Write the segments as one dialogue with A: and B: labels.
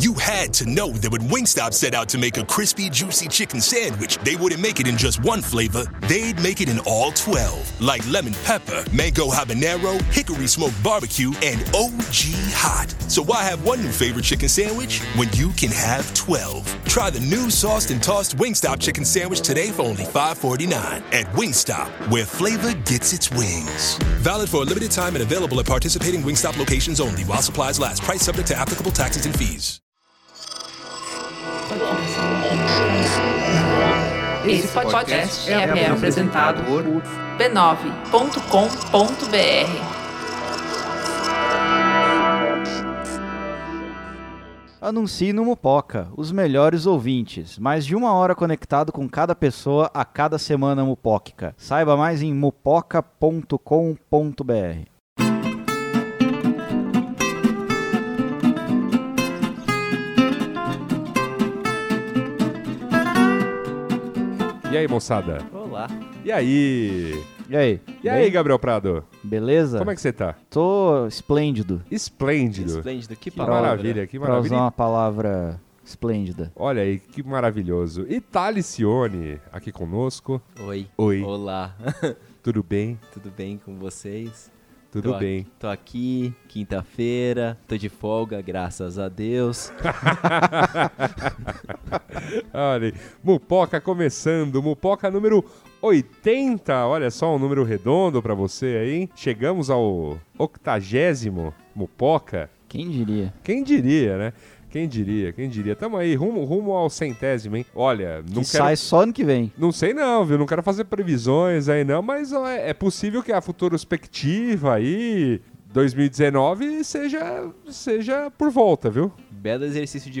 A: You had to know that when Wingstop set out to make a crispy, juicy chicken sandwich, they wouldn't make it in just one flavor. They'd make it in all 12, like lemon pepper, mango habanero, hickory smoked barbecue, and OG hot. So why have one new favorite chicken sandwich when you can have 12? Try the new sauced and tossed Wingstop chicken sandwich today for only $5.49 at Wingstop, where flavor gets its wings. Valid for a limited time and available at participating Wingstop locations only while supplies last. Price subject to applicable taxes and fees.
B: Esse podcast é, é apresentado por b9.com.br.
C: Anuncie no Mupoca, os melhores ouvintes. Mais de uma hora conectado com cada pessoa a cada semana mupóquica. Saiba mais em mupoca.com.br.
D: E aí, moçada?
E: Olá.
D: E aí?
C: E aí?
D: E aí, Gabriel Prado?
C: Beleza?
D: Como é que você tá?
C: Tô esplêndido.
D: Esplêndido.
E: Esplêndido, que
D: Que
E: palavra.
D: maravilha, que
C: Pra usar
D: maravilha.
C: uma palavra esplêndida.
D: Olha aí, que maravilhoso. E Talicione aqui conosco.
E: Oi.
D: Oi.
E: Olá.
D: Tudo bem?
E: Tudo bem com vocês?
D: Tudo
E: Tô
D: bem.
E: Aqui, tô aqui, quinta-feira, tô de folga, graças a Deus.
D: Olha aí, Mupoca começando, Mupoca número 80. Olha só, um número redondo pra você aí. Chegamos ao octagésimo Mupoca.
C: Quem diria?
D: Quem diria, né? Quem diria, quem diria. Tamo aí, rumo, rumo ao centésimo, hein? Olha, não
C: que
D: quero...
C: sai só ano que vem.
D: Não sei não, viu? Não quero fazer previsões aí não, mas ó, é é possível que a futurospectiva aí 2019 seja seja por volta, viu?
E: Belo exercício de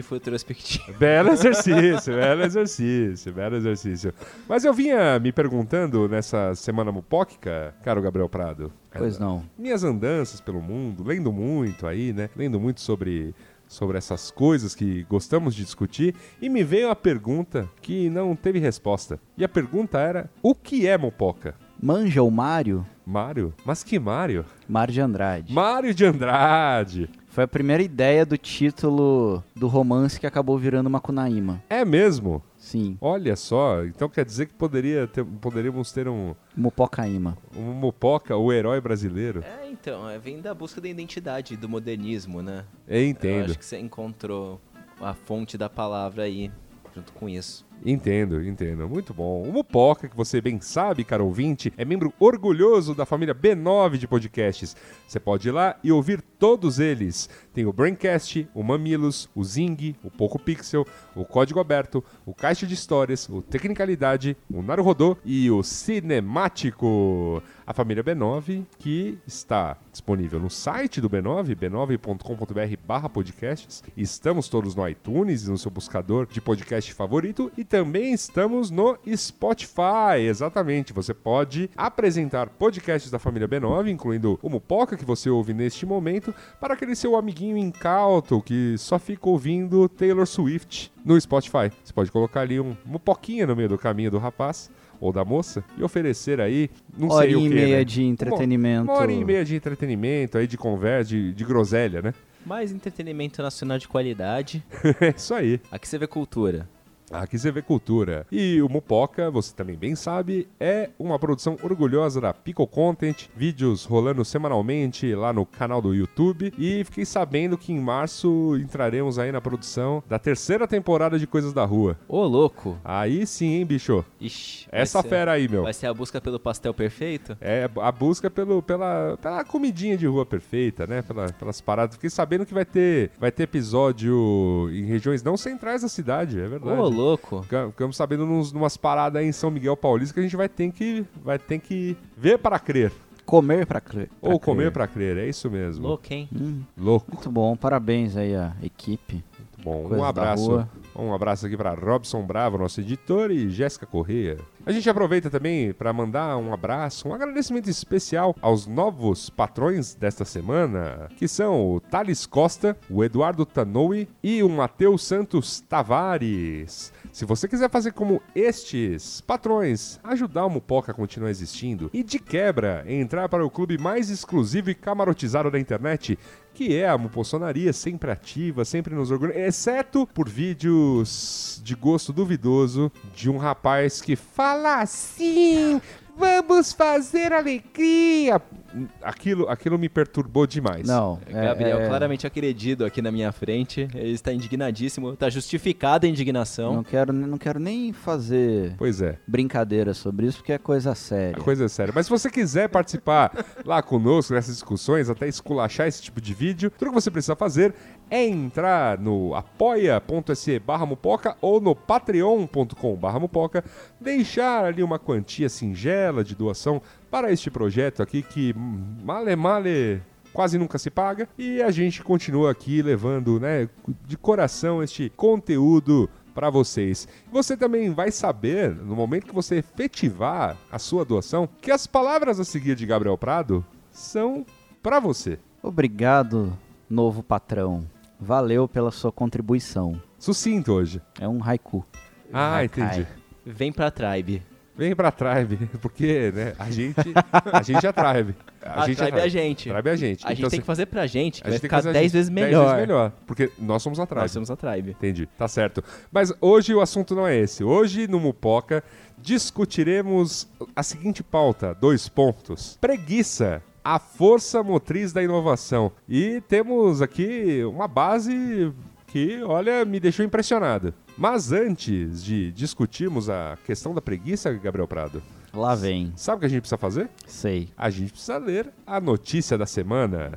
E: futurospectiva.
D: Belo exercício, belo exercício, belo exercício. Mas eu vinha me perguntando nessa semana mupóquica, caro Gabriel Prado.
C: Pois não.
D: Minhas andanças pelo mundo, lendo muito aí, né? Lendo muito sobre sobre essas coisas que gostamos de discutir e me veio a pergunta que não teve resposta. E a pergunta era: o que é mupoca?
C: Manja o Mário?
D: Mário? Mas que Mário?
C: Mário de Andrade.
D: Mário de Andrade!
C: Foi a primeira ideia do título do romance que acabou virando Macunaíma.
D: É mesmo?
C: Sim,
D: Olha só, então quer dizer que poderia ter- poderíamos ter um,
C: Mupocaíma.
D: um Mopoca, o herói brasileiro?
E: É, então, é, vem da busca da identidade, do modernismo, né?
D: Eu
E: Eu
D: entendo,
E: acho que você encontrou a fonte da palavra aí, junto com isso.
D: entendo, entendo. Muito bom. O Mopoca, que você bem sabe, caro ouvinte, é membro orgulhoso da família B9 de podcasts. Você pode ir lá e ouvir todos eles. Tem o Braincast, o Mamilos, o Zing, o Poco Pixel, o Código Aberto, o Caixa de Histórias, o Tecnicalidade, o Naruhodô e o Cinemático. A família B9, que está disponível no site do B9, b9.com.br barra podcasts. Estamos todos no iTunes, no seu buscador de podcast favorito e também estamos no Spotify. Exatamente, você pode apresentar podcasts da família B9, incluindo o Mupoca, que você ouve neste momento, para aquele seu amiguinho incauto que só fica ouvindo Taylor Swift no Spotify. Você pode colocar ali um Mupoquinha no meio do caminho do rapaz ou da moça e oferecer aí, não
C: Hora
D: sei o
C: e
D: que,
C: meia
D: né?
C: de
D: Uma-
C: entretenimento.
D: Uma hora e meia de entretenimento aí, de conversa, de, de groselha, né?
E: Mais entretenimento nacional de qualidade.
D: É isso aí.
E: Aqui você vê cultura.
D: Aqui você vê cultura. E o Mupoca, você também bem sabe, é uma produção orgulhosa da Pico Content, vídeos rolando semanalmente lá no canal do YouTube. E fiquei sabendo que em março entraremos aí na produção da terceira temporada de Coisas da Rua.
E: Ô, louco!
D: Aí sim, hein, bicho?
E: Ixi, vai
D: Essa
E: ser-
D: fera aí, meu.
E: Vai ser a busca pelo pastel perfeito?
D: É a busca pelo, pela, pela comidinha de rua perfeita, né? Pela- pelas paradas. Fiquei sabendo que vai ter, vai ter episódio em regiões não centrais da cidade, é
E: Ô,
D: verdade.
E: louco!
D: Fica- Ficamos sabendo uns, umas paradas aí em São Miguel Paulista que a gente vai ter que, vai ter que ver para crer.
C: Comer pra crer.
D: Ou comer para crer, é isso mesmo.
E: Louco, hein?
C: Hum.
D: Louco.
C: Muito bom, parabéns aí à equipe.
D: Bom,
C: Coisa
D: um
C: da
D: abraço.
C: rua.
D: Um abraço aqui para Robson Bravo, nosso editor, e Jéssica Corrêa. A gente aproveita também para mandar um abraço, um agradecimento especial aos novos patrões desta semana, que são o Thales Costa, o Eduardo Tanoui e o Matheus Santos Tavares. Se você quiser fazer como estes patrões, ajudar o Mupoca a continuar existindo e de quebra entrar para o clube mais exclusivo e camarotizado da internet, que é a Mupossonaria, sempre ativa, sempre nos orgulha, exceto por vídeos de gosto duvidoso de um rapaz que fala assim, vamos fazer alegria. Aquilo, aquilo me perturbou demais.
C: Não, é,
E: Gabriel,
C: é,
E: claramente acredito aqui na minha frente. Ele está indignadíssimo. Está justificada a indignação.
C: não quero, não quero nem fazer
D: Pois é.
C: brincadeira sobre isso, porque é coisa
D: A
C: séria.
D: coisa é séria. Mas se você quiser participar lá conosco nessas discussões, até esculachar esse tipo de vídeo, tudo que você precisa fazer é entrar no apoia.se barra mupoca ou no patreon.com barra mupoca, deixar ali uma quantia singela de doação para este projeto aqui que hum, male male quase nunca se paga e a gente continua aqui levando, né, de coração este conteúdo para vocês. Você também vai saber, no momento que você efetivar a sua doação, que as palavras a seguir de Gabriel Prado são para você.
C: Obrigado, novo patrão. Valeu pela sua contribuição.
D: Sucinto hoje.
C: É um haiku.
D: Ah,
C: Hakai.
D: entendi.
E: Vem pra tribe.
D: Vem pra Tribe, porque, né, a gente, a gente é Tribe.
E: A, tribe é a gente.
D: Tribe é a gente.
E: A gente
D: Então,
E: tem
D: assim,
E: que fazer pra gente, que
D: a
E: vai
D: gente tem que
E: ficar
D: fazer a
E: 10
D: gente
E: vezes
D: 10
E: melhor.
D: melhor, porque nós somos a Tribe.
E: Nós somos a tribe.
D: Entendi, tá certo. Mas hoje o assunto não é esse. Hoje no Mupoca discutiremos a seguinte pauta: dois pontos. Preguiça. A força motriz da inovação. E temos aqui uma base que, olha, me deixou impressionado. Mas antes de discutirmos a questão da preguiça, Gabriel Prado,
C: Lá vem.
D: sabe o que a gente precisa fazer?
C: Sei.
D: A gente precisa ler a notícia da semana.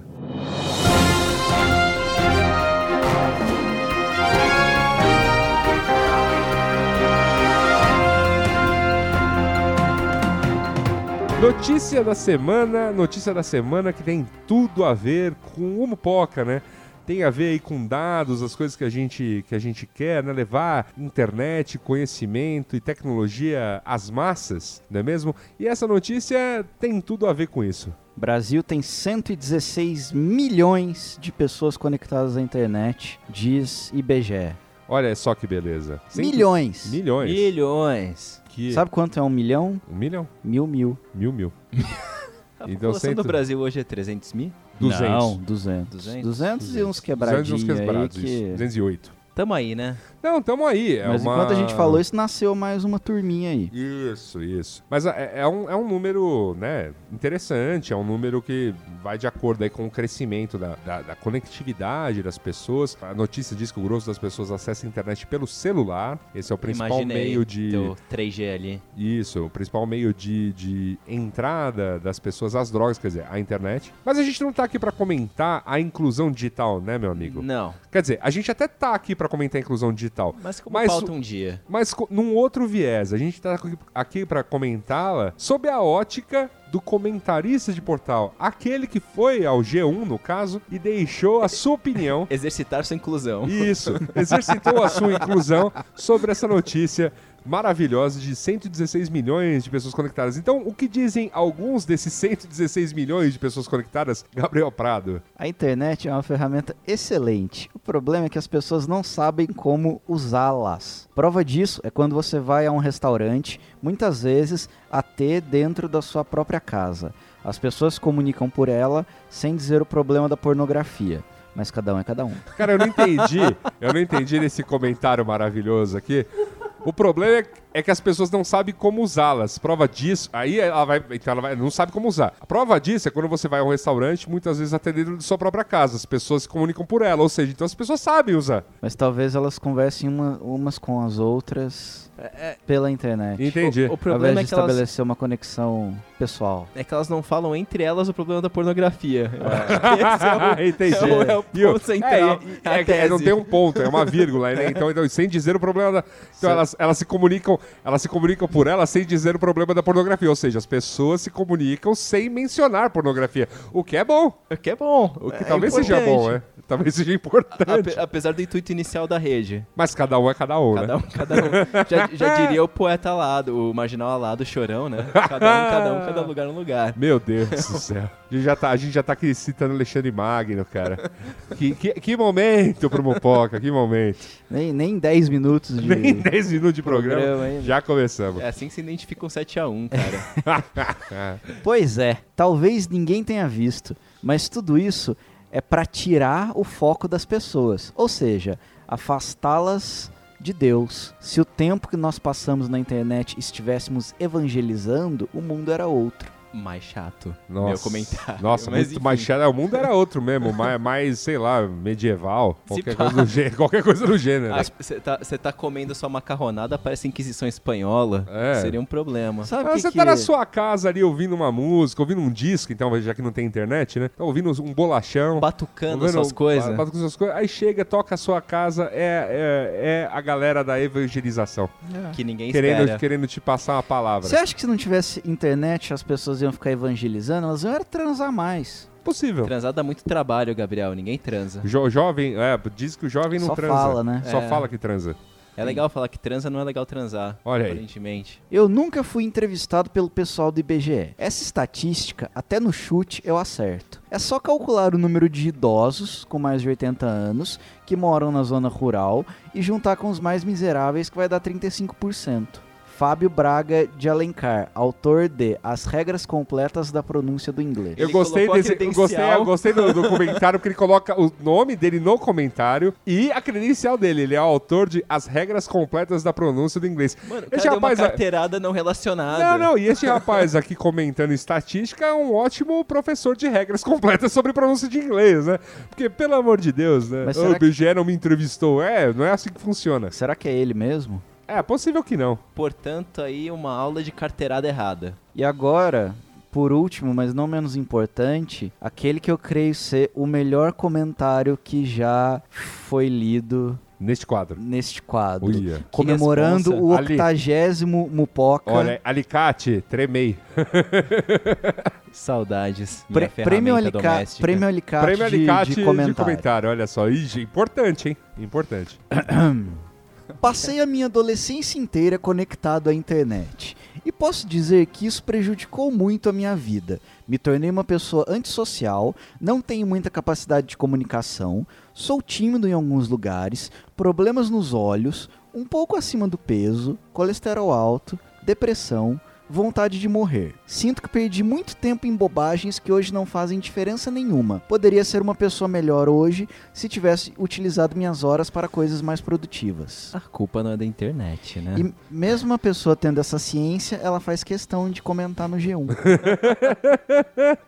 D: Notícia da semana, notícia da semana que tem tudo a ver com o Mupoca, né? Tem a ver aí com dados, as coisas que a gente, que a gente quer, né? Levar internet, conhecimento e tecnologia às massas, não é mesmo? E essa notícia tem tudo a ver com isso.
C: Brasil tem 116 milhões de pessoas conectadas à internet, diz IBGE.
D: Olha só que beleza. Cento-
C: Milhões.
D: Milhões.
E: Milhões.
D: Que...
C: Sabe quanto é um milhão?
D: Um milhão?
C: Mil mil.
D: Mil, mil.
E: A
D: Então,
E: população
D: cento-
E: do Brasil hoje é 300 mil?
D: Duzentos.
C: Não, 200. 200,
E: 200.
C: e uns
D: 200 e uns
C: quebradinhos aí
D: quebrados, isso.
C: que...
D: 208.
E: Tamo aí, né?
D: Não, tamo aí. É
C: Mas
D: uma...
C: enquanto a gente falou isso, nasceu mais uma turminha aí.
D: Isso, isso. Mas é, é um, é um número né, interessante, é um número que vai de acordo aí com o crescimento da, da- da conectividade das pessoas. A notícia diz que o grosso das pessoas acessa a internet pelo celular. Esse é o principal
E: Imaginei
D: meio de.
E: teu 3G ali.
D: Isso, o principal meio de, de entrada das pessoas às drogas, quer dizer, à internet. Mas a gente não tá aqui pra comentar a inclusão digital, né, meu amigo?
E: Não,
D: Quer dizer, a gente até tá aqui pra comentar a inclusão digital.
E: mas como
D: Mas
E: falta um dia.
D: Mas co- num outro viés, a gente tá aqui- aqui para comentá-la sob a ótica do comentarista de portal, aquele que foi ao G1 no caso e deixou a sua opinião.
E: Exercitar sua inclusão.
D: Isso, exercitou a sua inclusão sobre essa notícia maravilhosa de 116 milhões de pessoas conectadas. Então, o que dizem alguns desses 116 milhões de pessoas conectadas, Gabriel Prado?
C: A internet é uma ferramenta excelente. O problema é que as pessoas não sabem como usá-las. Prova disso é quando você vai a um restaurante, muitas vezes até dentro da sua própria casa. As pessoas se comunicam por ela sem dizer o problema da pornografia. Mas cada um é cada um.
D: Cara, eu não entendi. Eu não entendi nesse comentário maravilhoso aqui. O problema é, é que as pessoas não sabem como usá-las. Prova disso. Aí ela vai. Então ela vai- não sabe como usar. A prova disso é quando você vai a um restaurante, muitas vezes até dentro de sua própria casa. As pessoas se comunicam por ela. Ou seja, então as pessoas sabem usar.
C: Mas talvez elas conversem uma- umas com as outras pela internet.
D: Entendi.
E: É, O, o
C: Ao invés
E: problema
C: de
E: é que, elas,
C: estabelecer uma conexão pessoal.
E: é que elas não falam entre elas o problema da pornografia.
D: Ah, Entendi.
E: é o- é o
D: E
E: ponto central,
D: e- e-
E: a
D: é que- é, não
E: tese.
D: tem um ponto, é uma vírgula, né? Então, então, sem dizer o problema da. Então elas, elas se comunicam, elas se comunicam por elas sem dizer o problema da pornografia. Ou seja, as pessoas se comunicam sem mencionar pornografia. O que é bom.
E: O que é bom.
D: O que talvez seja é. bom, né? Talvez seja importante.
E: Ape- apesar do intuito inicial da rede.
D: Mas cada um é cada um, né?
E: Cada um, cada um. Já, já diria o poeta alado, o marginal alado, o chorão, né? Cada um, cada um, cada lugar um lugar.
D: Meu Deus do céu. A gente já tá, a gente já tá aqui citando Alexandre Magno, cara. Que, que, que momento pro Mopoca, que momento.
C: Nem, nem 10 minutos de.
D: Nem 10 minutos de programa,
C: Programa ainda.
D: já começamos. Ah.
E: É assim que se identifica um 7x1, cara.
C: Pois é, talvez ninguém tenha visto, mas tudo isso é para tirar o foco das pessoas, ou seja, afastá-las de Deus. Se o tempo que nós passamos na internet estivéssemos evangelizando, o mundo era outro.
E: Mais chato.
D: Nossa,
E: Meu comentário.
D: Nossa,
E: Mas,
D: muito
E: enfim.
D: mais chato. É, O mundo era outro mesmo, mais, mais, sei lá, medieval, qualquer
E: pá.
D: coisa, do gê- qualquer coisa do gênero.
E: Você tá, cê tá comendo sua macarronada, parece Inquisição Espanhola.
D: É.
E: Seria um problema.
C: Sabe o
D: Ah,
C: que
D: você
C: que-
D: tá na sua casa ali ouvindo uma música, ouvindo um disco, então, já que não tem internet, né? Tá ouvindo uns- um bolachão.
E: Batucando
D: ouvindo-
E: essas coisas.
D: Batucando suas coisas. Aí chega, toca a sua casa, é, é, é a galera da evangelização.
E: Que ninguém
D: Querendo,
E: espera. é
D: querendo te passar uma palavra.
C: Você acha que se não tivesse internet as pessoas iam ficar evangelizando? Elas iam era transar mais.
D: Possível.
E: Transar dá muito trabalho, Gabriel. Ninguém transa.
D: Jo- jovem, é, diz que o jovem não
C: Só
D: transa.
C: fala, né?
D: Só
E: É.
D: fala que transa.
E: É legal falar que transa, não é legal transar.
D: Olha aí.
E: Aparentemente.
C: Eu nunca fui entrevistado pelo pessoal do IBGE. Essa estatística, até no chute, eu acerto. É só calcular o número de idosos com mais de 80 anos que moram na zona rural e juntar com os mais miseráveis, que vai dar 35%. Fábio Braga de Alencar, autor de As Regras Completas da Pronúncia do Inglês.
D: Eu
E: Ele
D: gostei
E: colocou a
D: desse. Eu gostei, eu
E: credencial.
D: gostei do, do comentário, porque ele coloca o nome dele no comentário e a credencial dele. Ele é o autor de As Regras Completas da Pronúncia do Inglês.
E: Mano, é o cara
D: Esse
E: deu uma
D: rapaz.
E: carteirada não relacionada.
D: Não, não, e esse rapaz aqui comentando estatística é um ótimo professor de regras completas sobre pronúncia de inglês, né? Porque, pelo amor de Deus, né?
C: Mas
D: O
C: será que-
D: IBGE não me entrevistou. É, não é assim que funciona.
C: Será que é ele mesmo?
D: É, possível que não.
E: Portanto, aí uma aula de carteirada errada.
C: E agora, por último, mas não menos importante, aquele que eu creio ser o melhor comentário que já foi lido
D: Neste quadro.
C: neste quadro.
D: Uia.
C: Comemorando
E: responsa.
C: o
D: Ali.
C: octagésimo Mupoca.
D: Olha, alicate, tremei.
E: Saudades. Minha
C: Pre- prêmio,
E: ferramenta
C: Alica-
E: doméstica.
C: prêmio Alicate,
D: Prêmio
C: de-
D: alicate
C: de,
D: de comentário.
C: comentário.
D: olha só. Ih, importante, hein? Importante.
C: Passei a minha adolescência inteira conectado à internet. E posso dizer que isso prejudicou muito a minha vida. Me tornei uma pessoa antissocial, não tenho muita capacidade de comunicação, sou tímido em alguns lugares, problemas nos olhos, um pouco acima do peso, colesterol alto, depressão, vontade de morrer. Sinto que perdi muito tempo em bobagens que hoje não fazem diferença nenhuma. Poderia ser uma pessoa melhor hoje se tivesse utilizado minhas horas para coisas mais produtivas.
E: A culpa não é da internet, né?
C: E mesmo a pessoa tendo essa ciência, ela faz questão de comentar no G1.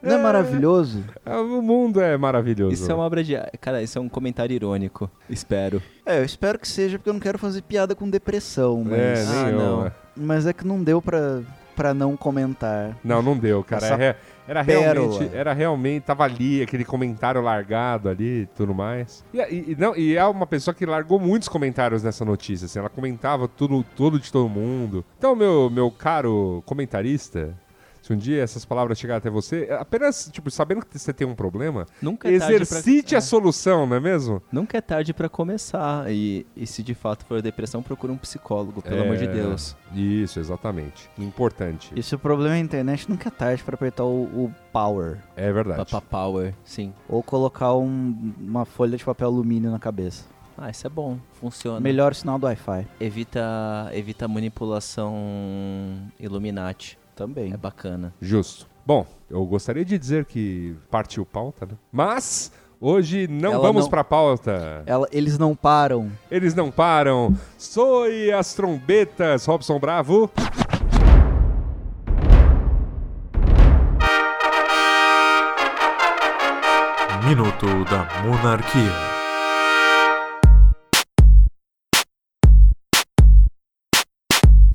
C: Não é maravilhoso?
D: Ah, O mundo é maravilhoso.
E: Isso é uma obra de. Cara, isso é um comentário irônico. Espero.
C: É, eu espero que seja, porque eu não quero fazer piada com depressão,
D: É,
C: mas,
D: nem
E: Ah,
D: eu,
E: não.
D: né?
C: mas é que não deu pra, pra não comentar.
D: Não, não deu, cara.
C: Essa
D: Era, era
C: pérola.
D: realmente, era realmente, tava ali aquele comentário largado ali, e tudo mais. E, e- e não, e é uma pessoa que largou muitos comentários nessa notícia, assim, ela comentava tudo, tudo de todo mundo. Então, meu, meu caro comentarista, se um dia essas palavras chegarem até você, apenas, tipo, sabendo que você tem um problema,
E: Nunca é tarde pra-
D: exercite a
E: é.
D: solução, não é mesmo?
E: Nunca é tarde pra começar. E, e se de fato for depressão, procura um psicólogo, pelo
D: É,
E: amor de Deus.
D: Isso, exatamente. Importante.
C: E se o problema é a internet, nunca é tarde pra apertar o, o power.
D: É verdade.
E: Papa Power, sim.
C: Ou colocar um- uma folha de papel alumínio na cabeça.
E: Ah, isso é bom. Funciona.
C: Melhor sinal do Wi-Fi.
E: Evita, evita manipulação Illuminati.
C: Também.
E: É bacana.
D: Justo. Bom, eu gostaria de dizer que partiu pauta, né? Mas hoje não
C: Ela
D: vamos
C: não-
D: pra pauta.
C: Ela- eles não param.
D: Eles não param. Soe as trombetas, Robson Bravo.
F: Minuto da Monarquia.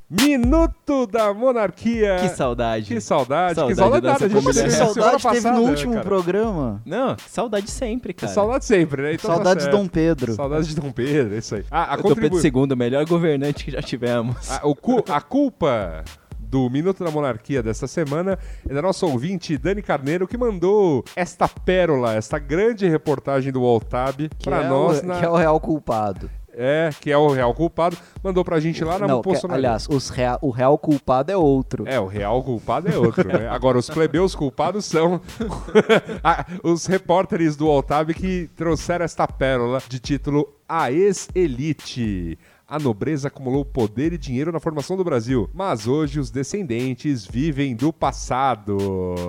D: Minuto da Monarquia.
E: É, Que saudade.
D: Que saudade, que
E: Saudade
D: saudade.
E: dessa
D: a gente
E: Como
D: teve
E: assim,
D: semana
C: saudade teve
D: passada,
C: no último
D: cara.
C: programa?
E: Não, saudade sempre, cara.
D: Saudade sempre, né? Então tá
C: Saudades de
D: certo.
C: Dom Pedro.
D: Saudades de Dom Pedro, é isso aí. Ah, a,
E: Eu tô
D: contribu...
E: Pedro II, o melhor governante que já tivemos.
D: a, o cu- a culpa do Minuto da Monarquia desta semana é da nossa ouvinte Dani Carneiro, que mandou esta pérola, esta grande reportagem do Altab
C: Que
D: pra
C: é
D: nós. né?
C: o,
D: na-
C: que é o real culpado.
D: É, que é o real culpado. Mandou pra gente lá na
C: não, que- é,
D: Bolsonaro.
C: aliás, os rea- o real culpado é outro.
D: É, o real culpado é outro, né? Agora, os plebeus culpados são a- os repórteres do Altab que trouxeram esta pérola de título A Ex-Elite. a nobreza acumulou poder e dinheiro na formação do Brasil. Mas hoje os descendentes vivem do passado.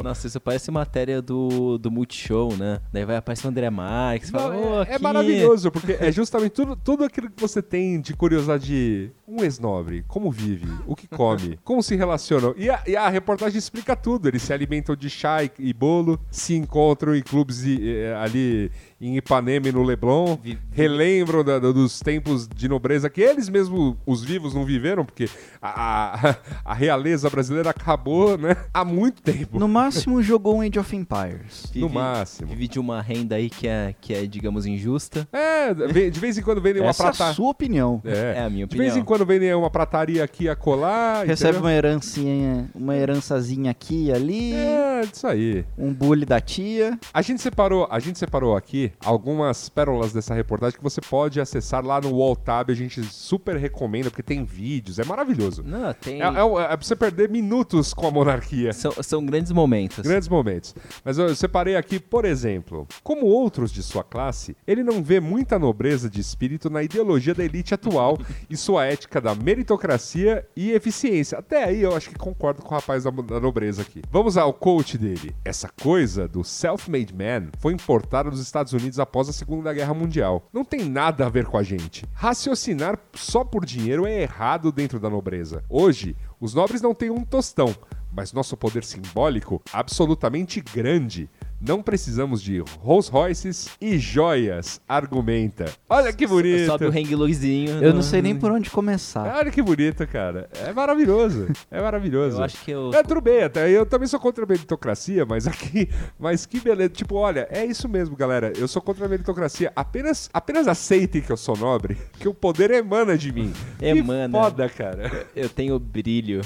E: Nossa, isso parece matéria do, do Multishow, né? Daí vai aparecer o André Marques,
D: Não,
E: fala,
D: é-
E: "Ô,
D: é,
E: aqui."
D: maravilhoso, porque é justamente tudo, tudo aquilo que você tem de curiosidade de um ex-nobre, como vive, o que come, como se relacionam. E a, e a reportagem explica tudo. Eles se alimentam de chá e, e bolo, se encontram em clubes e, eh, ali em Ipanema e no Leblon, relembram da- da- dos tempos de nobreza que eles mesmos, os vivos, não viveram, porque a, a- a realeza brasileira acabou, né? Há muito tempo.
C: No máximo jogou um Age of Empires.
E: Vive-
D: máximo.
E: Vive de uma renda aí que é, que é digamos, injusta.
D: É, de vez em quando vem uma tá.
C: Essa é a
D: prata.
C: sua opinião.
E: É a minha
D: De vez em
E: opinião.
D: quando vem uma prataria aqui a colar.
C: Recebe
D: entendeu?
C: uma herancinha, uma herançazinha aqui e ali,
D: É, isso aí.
C: um bully da tia.
D: A gente separou, a gente separou aqui algumas pérolas dessa reportagem que você pode acessar lá no Walltab, a gente super recomenda porque tem vídeos, é maravilhoso.
E: Não, tem...
D: É, é, um- é pra você perder minutos com a monarquia.
E: São, são grandes momentos.
D: Grandes momentos. Mas eu separei aqui, por exemplo, como outros de sua classe, ele não vê muita nobreza de espírito na ideologia da elite atual e sua ética da meritocracia e eficiência. Até aí eu acho que concordo com o rapaz da, da nobreza aqui. Vamos ao coach dele. Essa coisa do self-made man foi importada dos Estados Unidos após a Segunda Guerra Mundial. Não tem nada a ver com a gente. Raciocinar só por dinheiro é errado dentro da nobreza. Hoje, os nobres não têm um tostão mas nosso poder simbólico absolutamente grande. Não precisamos de Rolls Royces e joias, argumenta. Olha que bonito.
E: Sobe o Hang né? Luizinho.
C: Eu não sei nem por onde começar.
D: Olha que bonito, cara. É maravilhoso. É maravilhoso.
E: Eu acho que eu-
D: É tudo bem, até eu também sou contra a meritocracia, mas aqui. Mas que beleza. Tipo, olha, é isso mesmo, galera. Eu sou contra a meritocracia. Apenas, apenas aceitem que eu sou nobre, que o poder emana de mim.
E: Emana.
D: Que foda, cara.
E: Eu tenho brilho.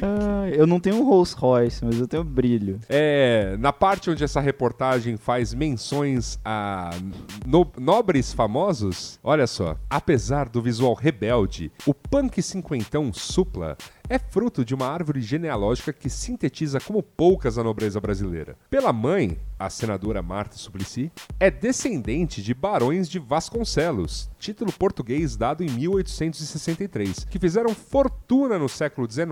C: Ah, eu não tenho um Rolls Royce, mas eu tenho brilho.
D: É, na parte onde essa reportagem faz menções a no- nobres famosos, olha só. Apesar do visual rebelde, o punk cinquentão supla é fruto de uma árvore genealógica que sintetiza como poucas a nobreza brasileira. Pela mãe, a senadora Marta Suplicy, é descendente de barões de Vasconcelos, título português dado em 1863, que fizeram fortuna no século XIX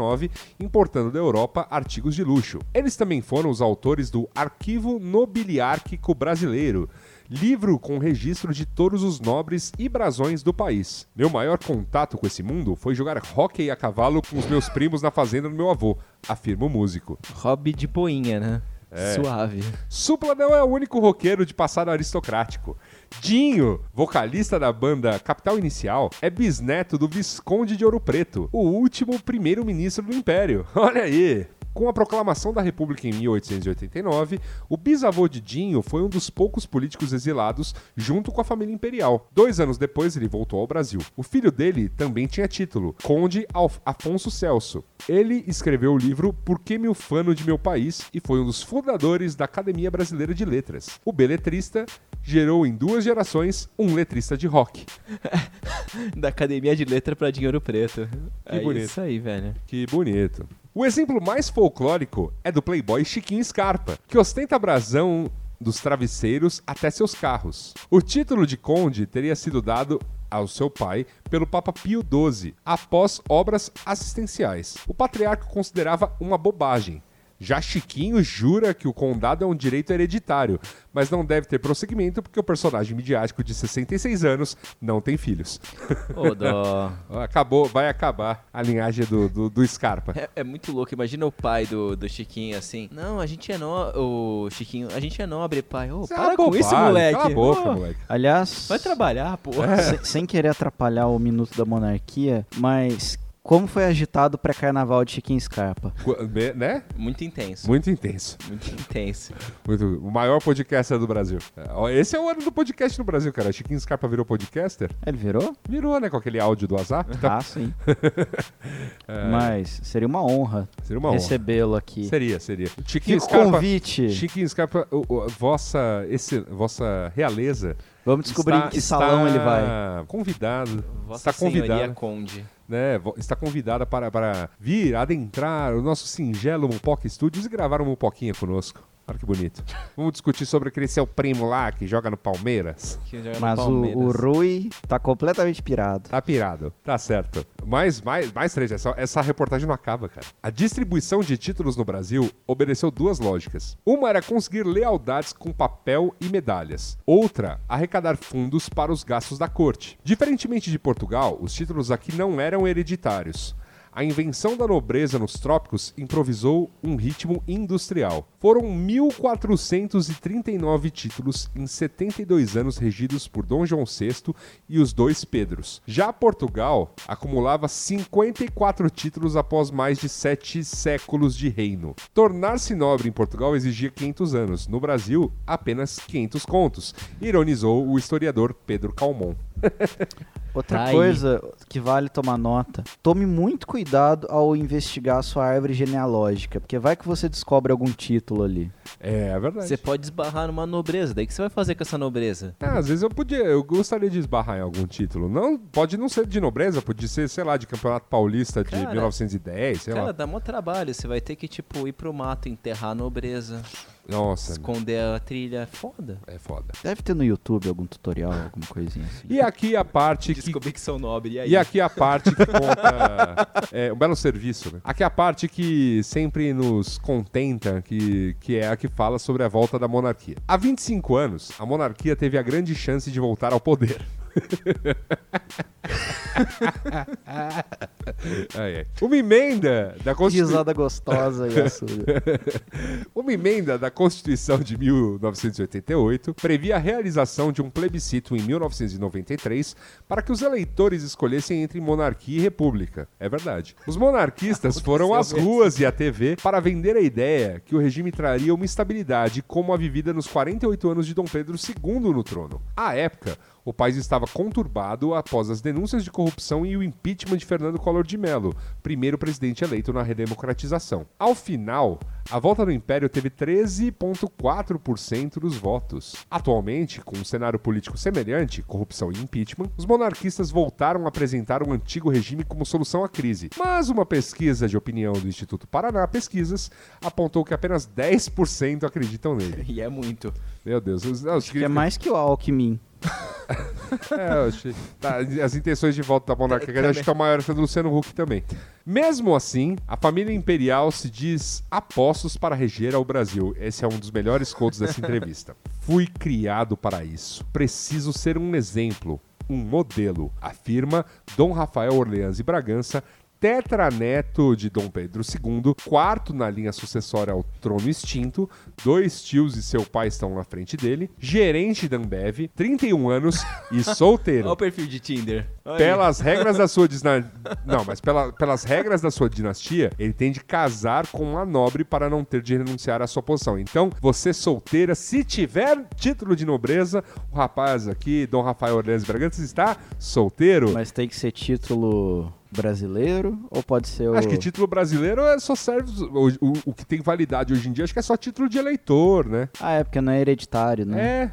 D: importando da Europa artigos de luxo. Eles também foram os autores do Arquivo Nobiliárquico Brasileiro, livro com registro de todos os nobres e brasões do país. Meu maior contato com esse mundo foi jogar hóquei a cavalo com os meus primos na fazenda do meu avô, afirma o músico.
E: Hobby de boinha, né?
D: É.
E: Suave.
D: Supla não é o único roqueiro de passado aristocrático. Dinho, vocalista da banda Capital Inicial, é bisneto do Visconde de Ouro Preto, o último primeiro-ministro do Império. Olha aí! Com a proclamação da República em 1889, o bisavô de Dinho foi um dos poucos políticos exilados junto com a família imperial. Dois anos depois, ele voltou ao Brasil. O filho dele também tinha título, Conde Alf- Afonso Celso. Ele escreveu o livro Por que me ufano de meu país e foi um dos fundadores da Academia Brasileira de Letras. O beletrista gerou em duas gerações um letrista de rock.
E: Da academia de letra pra dinheiro preto. é
D: bonito.
E: isso aí, velho.
D: Que bonito. O exemplo mais folclórico é do playboy Chiquinho Scarpa, que ostenta brasão dos travesseiros até seus carros. O título de conde teria sido dado ao seu pai pelo Papa Pio XII, após obras assistenciais. O patriarca considerava uma bobagem. Já Chiquinho jura que o condado é um direito hereditário, mas não deve ter prosseguimento porque o personagem midiático de 66 anos não tem filhos.
E: Ô, dó.
D: Acabou, vai acabar a linhagem do, do, do Scarpa.
E: É, é muito louco, imagina o pai do, do Chiquinho assim. Não, a gente é nobre. O Chiquinho, a gente é nobre, pai. Ô,
D: Você é
E: para
D: uma
E: com isso,
D: bobagem,
E: moleque.
D: Cala a boca, É.
E: Ô,
D: moleque.
C: Aliás,
E: Vai trabalhar, pô.
C: se- sem querer atrapalhar o minuto da monarquia, mas como foi agitado o pré-carnaval de Chiquinho Scarpa?
D: Qu- me- Né?
E: Muito intenso.
D: Muito intenso.
E: Muito intenso.
D: Muito- o maior podcaster do Brasil. É, ó, Esse é o ano do podcast no Brasil, cara. Chiquinho Scarpa virou podcaster?
C: Ele virou?
D: Virou, né? Com aquele áudio do azar. Tá,
C: Ah, sim. Mas seria uma honra
D: Seria É. uma honra.
C: recebê-lo aqui.
D: Seria, seria. Chiquinho
C: Fica o
D: Scarpa.
C: convite.
D: Chiquinho Scarpa, o- o- vossa, esse, vossa realeza.
C: Vamos descobrir
D: está-
C: em que salão ele vai.
D: Está convidado.
E: Vossa
D: está Tá convidado.
E: Senhoria Conde.
D: né, vo- está convidada para, para vir adentrar o nosso singelo Mupoca Studios e gravar um Mupoquinha conosco. Olha que bonito. Vamos discutir sobre aquele seu primo lá que joga no Palmeiras.
E: Que joga no
C: Mas o,
E: Palmeiras.
C: o Rui tá completamente pirado.
D: Tá pirado. Tá certo. Mas, mais, mais três. Essa, essa reportagem não acaba, cara. A distribuição de títulos no Brasil obedeceu duas lógicas. Uma era conseguir lealdades com papel e medalhas. Outra, arrecadar fundos para os gastos da corte. Diferentemente de Portugal, os títulos aqui não eram hereditários. A invenção da nobreza nos trópicos improvisou um ritmo industrial. Foram 1.439 títulos em 72 anos regidos por Dom João VI e os dois Pedros. Já Portugal acumulava 54 títulos após mais de sete séculos de reino. Tornar-se nobre em Portugal exigia 500 anos, no Brasil, apenas 500 contos, ironizou o historiador Pedro Calmon.
C: Outra
E: Tá aí.
C: coisa que vale tomar nota: tome muito cuidado ao investigar a sua árvore genealógica, porque vai que você descobre algum título ali.
D: É, é verdade.
E: Você pode esbarrar numa nobreza. Daí o que você vai fazer com essa nobreza?
D: Ah, às vezes eu podia, eu gostaria de esbarrar em algum título. Não, pode não ser de nobreza, pode ser, sei lá, de Campeonato Paulista de
E: Cara,
D: 1910, sei
E: Cara,
D: lá.
E: dá mó trabalho. Você vai ter que, tipo, ir pro mato, enterrar a nobreza,
D: Nossa,
E: esconder a trilha. Foda.
D: é foda.
C: Deve ter no YouTube algum tutorial, alguma coisinha assim.
D: E aqui a parte que
E: Descobri que sou nobre. E aí?
D: E aqui a parte que conta. é um belo serviço, né? Aqui a parte que sempre nos contenta, que, que é a que fala sobre a volta da monarquia. Há 25 anos, a monarquia teve a grande chance de voltar ao poder. Ai, ai. Uma emenda da
C: Que
D: Constituição.
C: Risada gostosa e a sua.
D: Uma emenda da Constituição de 1988 previa a realização de um plebiscito em 1993 para que os eleitores escolhessem entre monarquia e república. É verdade. Os monarquistas foram às ruas e à TV para vender a ideia que o regime traria uma estabilidade como a vivida nos 48 anos de Dom Pedro II no trono. À época, o país estava conturbado após as denúncias de corrupção e o impeachment de Fernando Collor de Mello, primeiro presidente eleito na redemocratização. Ao final, a volta do Império teve 13,4% dos votos. Atualmente, com um cenário político semelhante, corrupção e impeachment, os monarquistas voltaram a apresentar o antigo regime como solução à crise. Mas uma pesquisa de opinião do Instituto Paraná Pesquisas apontou que apenas 10% acreditam nele.
E: E é muito.
D: Meu Deus, os, os
C: Que é mais que o Alckmin.
D: é, eu achei- tá, as intenções de volta da monarquia eu acho que é maior que a do Luciano Huck também. Mesmo assim, a família imperial se diz apostos para reger ao Brasil. Esse é um dos melhores contos dessa entrevista. Fui criado para isso. Preciso ser um exemplo, um modelo, afirma Dom Rafael Orleans e Bragança, tetraneto de Dom Pedro II, quarto na linha sucessória ao trono extinto, dois tios e seu pai estão na frente dele, gerente da Ambev, 31 anos e
E: Olha o
D: solteiro.
E: perfil de Tinder. Olha aí.
D: Pelas regras da sua dinastia. Não, mas pela- pelas regras da sua dinastia, ele tem de casar com uma nobre para não ter de renunciar à sua posição. Então, você solteira, se tiver título de nobreza, o rapaz aqui, Dom Rafael Orleans Bragantes, está solteiro.
C: Mas tem que ser título brasileiro ou pode ser o.
D: Acho que título brasileiro é só serve. O, o- o que tem validade hoje em dia, acho que é só título de eleitor, né?
C: Ah, é porque não é hereditário, né?
D: É.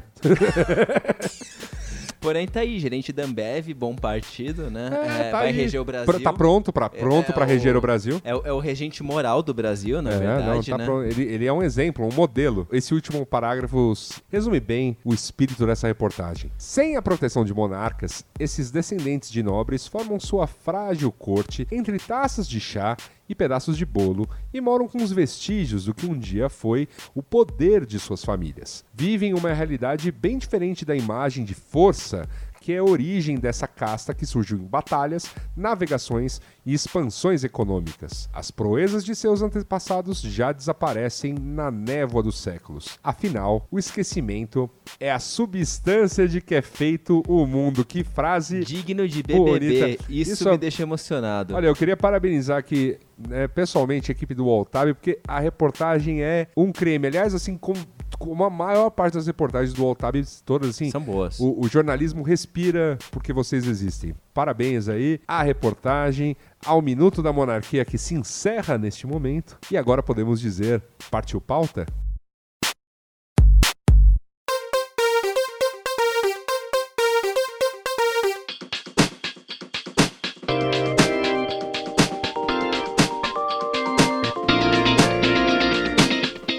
E: Porém, tá aí, gerente da Ambev, bom partido, né? É,
D: tá
E: vai
D: aí.
E: reger o
D: Pro-
E: Brasil.
D: Tá pronto pra, pronto
E: É,
D: pra reger
E: o-
D: o Brasil.
E: É, o- é o regente moral do Brasil, na
D: É,
E: verdade,
D: não, tá
E: né?
D: pronto. Ele, ele é um exemplo, um modelo. Esse último parágrafo s- resume bem o espírito dessa reportagem. Sem a proteção de monarcas, esses descendentes de nobres formam sua frágil corte entre taças de chá e pedaços de bolo e moram com os vestígios do que um dia foi o poder de suas famílias. Vivem uma realidade bem diferente da imagem de força que é a origem dessa casta que surgiu em batalhas, navegações e expansões econômicas. As proezas de seus antepassados já desaparecem na névoa dos séculos. Afinal, o esquecimento é a substância de que é feito o mundo. Que frase
E: Digno de BBB.
D: Bonita.
E: Isso,
D: Isso é-
E: me deixa emocionado.
D: Olha, eu queria parabenizar aqui, né, pessoalmente, a equipe do Altab, porque a reportagem é um creme. Aliás, assim, como, como a maior parte das reportagens do Altab, todas assim.
E: São boas.
D: O, o jornalismo respira porque vocês existem. Parabéns aí à reportagem, ao Minuto da Monarquia que se encerra neste momento. E agora podemos dizer: partiu pauta?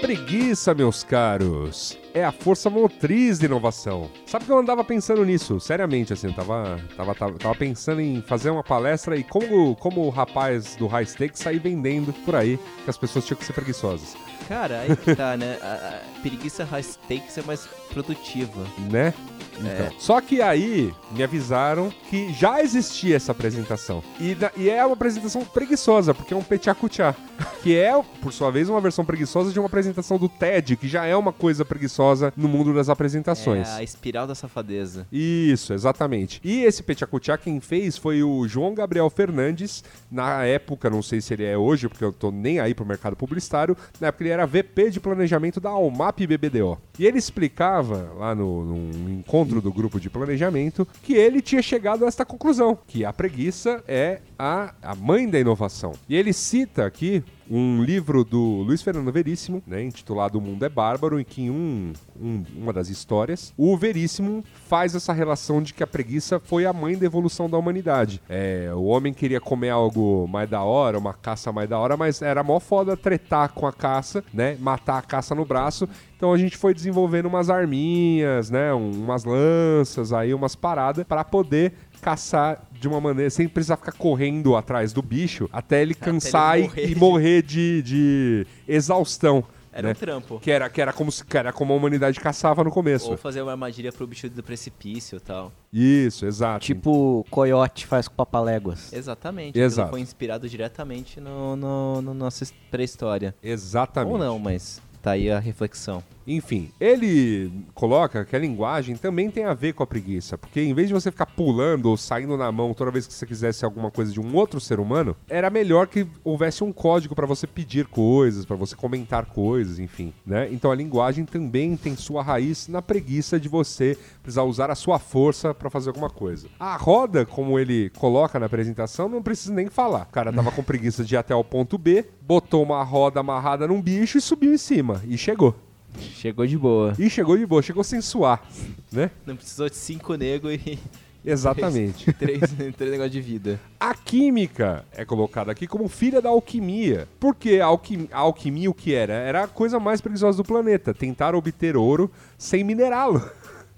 D: Preguiça Preguiça, meus caros, é a força motriz da inovação. Sabe que eu andava pensando nisso, seriamente, assim, eu tava, tava, tava, tava pensando em fazer uma palestra e como, como o rapaz do High Stakes sair vendendo por aí que as pessoas tinham que ser preguiçosas,
E: Cara, aí que tá, né? A, a preguiça high stakes é mais produtiva.
D: né? Então. Só que aí me avisaram que já existia essa apresentação. E, da- e é uma apresentação preguiçosa, porque é um petiacutiá. Que é, por sua vez, uma versão preguiçosa de uma apresentação do TED, que já é uma coisa preguiçosa no mundo das apresentações.
E: É a espiral da safadeza.
D: Isso, exatamente. E esse Petiacutiá quem fez foi o João Gabriel Fernandes, na época, não sei se ele é hoje, porque eu tô nem aí pro mercado publicitário, na época ele era VP de planejamento da Almap BBDO. E ele explicava, lá no, num encontro do grupo de planejamento, que ele tinha chegado a esta conclusão, que a preguiça é a, a mãe da inovação. E ele cita aqui um livro do Luiz Fernando Veríssimo, né, intitulado O Mundo é Bárbaro, em que em um, um- uma das histórias, o Veríssimo faz essa relação de que a preguiça foi a mãe da evolução da humanidade. É, o homem queria comer algo mais da hora, uma caça mais da hora, mas era mó foda tretar com a caça, né, matar a caça no braço, então a gente foi desenvolvendo umas arminhas, né, um- umas lanças, aí umas paradas para poder caçar de uma maneira sem precisar ficar correndo atrás do bicho até ele cansar e-
E: morrer
D: e
E: de-
D: morrer de, de exaustão.
E: Era
D: né?
E: um trampo.
D: Que era, que, era como se, que era como a humanidade caçava no começo.
E: Ou fazer uma armadilha pro bicho do precipício e tal.
D: Isso, exato.
C: Tipo coiote faz com papaléguas.
D: É.
E: Exatamente. aquilo
D: Exato.
E: Foi inspirado diretamente no, no, no nossa pré-história.
D: Exatamente.
E: Ou não, mas tá aí a reflexão.
D: Enfim, ele coloca que a linguagem também tem a ver com a preguiça, porque em vez de você ficar pulando ou saindo na mão toda vez que você quisesse alguma coisa de um outro ser humano, era melhor que houvesse um código para você pedir coisas, para você comentar coisas, enfim, né? Então a linguagem também tem sua raiz na preguiça de você precisar usar a sua força para fazer alguma coisa. A roda, como ele coloca na apresentação, não precisa nem falar. O cara tava com preguiça de ir até o ponto B, botou uma roda amarrada num bicho e subiu em cima e chegou.
E: Chegou de boa.
D: E chegou de boa, chegou sem suar, né?
E: Não precisou de cinco negros e
D: Exatamente.
E: três, três negócios de vida.
D: A química é colocada aqui como filha da alquimia. Porque a alquimia, a alquimia o que era? Era a coisa mais preguiçosa do planeta. Tentar obter ouro sem minerá-lo.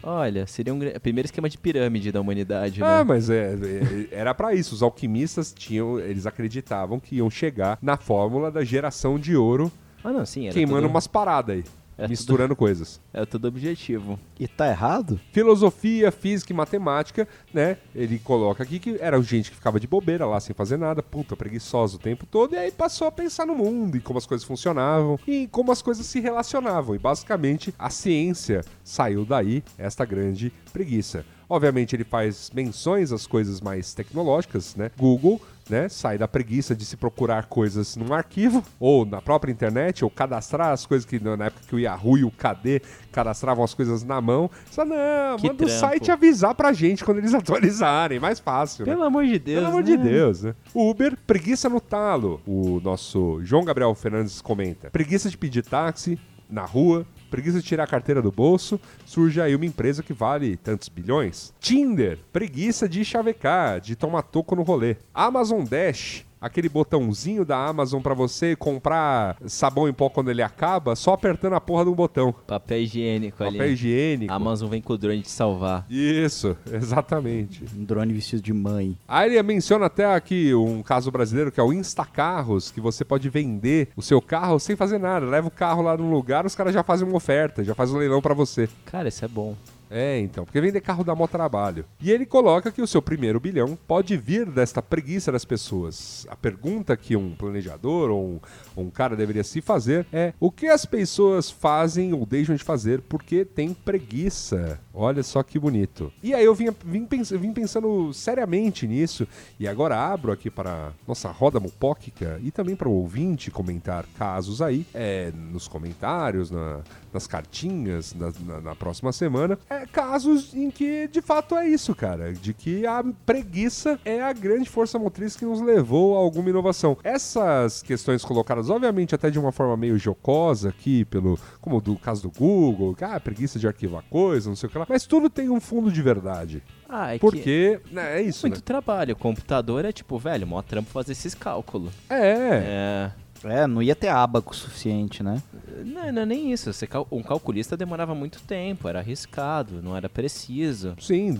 E: Olha, seria um gr- primeiro esquema de pirâmide da humanidade, né?
D: Ah, mas é, é- era pra isso. Os alquimistas tinham, eles acreditavam que iam chegar na fórmula da geração de ouro,
E: Ah, não, sim. Era
D: queimando
E: tudo,
D: umas paradas aí,
E: É
D: misturando coisas.
E: Era todo objetivo.
C: E tá errado?
D: filosofia, física e matemática, né? Ele coloca aqui que era gente que ficava de bobeira lá sem fazer nada, puta, preguiçosa o tempo todo, e aí passou a pensar no mundo e como as coisas funcionavam e como as coisas se relacionavam. E basicamente a ciência saiu daí, esta grande preguiça. Obviamente ele faz menções às coisas mais tecnológicas, né? Google, né? Sai da preguiça de se procurar coisas num arquivo, ou na própria internet, ou cadastrar as coisas que na na época que o Yahoo e o KD cadastravam as coisas na mão. Só não,
E: Que
D: manda o
E: trampo.
D: site avisar pra gente quando eles atualizarem, mais fácil. né?
E: Pelo amor de Deus.
D: Pelo amor de Deus, né? Uber, preguiça no talo. O nosso João Gabriel Fernandes comenta. Preguiça de pedir táxi na rua, preguiça de tirar a carteira do bolso, surge aí uma empresa que vale tantos bilhões. Tinder, preguiça de chavecar, de tomar toco no rolê. Amazon Dash, aquele botãozinho da Amazon pra você comprar sabão em pó quando ele acaba, só apertando a porra do botão.
E: Papel higiênico ali.
D: Papel higiênico.
E: A Amazon vem com o drone te salvar.
D: Isso, exatamente.
C: Um drone vestido de mãe.
D: Aí ele menciona até aqui um caso brasileiro que é o Instacarros, que você pode vender o seu carro sem fazer nada. Leva o carro lá num lugar, os caras já fazem uma oferta, já fazem um leilão pra você.
E: Cara, isso é bom.
D: É, então, porque vender carro dá mó trabalho. E ele coloca que o seu primeiro bilhão pode vir desta preguiça das pessoas. A pergunta que um planejador ou um, ou um cara deveria se fazer é o que as pessoas fazem ou deixam de fazer porque tem preguiça. Olha só que bonito. E aí eu vinha- vim, pens- vim pensando seriamente nisso e agora abro aqui para nossa roda mupóquica e também para o ouvinte comentar casos aí é, nos comentários, na- nas cartinhas, na, na- na próxima semana. É, casos em que de fato é isso, cara. De que a preguiça é a grande força motriz que nos levou a alguma inovação. Essas questões colocadas, obviamente, até de uma forma meio jocosa aqui, pelo, como do caso do Google, que, ah, preguiça de arquivar coisa, não sei o que lá. Mas tudo tem um fundo de verdade.
E: Ah, é que...
D: Porque, né, é
E: é
D: isso,
E: Muito
D: né?
E: trabalho. O computador é tipo, velho, mó trampo fazer esses cálculos.
D: É.
E: É.
C: É, não ia ter abaco suficiente, né?
E: Não, não é nem isso. Você cal- um calculista demorava muito tempo, era arriscado, não era preciso.
D: Sim.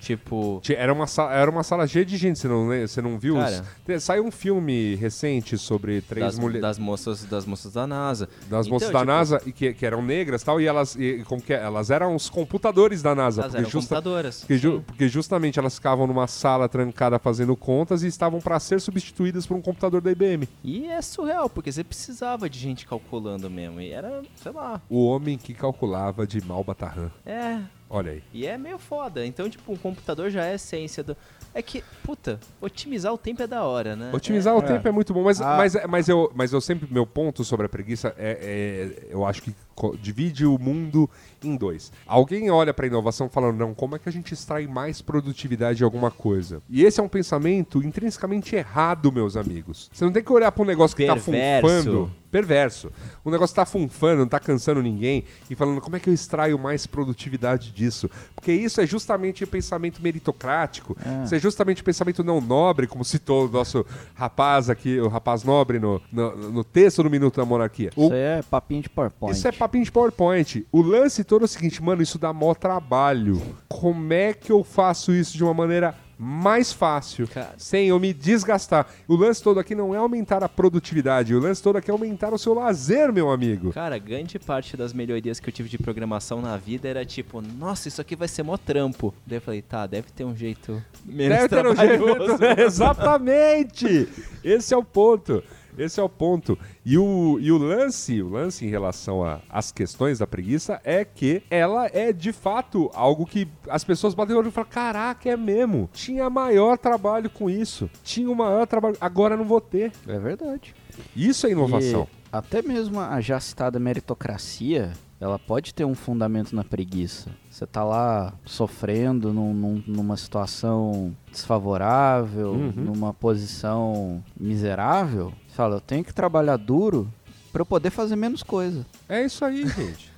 E: Tipo,
D: Tinha- Era uma, sala, era uma sala cheia de gente, você não, le- você não viu? os-
E: Cara.
D: Te- Saiu um filme recente sobre três
E: das,
D: mulheres. Das,
E: das moças das moças da NASA.
D: moças
E: Então,
D: da
E: tipo,
D: NASA, e que, que eram negras tal, e elas e, como que é? elas eram os computadores da NASA.
E: Elas
D: porque
E: eram
D: justa-
E: computadoras.
D: Porque, ju-
E: Sim.
D: porque justamente elas ficavam numa sala trancada fazendo contas e estavam para ser substituídas por um computador da IBM.
E: E é surreal, porque você precisava de gente calculando mesmo. E era, sei lá,
D: O homem que calculava de mal Batarran.
E: é.
D: Olha aí.
E: E é meio foda. Então, tipo, um computador já é a essência do. É que, puta, otimizar o tempo é da hora, né?
D: Otimizar o
C: É.
D: tempo é muito bom, mas,
C: Ah.
D: mas, mas, eu, mas eu sempre. Meu ponto sobre a preguiça é. é- eu acho que co- divide o mundo em dois. Alguém olha pra inovação falando, não, como é que a gente extrai mais produtividade de alguma coisa? E esse é um pensamento intrinsecamente errado, meus amigos. Você não tem que olhar pra um negócio que tá
E: Perverso.
D: funfando. Perverso. O negócio tá funfando, não tá cansando ninguém e falando como é que eu extraio mais produtividade disso. Porque isso é justamente o pensamento meritocrático, isso é justamente o pensamento não nobre, como citou o nosso rapaz aqui, o rapaz nobre no, no, no texto do Minuto da Monarquia. O-
C: Isso aí é papinho de PowerPoint.
D: isso é papinho de PowerPoint. O lance todo é o seguinte, mano, isso dá mó trabalho. Como é que eu faço isso de uma maneira mais fácil,
E: Cara.
D: sem eu me desgastar? O lance todo aqui não é aumentar a produtividade, o lance todo aqui é aumentar o seu lazer, meu amigo.
E: Cara, grande parte das melhorias que eu tive de programação na vida era tipo, nossa, isso aqui vai ser mó trampo. Daí eu falei, tá, deve ter um jeito menos
D: Deve ter um
E: trabalhoso.
D: jeito- Exatamente! Esse é o ponto. Esse é o ponto. E o, e o lance, o lance em relação a- às questões da preguiça é que ela é de fato algo que as pessoas batem o olho e falam: caraca, é mesmo. Tinha maior trabalho com isso. Tinha o maior trabalho. Agora não vou ter.
C: É verdade.
D: Isso é inovação.
C: E até mesmo a já citada meritocracia, ela pode ter um fundamento na preguiça. Você tá lá sofrendo num- num- numa situação desfavorável,
D: Uhum.
C: numa posição miserável. Você fala, eu tenho que trabalhar duro pra eu poder fazer menos coisa.
D: É isso aí, gente.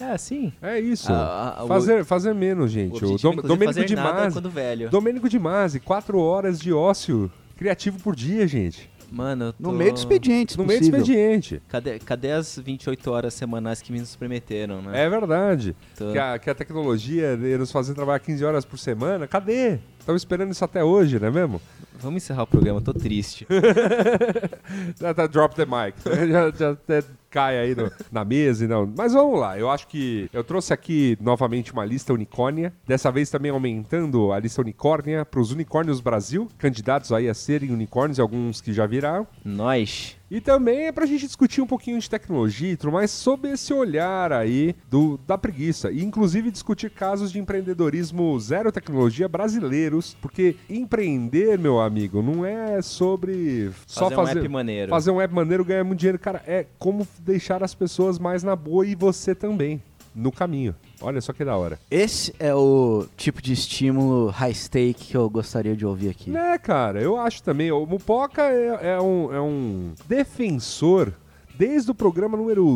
E: É, sim.
D: É isso.
E: Ah, ah, o-
D: fazer, fazer menos,
E: O
D: gente. O,
E: objetivo,
D: Dom,
E: inclusive, é
D: Domênico
E: fazer
D: de
E: nada
D: Masi.
E: quando velho.
D: Domênico de Masi, quatro horas de ócio criativo por dia, gente.
E: Mano, eu
C: No
E: tô-
C: meio do expediente, se
D: No meio do
C: é possível.
D: expediente.
E: Cadê, cadê as 28 horas semanais que me nos prometeram, né?
D: É verdade.
E: Tô.
D: Que a, que a tecnologia de nos fazer trabalhar 15 horas por semana, cadê? Estamos esperando isso até hoje, não é mesmo?
E: Vamos encerrar o programa, eu tô triste.
D: Já tá, drop the mic. já, já até cai aí no- na mesa e não. Mas vamos lá, eu acho que eu trouxe aqui novamente uma lista unicórnia. Dessa vez também aumentando a lista unicórnia para os unicórnios Brasil, candidatos aí a serem unicórnios, e alguns que já viraram.
E: Nós.
D: E também é pra gente discutir um pouquinho de tecnologia e tudo mais sobre esse olhar aí do, da preguiça. E inclusive discutir casos de empreendedorismo zero tecnologia brasileiros. Porque empreender, meu amigo, não é sobre só
E: Fazer um
D: fazer.
E: app maneiro.
D: Fazer um app maneiro ganhar muito dinheiro. Cara, é como deixar as pessoas mais na boa e você também. No caminho. Olha só que da hora.
C: Esse é o tipo de estímulo high stake que eu gostaria de ouvir aqui.
D: Né, cara, eu acho também. O Mupoca é, é um, é um defensor, desde o programa número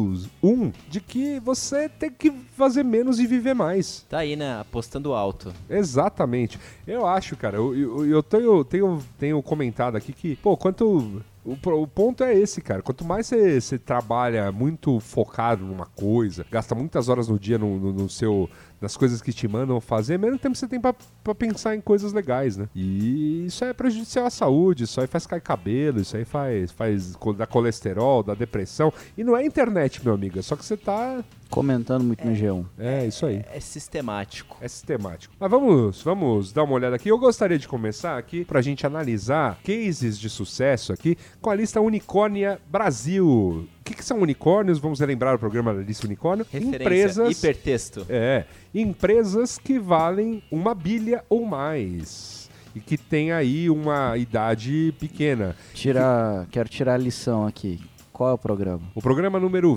D: 1, de que você tem que fazer menos e viver mais.
E: Tá aí, né? Apostando alto.
D: Exatamente. Eu acho, cara, eu, eu, eu tenho, tenho, tenho comentado aqui que, pô, quanto. O, pro- o ponto é esse, cara. Quanto mais você você trabalha muito focado numa coisa, gasta muitas horas no dia no, no- no seu, nas coisas que te mandam fazer, menos tempo você tem pra, pra pensar em coisas legais, né? E isso é prejudicial à saúde, isso aí faz cair cabelo, isso aí faz, faz co- dá colesterol, dá depressão. E não é internet, meu amigo, é só que você tá.
C: Comentando muito no G1.
D: É, isso aí.
E: É sistemático.
D: É sistemático. Mas vamos, vamos dar uma olhada aqui. Eu gostaria de começar aqui pra gente analisar cases de sucesso aqui com a lista Unicórnia Brasil. O que, que são unicórnios? Vamos relembrar o programa da lista unicórnio.
E: Referência.
D: Empresas.
E: Hipertexto.
D: É. Empresas que valem uma bilha ou mais. E que tem aí uma idade pequena.
C: Tirar, quero tirar a lição aqui. Qual é o programa?
D: O programa número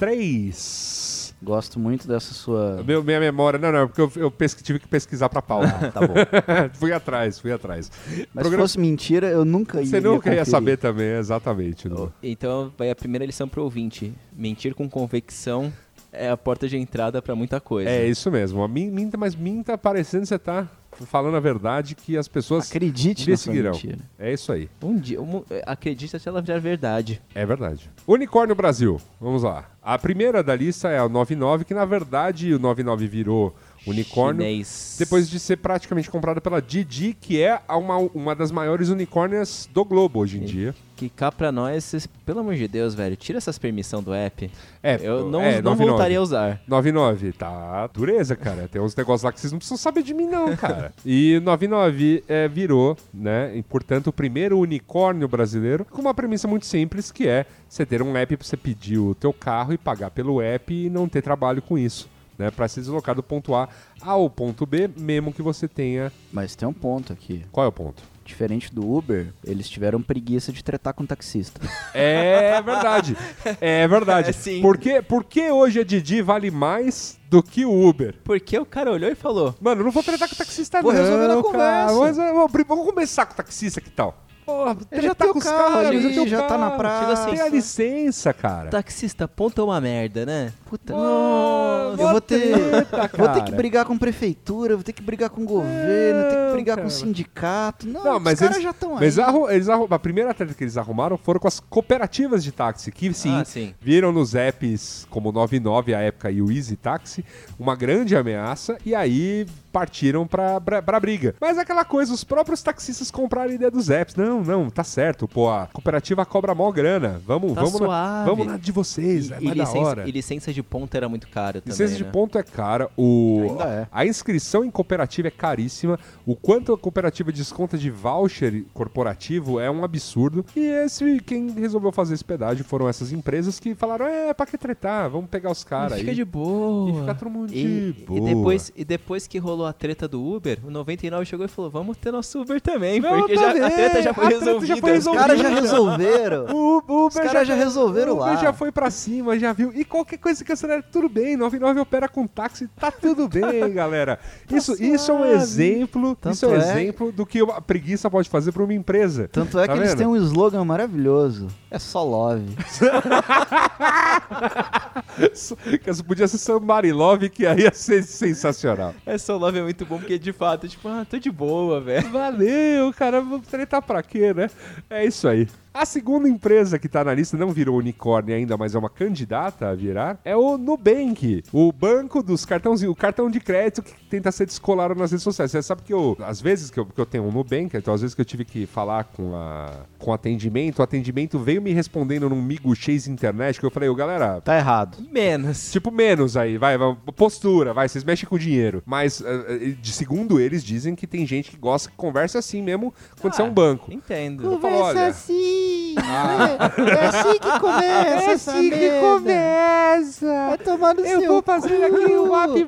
D: 23.
C: Gosto muito dessa sua.
D: Meu, minha memória. Não, não, porque eu, eu pesqui- tive que pesquisar pra pauta.
C: Tá bom.
D: fui atrás, fui atrás.
C: Mas se
D: Programa-
C: fosse mentira, eu nunca ia.
D: Você nunca ia
C: conferir.
D: saber também, exatamente. né?
E: Então vai a primeira lição pro ouvinte. Mentir com convicção é a porta de entrada pra muita coisa.
D: É isso mesmo. Min- Minta, mas minta parecendo que você tá falando a verdade que as pessoas
C: Acredite na sua
D: decidirão.
C: mentira.
D: É isso aí.
E: Um dia, um- acredita se ela virar verdade.
D: É verdade. Unicórnio Brasil, vamos lá. A primeira da lista é a 99, que na verdade o 99 virou unicórnio.
E: Chinês.
D: Depois de ser praticamente comprada pela Didi, que é a uma, uma das maiores unicórnias do globo hoje em dia.
E: Que cá pra nós, vocês- pelo amor de Deus, velho, tira essas permissão do app.
D: É,
E: Eu não,
D: é,
E: não
D: 99.
E: voltaria a usar.
D: 99, tá dureza, cara. Tem uns negócios lá que vocês não precisam saber de mim, não, cara. e 99 é, virou, né? E, portanto, o primeiro unicórnio brasileiro com uma premissa muito simples, que é você ter um app pra você pedir o teu carro e pagar pelo app e não ter trabalho com isso. Né, para se deslocar do ponto A ao ponto B, mesmo que você tenha.
C: Mas tem um ponto aqui.
D: Qual é o ponto?
C: Diferente do Uber, eles tiveram preguiça de tretar com o taxista.
D: É verdade. É verdade.
E: É, sim.
D: Por, que, por que hoje a Didi vale mais do que o Uber?
E: Porque o cara olhou e falou:
D: Mano, eu não vou tretar com o taxista,
E: Vou
D: não.
E: resolver na
D: cara.
E: conversa.
D: Vou resolver- vou abrir- vamos começar com o taxista, que tal? Porra,
C: Ele já
D: tretar
C: tem
D: com
C: o
D: os
C: carro
D: caras,
C: ali,
D: tem o
C: já tá na
D: carro.
C: praia.
D: Chega assim, Tem a licença, cara.
E: taxista, ponta é uma merda, né? Puta.
C: Eu vou ter, vou ter que
D: cara.
C: brigar com prefeitura, vou ter que brigar com o governo, ter que brigar com o
D: cara.
C: sindicato. Não,
D: Não, mas
C: os caras
D: eles,
C: já estão aí.
D: mas arru- eles arru- a primeira treta que eles arrumaram foram com as cooperativas de táxi, que sim,
E: Ah, sim.
D: viram nos apps como o 99 à época e o Easy Taxi uma grande ameaça e aí partiram pra, pra, pra briga. Mas é aquela coisa, os próprios taxistas compraram a ideia dos apps. Não, não, tá certo, pô, a cooperativa cobra mó grana. Vamos,
E: Tá
D: vamos, na,
E: suave.
D: vamos na de vocês, é
E: E,
D: mais
E: e
D: da hora.
E: licença, e licença de ponta era muito cara também.
D: Licença de
E: né?
D: ponto é cara, o,
C: Ainda é.
D: a inscrição em cooperativa é caríssima, o quanto a cooperativa desconta de voucher corporativo é um absurdo. E esse quem resolveu fazer esse pedágio foram essas empresas que falaram: é, pra que tretar, vamos pegar os caras aí.
E: Fica de boa.
D: E fica todo mundo
E: E-
D: de
E: e
D: boa.
E: depois, e depois que rolou a treta do Uber, o 99 chegou e falou: vamos ter nosso Uber também,
D: Vamos
E: porque já- a
D: também,
E: treta já foi
D: tá a treta já
E: resolvida.
D: foi
C: Os
D: resolvida.
C: caras já resolveram.
D: O Uber
C: Os caras já resolveram
D: o Uber
C: lá.
D: já foi pra cima, já viu. E qualquer coisa que acelera, tudo bem. 99 opera com táxi, tá tudo bem, galera. Isso, isso é um
C: Tá suave.
D: exemplo. isso é um
C: Tanto é-
D: exemplo do que a preguiça pode fazer pra uma empresa.
C: Tanto é
D: Tá
C: que eles
D: vendo?
C: têm um slogan maravilhoso. É só love. um
D: Que essa podia ser Somebody Love, que aí ia ser sensacional.
E: Essa love é muito bom, porque de fato, tipo, ah, tô de boa, velho.
D: Valeu, cara, vou tretar pra quê, né? É isso aí. A segunda empresa que tá na lista, não virou unicórnio ainda, mas é uma candidata a virar, é o Nubank, o banco dos cartãozinhos, o cartão de crédito que tenta ser descolado nas redes sociais. Você sabe que eu, às vezes que eu, que eu tenho um Nubank, então às vezes que eu tive que falar com a com atendimento, o atendimento veio me respondendo num Migo Chase internet, que eu falei, ô galera,
C: Tá errado.
E: Menos.
D: Tipo, menos aí, vai, vai, postura, vai, vocês mexem com dinheiro. Mas, eh, eh, de segundo eles, dizem que tem gente que gosta que conversa assim mesmo quando
E: Ah,
D: você é um banco.
E: Entendo.
D: falo, olha-
C: assim. É, é assim que começa.
D: começa!
C: tomar no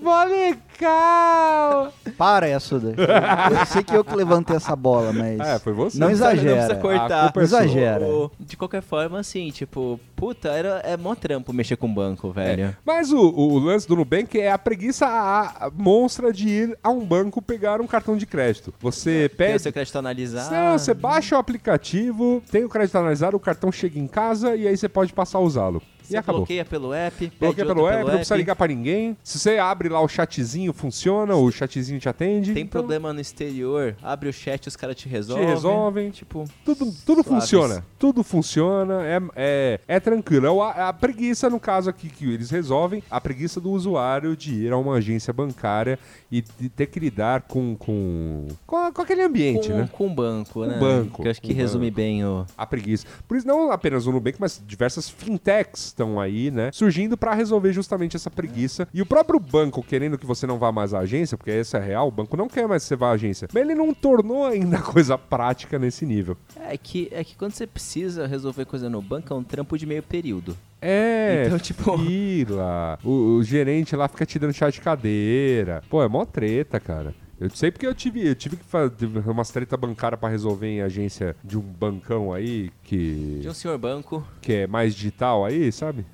D: mó legal!
C: Para, Yasuda. Eu sei que eu que levantei essa bola, mas.
D: É, foi você.
C: Não
E: Não
C: exagera.
E: precisa cortar.
D: A culpa é sua.
C: Exagera.
E: O- De qualquer forma, assim, tipo, puta, era, é mó trampo mexer com banco, velho.
D: Mas o, o- o lance do Nubank é a preguiça a, a monstra de ir a um banco pegar um cartão de crédito. Você
E: Tem ah, o
D: pede.
E: seu crédito tá analisado.
D: É. Não, você baixa o aplicativo, tem o crédito analisado, o cartão chega em casa e aí você pode passar a usá-lo.
E: você
D: E acabou.
E: bloqueia pelo app.
D: Bloqueia
E: pede
D: pelo
E: outro
D: app, não precisa ligar pra ninguém. Se você abre lá o chatzinho, funciona, o chatzinho te atende.
E: Tem
D: Então,
E: problema no exterior, abre o chat, os caras te
D: Te
E: resolvem.
D: resolvem.
E: Tipo,
D: Tudo, tudo
E: suaves.
D: funciona. Tudo funciona. É, é, é tranquilo. É o- a, a preguiça, no caso aqui, que eles resolvem, a preguiça do usuário de ir a uma agência bancária e de ter que lidar com, com, com, a- com aquele ambiente,
E: com,
D: né?
E: com o banco, né?
D: banco,
E: Que eu acho que
D: com o
E: resume
D: banco.
E: bem o.
D: a preguiça. Por isso, não apenas o Nubank, mas diversas fintechs estão aí, né? Surgindo pra resolver justamente essa preguiça. E o próprio banco, querendo que você não vá mais à agência, porque essa é real, o banco não quer mais que você vá à agência. Mas ele não tornou ainda a coisa prática nesse nível.
E: É que, é que quando você precisa resolver coisa no banco, é um trampo de meio período.
D: É,
E: Então, tipo-
D: fila. O, o gerente lá fica te dando chá de cadeira. Pô, é mó treta, cara. Eu sei porque eu tive, eu tive que fazer umas treta bancária pra resolver em agência de um bancão aí que
E: De um senhor banco.
D: que é mais digital aí, sabe?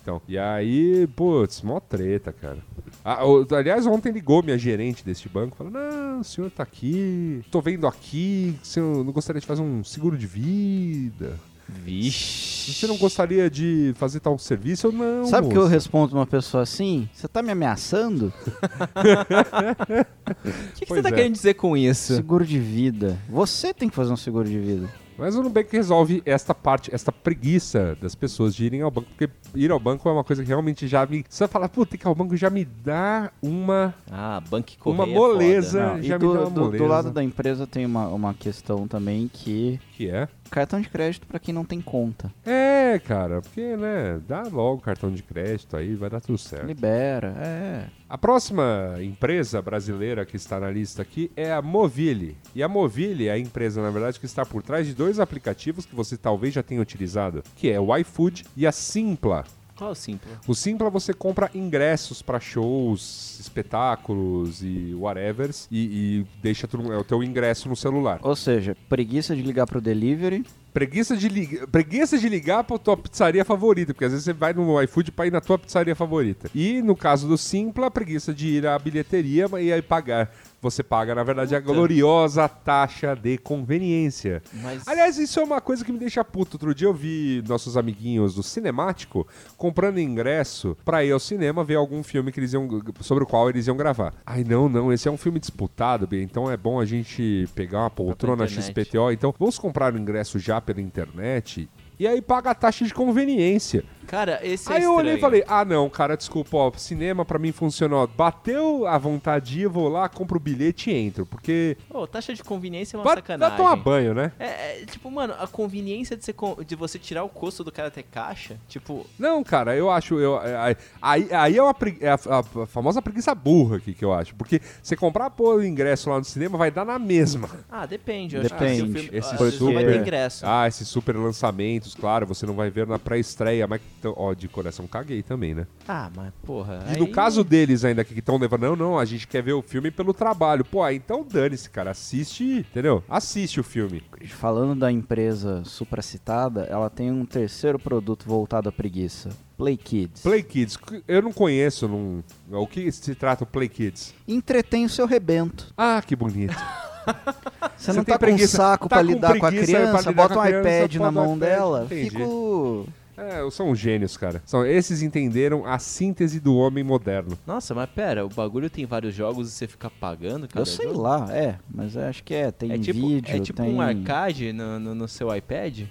D: Então, e aí, putz, mó treta, cara. Ah, o- aliás, ontem ligou minha gerente deste banco, falou, não, o senhor tá aqui, tô vendo aqui, que o senhor não gostaria de fazer um seguro de vida.
E: Vixe.
D: Você não gostaria de fazer tal serviço ou não?
C: Sabe o que eu
D: moça?
C: respondo uma pessoa assim? Você tá me ameaçando?
E: O que, que você
D: Pois
E: tá
D: é.
E: querendo dizer com isso?
C: Seguro de vida. Você tem que fazer um seguro de vida.
D: Mas o Nubank resolve esta parte, esta preguiça das pessoas de irem ao banco, porque ir ao banco é uma coisa que realmente já me. Você fala, pô, tem que ir ao banco já me dá uma.
E: Ah, Bank Correia.
D: Uma moleza.
E: é foda.
D: Ah,
C: e
D: já me deu
C: do, do,
D: uma
C: do
D: moleza.
C: lado da empresa tem uma, uma questão também que
D: Que é?
C: cartão de crédito pra quem não tem conta.
D: É, cara, porque, né? Dá logo o cartão de crédito aí, vai dar tudo certo.
C: Libera, é.
D: A próxima empresa brasileira que está na lista aqui é a Movile. E a Movile é a empresa, na verdade, que está por trás de dois aplicativos que você talvez já tenha utilizado, que é o iFood e a Simpla.
E: Qual é o simples?
D: O Simpla você compra ingressos pra shows, espetáculos e whatevers e, e deixa tudo- é o teu ingresso no celular.
C: Ou seja, preguiça de ligar pro delivery.
D: Preguiça de, lig- preguiça de ligar pra tua pizzaria favorita, porque às vezes você vai no iFood pra ir na tua pizzaria favorita. E no caso do Simpla, preguiça de ir à bilheteria e aí pagar. Você paga, na verdade, a gloriosa taxa de conveniência.
E: Mas-
D: Aliás, isso é uma coisa que me deixa puto. Outro dia eu vi nossos amiguinhos do Cinemático comprando ingresso pra ir ao cinema ver algum filme que eles iam, sobre o qual eles iam gravar. Ai, não, não, esse é um filme disputado, Bia, então é bom a gente pegar uma poltrona
E: internet.
D: XPT XPTO, então vamos comprar o ingresso já pela internet e aí paga a taxa de conveniência.
E: Cara, esse é
D: aí eu olhei e
E: estranho.
D: falei, ah não, cara, desculpa, ó, cinema pra mim funcionou. Bateu a vontade, eu vou lá, compro o bilhete e entro, porque...
E: Ô, taxa de conveniência é uma
D: Vai vai
E: sacanagem.
D: tomar banho, né?
E: É, é, tipo, mano, a conveniência de você, co- de você tirar o custo do cara ter caixa, tipo,
D: Não, cara, eu acho. Eu, é, é, aí, aí é, uma pregui- é a, a- a famosa preguiça burra aqui que eu acho. Porque você comprar pô, o ingresso lá no cinema vai dar na mesma.
E: ah, depende. Eu
C: Depende.
E: Acho que se o filme,
D: Esse
E: ah,
D: foi
E: se não vai
D: super-
E: ter ingresso.
D: Ah, esses super lançamentos, claro, você não vai ver na pré-estreia. Mas, então, ó, de coração caguei também, né?
E: Ah, mas porra.
D: E no
E: aí-
D: caso deles ainda que estão levando, não, não, a gente quer ver o filme pelo trabalho. Pô, aí então dane-se, cara, assiste, entendeu? Assiste o filme.
C: Falando da empresa supracitada, ela tem um terceiro produto voltado à preguiça. Play Kids.
D: Play Kids, eu não conheço, não. O que se trata o Play Kids?
C: Entretém o seu rebento.
D: Ah, que bonito.
C: Você,
D: Você
C: não
D: tem
C: tá com
D: preguiça-
C: saco
D: tá
C: pra
D: com
C: lidar com a
D: preguiça pra
C: criança,
D: lidar
C: bota
D: com
C: um
D: a criança,
C: iPad na
D: bota um
C: mão
D: iPad,
C: dela,
D: entendi.
C: fico...
D: É, são gênios, cara. São, esses entenderam a síntese do homem moderno.
E: Nossa, mas pera, o bagulho tem vários jogos e você fica pagando, cara.
C: Eu sei lá, é, mas eu acho que é, tem
E: É tipo,
C: vídeo,
E: é tipo
C: tem...
E: um arcade no, no, no seu iPad.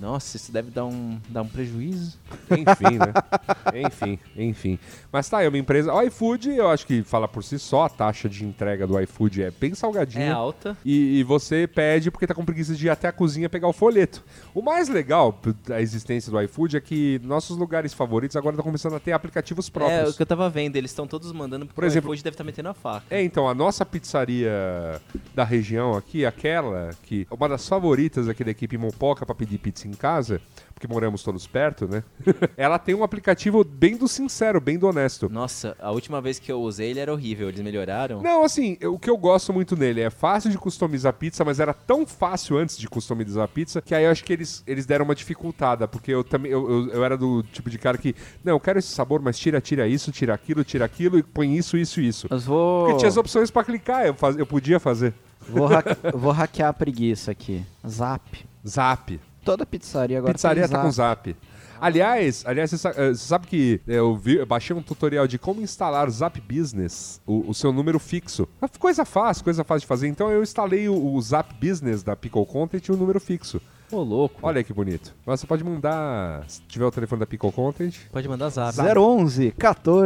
E: Nossa, isso deve dar um, dar um prejuízo.
D: Enfim, né? enfim, enfim. Mas tá, é uma empresa. O iFood, eu acho que fala por si só, a taxa de entrega do iFood é bem salgadinha.
E: É alta.
D: E, e você pede porque tá com preguiça de ir até a cozinha pegar o folheto. O mais legal p- da existência do iFood é que nossos lugares favoritos agora estão começando a ter aplicativos
E: É, o
D: próprios.
E: que eu tava vendo, eles estão todos mandando porque
D: Por exemplo-
E: o iFood deve estar metendo a faca.
D: É, então, a nossa pizzaria da região aqui, aquela que é uma das favoritas aqui da equipe Mopoca pra pedir pizza em casa, porque moramos todos perto, né? Ela tem um aplicativo bem do sincero, bem do honesto.
E: Nossa, a última vez que eu usei ele era horrível, eles melhoraram?
D: Não, assim, eu- o que eu gosto muito nele é fácil de customizar a pizza, mas era tão fácil antes de customizar a pizza que aí eu acho que eles, eles deram uma dificultada, porque eu também eu, eu, eu era do tipo de cara que, não, eu quero esse sabor, mas tira, tira isso, tira aquilo, tira aquilo e põe isso, isso, isso.
C: Mas vou...
D: Porque tinha as opções pra clicar, eu, faz, eu podia fazer.
C: Vou, hack- vou hackear a preguiça aqui. Zap.
D: Zap.
C: Toda pizzaria agora
D: Pizzaria
C: tem
D: tá com zap. Aliás, aliás, você sa- eh, você sabe que eh, eu, vi, eu baixei um tutorial de como instalar o Zap Business, o, o seu número fixo. Ah, Coisa fácil, coisa fácil de fazer. Então eu instalei o, o Zap Business da Pickle Content e o número fixo.
E: Ô, louco.
D: Olha que bonito. Agora Você pode mandar, se tiver o telefone da Pickle Content.
E: Pode mandar zap.
C: 011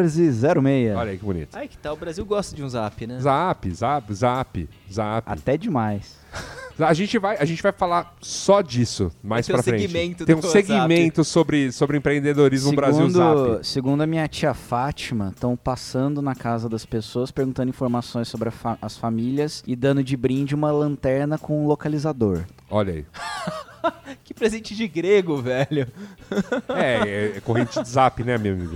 C: 1406.
D: Olha aí que bonito.
E: Ai, que tal? O Brasil gosta de um zap, né?
D: Zap, zap, zap, zap.
C: Até demais.
D: A gente vai, a gente vai falar só disso mais
E: Vai
D: pra
E: ter um
D: frente.
E: segmento
D: Tem um
E: do
D: segmento sobre, sobre empreendedorismo um Brasil Zap.
C: segundo a minha tia Fátima, estão passando na casa das pessoas, perguntando informações sobre a fa- as famílias e dando de brinde uma lanterna com um localizador.
D: Olha aí.
E: Que presente de grego, velho.
D: É, é, é corrente de zap, né, meu amigo?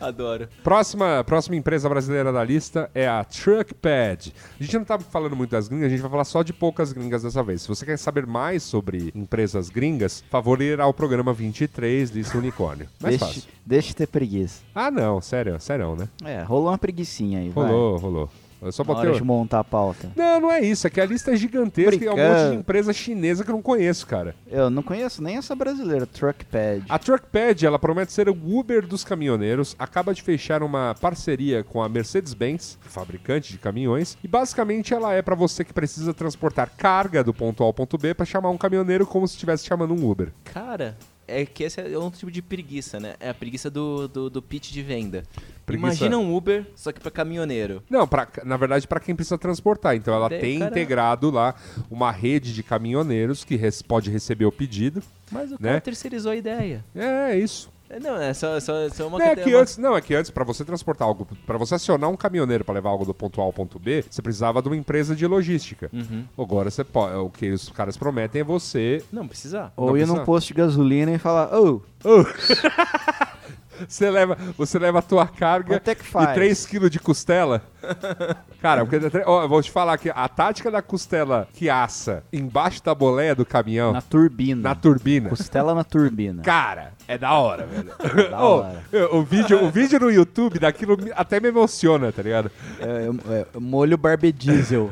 E: Adoro.
D: Próxima, próxima empresa brasileira da lista é a Truckpad. A gente não tá falando muito das gringas, a gente vai falar só de poucas gringas dessa vez. Se você quer saber mais sobre empresas gringas, favorirá o programa 23, Lista Unicórnio. Mais
C: deixa,
D: fácil.
C: deixa ter preguiça.
D: Ah, não, sério, sério, né?
C: É, rolou uma preguiçinha aí, vai.
D: Rolou, rolou. Eu só
C: Na hora
D: botei.
C: de montar a pauta.
D: Não, não é isso. É que a lista é gigantesca e é um monte
C: Brincando.
D: de empresa chinesa que eu não conheço, cara.
C: Eu não conheço nem essa brasileira, Truckpad.
D: A Truckpad, ela promete ser o Uber dos caminhoneiros, acaba de fechar uma parceria com a Mercedes-Benz, fabricante de caminhões, e basicamente ela é pra você que precisa transportar carga do ponto A ao ponto B pra chamar um caminhoneiro como se estivesse chamando um Uber.
E: Cara, é que esse é outro tipo de preguiça, né? É a preguiça do, do, do pitch de venda.
D: Preguiça-
E: Imagina um Uber, só que pra caminhoneiro.
D: Não, pra, na verdade, pra quem precisa transportar. Então, ela
E: Daí o
D: tem
E: cara-
D: integrado lá uma rede de caminhoneiros que res- pode receber o pedido.
E: Mas o
D: Né?
E: cara terceirizou a ideia.
D: É, é isso.
E: É, Não, é só, só, só uma
D: Não, é
E: cate-
D: que
E: uma-
D: antes, não, é que antes, pra você transportar algo, pra você acionar um caminhoneiro pra levar algo do ponto A ao ponto B, você precisava de uma empresa de logística.
E: Uhum.
D: Agora você pode, o que os caras prometem é você.
E: Não, precisa.
C: Ou ir
D: precisa.
C: num posto de gasolina e falar, ô,
D: Você leva, você leva a tua carga
C: Quanto é que
D: e
C: faz?
D: 3 kg de costela. Cara, porque ó, eu vou te falar que a tática da costela que assa embaixo da boleia do caminhão,
C: na
D: na,
C: turbina.
D: turbina.
C: Costela na turbina.
D: Cara, é da hora, velho.
C: Da
D: Ô,
C: hora.
D: eu- o, vídeo, o vídeo no YouTube daquilo me- até me emociona, tá ligado?
C: É, é, é, molho barbediesel.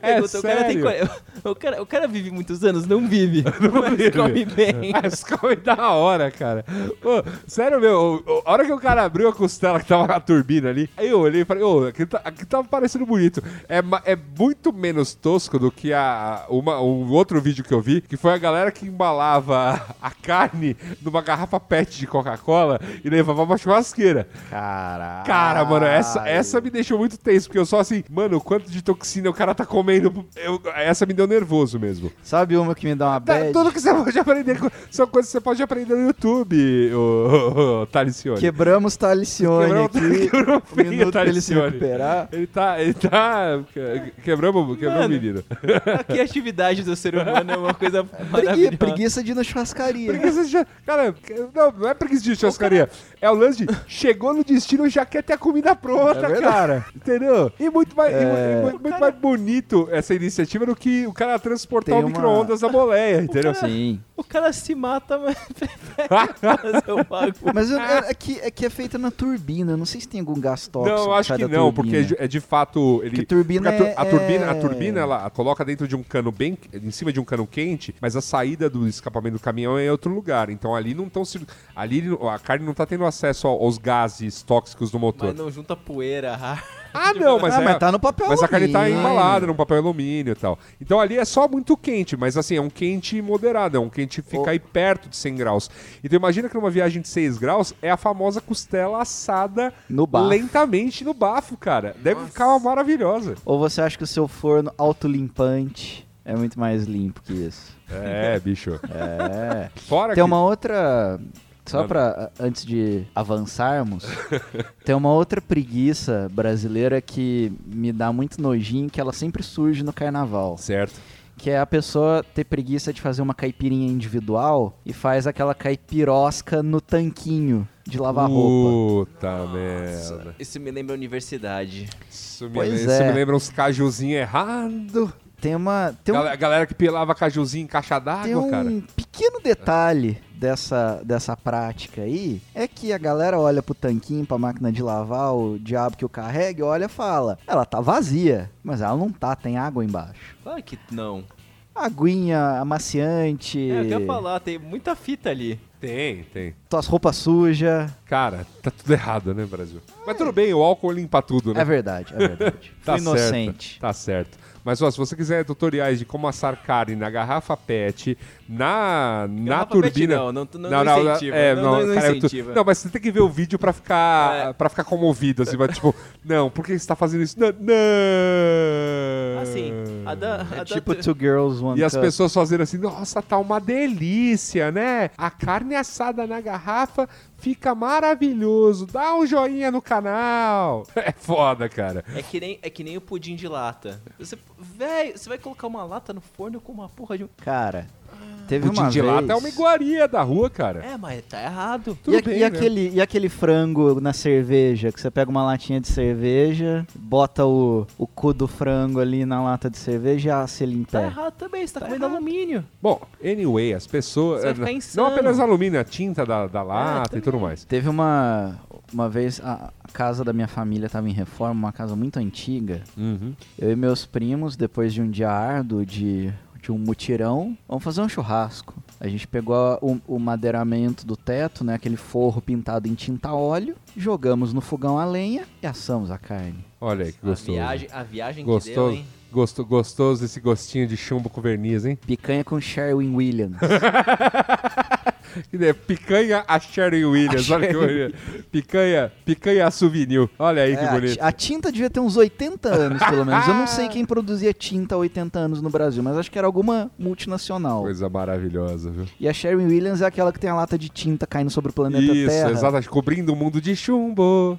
D: É
E: Pergunta, o, cara tem
D: sério.
E: quar- o, cara, o cara vive muitos anos, não É vive. mas
D: vive.
E: come bem.
D: Mas come é da hora, cara. Ô, sério, meu, o- o- a hora que o cara abriu a costela que tava na turbina ali, aí eu olhei e falei, ô, aqui, tá, aqui tava parecendo bonito. É, ma- é muito menos tosco do que a, uma, um outro vídeo que eu vi, que foi a galera que embalava a carne numa garrafa pet de Coca-Cola e levava pra churrasqueira.
C: Caralho.
D: Cara, mano, essa, essa me deixou muito tenso, porque eu só assim, mano, o quanto de toxina o cara tá comendo, eu- essa me deu nervoso mesmo.
C: Sabe uma que me dá uma
D: Tá,
C: bad?
D: tudo que você pode aprender co- são coisas que você pode aprender no YouTube, o, o, Talicione.
C: Quebramos Talicione
D: Quebrou-
C: aqui.
D: quebrou
C: um
D: feio,
C: minuto pra ele se
D: Talicione.
C: recuperar.
D: Ele tá. Ele tá. que- Quebramos, quebramos o
E: Mano.
D: menino.
E: A criatividade do ser humano é uma coisa
C: Pregui,
E: maravilhosa.
C: preguiça de ir na churrascaria.
D: Preguiça de. cha- Cara, não, não é preguiça de chascaria. É o lance de. Chegou no destino, já quer ter a comida
C: É
D: pronta, cara. Entendeu? E muito mais, e mu- e mu- muito mais bonito essa iniciativa do que o cara
C: Tem
D: transportar o
C: uma-
D: micro-ondas na boleia, entendeu?
C: Sim.
E: O cara se mata, mas prefere fazer o bagulho.
C: Mas eu- é, é que, é que é feita na turbina. eu Não sei se tem algum gás tóxico.
D: Não, eu acho
C: sai
D: que
C: da
D: não, porque é
C: turbina.
D: de- é de fato ele.
C: Porque turbina
D: porque a, tu- a
C: é-
D: turbina, a
C: é-
D: turbina, ela coloca dentro de um cano bem, em cima de um cano quente, mas a saída do escapamento do caminhão é em outro lugar. Então ali não estão, ali ele- a carne não tá tendo acesso ao- aos gases tóxicos do motor.
E: Mas não junta poeira, ah.
D: Ah, não, mas,
C: Ah,
D: é-
C: mas tá no papel
D: Mas a carne tá
C: alumínio.
D: embalada num papel alumínio e tal. Então ali é só muito quente, mas assim, é um quente moderado, é um quente que fica aí perto de 100 graus. Então imagina que numa viagem de 6 graus é a famosa costela assada
C: No bafo.
D: lentamente no bafo, cara. Deve ficar uma maravilhosa.
C: Ou você acha que o seu forno autolimpante é muito mais limpo que isso?
D: É, bicho. É. Fora
C: Tem
D: que...
C: uma outra. Só
D: Manda.
C: pra. Antes de avançarmos, tem uma outra preguiça brasileira que me dá muito nojinho, que ela sempre surge no carnaval.
D: Certo.
C: Que é a pessoa ter preguiça de fazer uma caipirinha individual e faz aquela caipirosca no tanquinho de lavar
D: Uh.
C: roupa.
D: Puta merda.
E: Isso me lembra a universidade.
D: Isso me,
C: Pois
D: isso
C: é.
D: me lembra uns cajuzinhos errados.
C: Tem uma. Tem um,
D: A galera que pelava cajuzinho em caixa
C: tem
D: d'água,
C: um
D: cara.
C: pequeno detalhe dessa, dessa prática aí, é que a galera olha pro tanquinho, pra máquina de lavar, o diabo que o carrega, olha e fala, ela tá vazia, mas ela não tá, tem água embaixo.
E: Claro que não.
C: Aguinha, amaciante,
E: É, eu quero falar, tem muita fita ali.
D: Tem, tem.
C: tuas roupas sujas.
D: Cara, tá tudo errado, né, Brasil? Mas tudo bem, o álcool limpa tudo, né?
C: É verdade, é verdade.
D: Tá
C: Fui inocente.
D: Certo, tá certo. Mas ó, se você quiser tutoriais de como assar carne na garrafa PET, na, na
E: Garrafa PET
D: turbina.
E: não, não- não- não incentiva,
D: é,
E: não-
D: não,
E: não- não
D: cara, eu tô-
E: incentiva.
D: não, mas você tem que ver o vídeo pra ficar,
E: É.
D: pra ficar comovido, assim, mas, tipo, não, por que você tá fazendo isso? Não! não.
E: Assim, a da. A
C: É
E: da
C: tipo Two Girls, One
D: E as
C: Cup.
D: pessoas fazendo assim, nossa, tá uma delícia, né? A carne assada na garrafa fica maravilhoso. Dá um joinha no canal. É foda, cara.
E: É que, nem, é que nem o pudim de lata. Você, véi, você vai colocar uma lata no forno com uma porra de um.
C: Cara, teve
D: Pudim
C: uma
D: de
C: vez...
D: lata é uma iguaria da rua, cara.
E: É, mas tá errado.
D: Tudo
C: e, a-
D: bem,
C: e
D: né?
C: aquele, e aquele frango na cerveja, que você pega uma latinha de cerveja, bota o, o cu do frango ali na lata de cerveja e assa ele em
E: Tá
C: pé.
E: errado também, você tá, comendo alumínio.
D: Bom, anyway, as pessoas...
E: Você vai ficar
D: Não
E: insano. É,
D: apenas alumínio, a tinta da, da lata e tudo mais.
C: Teve uma, Uma vez a a casa da minha família estava em reforma, uma casa muito antiga.
D: Uhum.
C: Eu e meus primos, depois de um dia árduo de, de um mutirão, vamos fazer um churrasco. A gente pegou a- o, o madeiramento do teto, né, aquele forro pintado em tinta a óleo, jogamos no fogão a lenha e assamos a carne.
D: Olha aí que
E: A
D: gostoso.
E: viagem, a viagem que deu,
D: gostoso,
E: hein?
D: gosto- gostoso esse gostinho de chumbo com verniz, hein?
C: Picanha com Sherwin Williams.
D: Que ideia, Picanha a Sherry Williams, olha que bonito. Picanha, picanha a souvenir. Olha aí
C: É,
D: que
C: a ti-
D: bonito.
C: a, tinta devia ter uns 80 anos, pelo menos. Eu não sei quem produzia tinta há 80 anos no Brasil, mas acho que era alguma multinacional.
D: Coisa maravilhosa, viu?
C: E a Sherwin Williams é aquela que tem a lata de tinta caindo sobre o planeta
D: Isso,
C: Terra.
D: exatamente. Cobrindo o mundo de chumbo.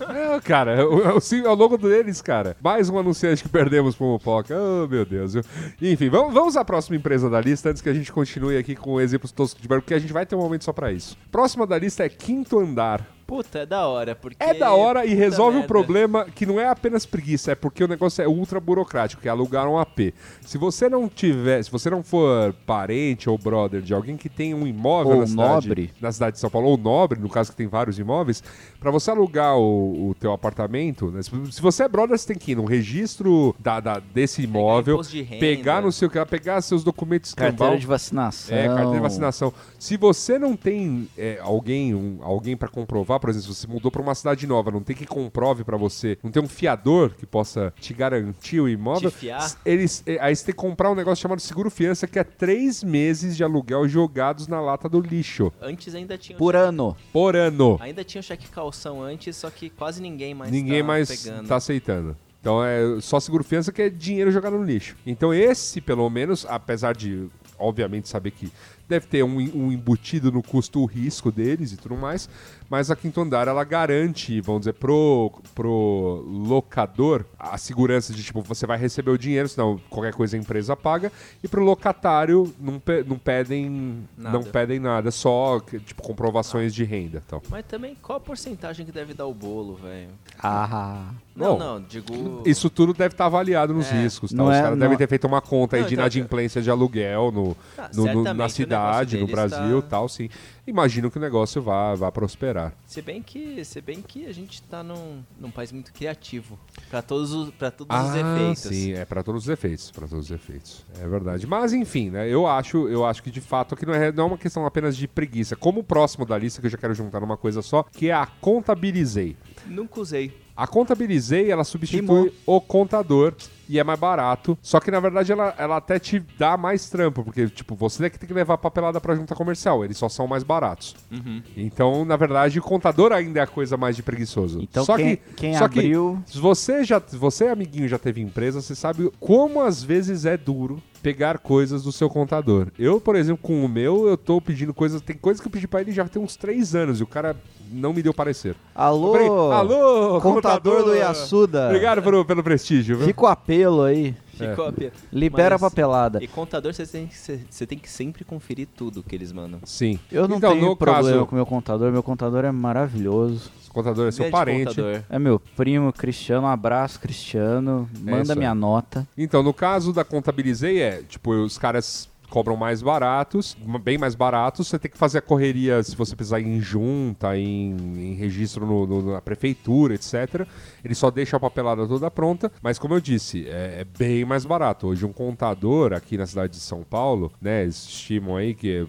D: É, cara, é o, é o sim- é o logo deles, cara. Mais um anunciante que perdemos pro Mopoca. Oh, meu Deus. viu? Enfim, vamos, vamos à próxima empresa da lista antes que a gente continue aqui com exemplos toscos de barco, porque a gente vai ter um momento só pra isso. Próxima da lista é Quinto Andar.
E: Puta, é da hora, porque...
D: É da hora e
E: puta
D: resolve o
E: merda.
D: problema que não é apenas preguiça, é porque o negócio é ultra burocrático, que é alugar um AP. Se você não tiver, se você não for parente ou brother de alguém que tem um imóvel
C: Ou
D: na cidade,
C: nobre.
D: na cidade de São Paulo, ou nobre, no caso que tem vários imóveis, pra você alugar o, o teu apartamento, né, se, se você é brother, você tem que ir no registro da, da- desse imóvel,
E: imposto de renda.
D: pegar no seu pegar seus documentos
C: Carteira
D: escambau,
C: de vacinação.
D: é, carteira de vacinação. Se você não tem é, alguém, um- alguém para comprovar, por exemplo, se você mudou para uma cidade nova, não tem que comprove para você, não tem um fiador que possa te garantir o imóvel,
E: Te fiar.
D: s- eles, é, aí você tem que comprar um negócio chamado seguro fiança, que é três meses de aluguel jogados na lata do lixo
E: Antes ainda tinha... o
C: Por
E: cheque-
C: ano.
D: por ano.
E: Ainda tinha o cheque calção antes, só que quase ninguém mais
D: Ninguém
E: tá
D: mais
E: pegando.
D: tá aceitando. Então é só seguro fiança que é dinheiro jogado no lixo. Então esse, pelo menos, apesar de obviamente saber que deve ter um, um embutido no custo o risco deles e tudo mais, mas a Quinto Andar ela garante, vamos dizer, pro, pro locador a segurança de tipo, você vai receber o dinheiro, senão qualquer coisa a empresa paga, e pro locatário não, pe- não pedem
E: Nada.
D: não pedem nada, só que, tipo comprovações de renda, tal.
E: Mas também, qual a porcentagem que deve dar o bolo, velho?
C: Ah,
E: Não,
D: Bom,
E: não, digo...
D: Isso tudo deve estar avaliado nos
E: É.
D: riscos. Tá?
C: Não
D: Os
C: é-
D: caras
C: não-
D: devem ter feito uma conta aí
E: Não,
D: de
E: então,
D: inadimplência de aluguel no,
E: Ah,
D: no- no-
E: certamente o
D: na
E: negócio
D: cidade, no
E: deles
D: Brasil e
E: tá-
D: tal, sim. Imagino que o negócio vá, vá prosperar.
E: Se bem que, se bem que a gente tá num, num país muito criativo para todos os para todos os efeitos.
D: Ah, sim, é para todos os efeitos, para todos os efeitos. É verdade. Mas enfim, né? Eu acho, eu acho que de fato aqui não é, não é uma questão apenas de preguiça. Como o próximo da lista que eu já quero juntar numa coisa só, que é a contabilizei.
E: Nunca usei.
D: A contabilizei, ela substitui
C: Rimou.
D: o contador e é mais barato. Só que na verdade ela, ela até te dá mais trampo, porque tipo, você é que tem que levar a papelada pra junta comercial, eles só são mais baratos.
C: Uhum.
D: Então, na verdade, o contador ainda é a coisa mais de preguiçoso.
C: Então,
D: só
C: quem-
D: que,
C: quem
D: só
C: abriu-
D: que se você já, se você amiguinho já teve empresa, você sabe como às vezes é duro pegar coisas do seu contador. Eu, por exemplo, com o meu, eu tô pedindo coisas, tem coisas que eu pedi pra ele já tem uns três anos e o cara não me deu parecer.
C: Alô,
D: Peraí, Alô,
C: contador, do Yasuda.
D: Obrigado pelo, pelo prestígio, viu?
C: Fica o apelo aí.
D: É.
E: Ficou a pena.
C: Libera
E: Mas-
C: a papelada.
E: E contador, você tem, que- você tem que sempre conferir tudo que eles mandam.
D: Sim.
C: Eu não
D: então,
C: tenho
D: no
C: problema
D: caso,
C: com meu contador, meu contador é maravilhoso.
D: o contador é seu
E: Grande
D: parente.
E: contador.
C: É meu primo, Cristiano, um abraço, Cristiano.
D: isso
C: Manda
D: aí.
C: minha nota.
D: Então, no caso da Contabilizei, é, tipo, os caras cobram mais baratos, bem mais baratos, você tem que fazer a correria se você precisar ir em junta, em, em registro no- no- na prefeitura, etc. Ele só deixa a papelada toda pronta, mas como eu disse, é, é bem mais barato. Hoje um contador aqui na cidade de São Paulo, né, eles estimam aí que é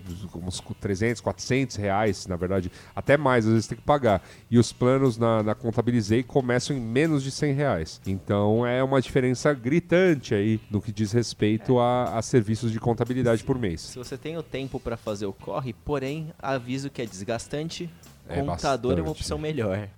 D: uns 300, 400 reais, na verdade, até mais às vezes tem que pagar. E os planos na, na Contabilizei começam em menos de 100 reais. Então é uma diferença gritante aí no que diz respeito a, a serviços de contabilidade por mês.
E: Se você tem o tempo para fazer o corre, porém, aviso que é desgastante,
D: É
E: contador é
D: bastante.
E: uma opção melhor.
D: É,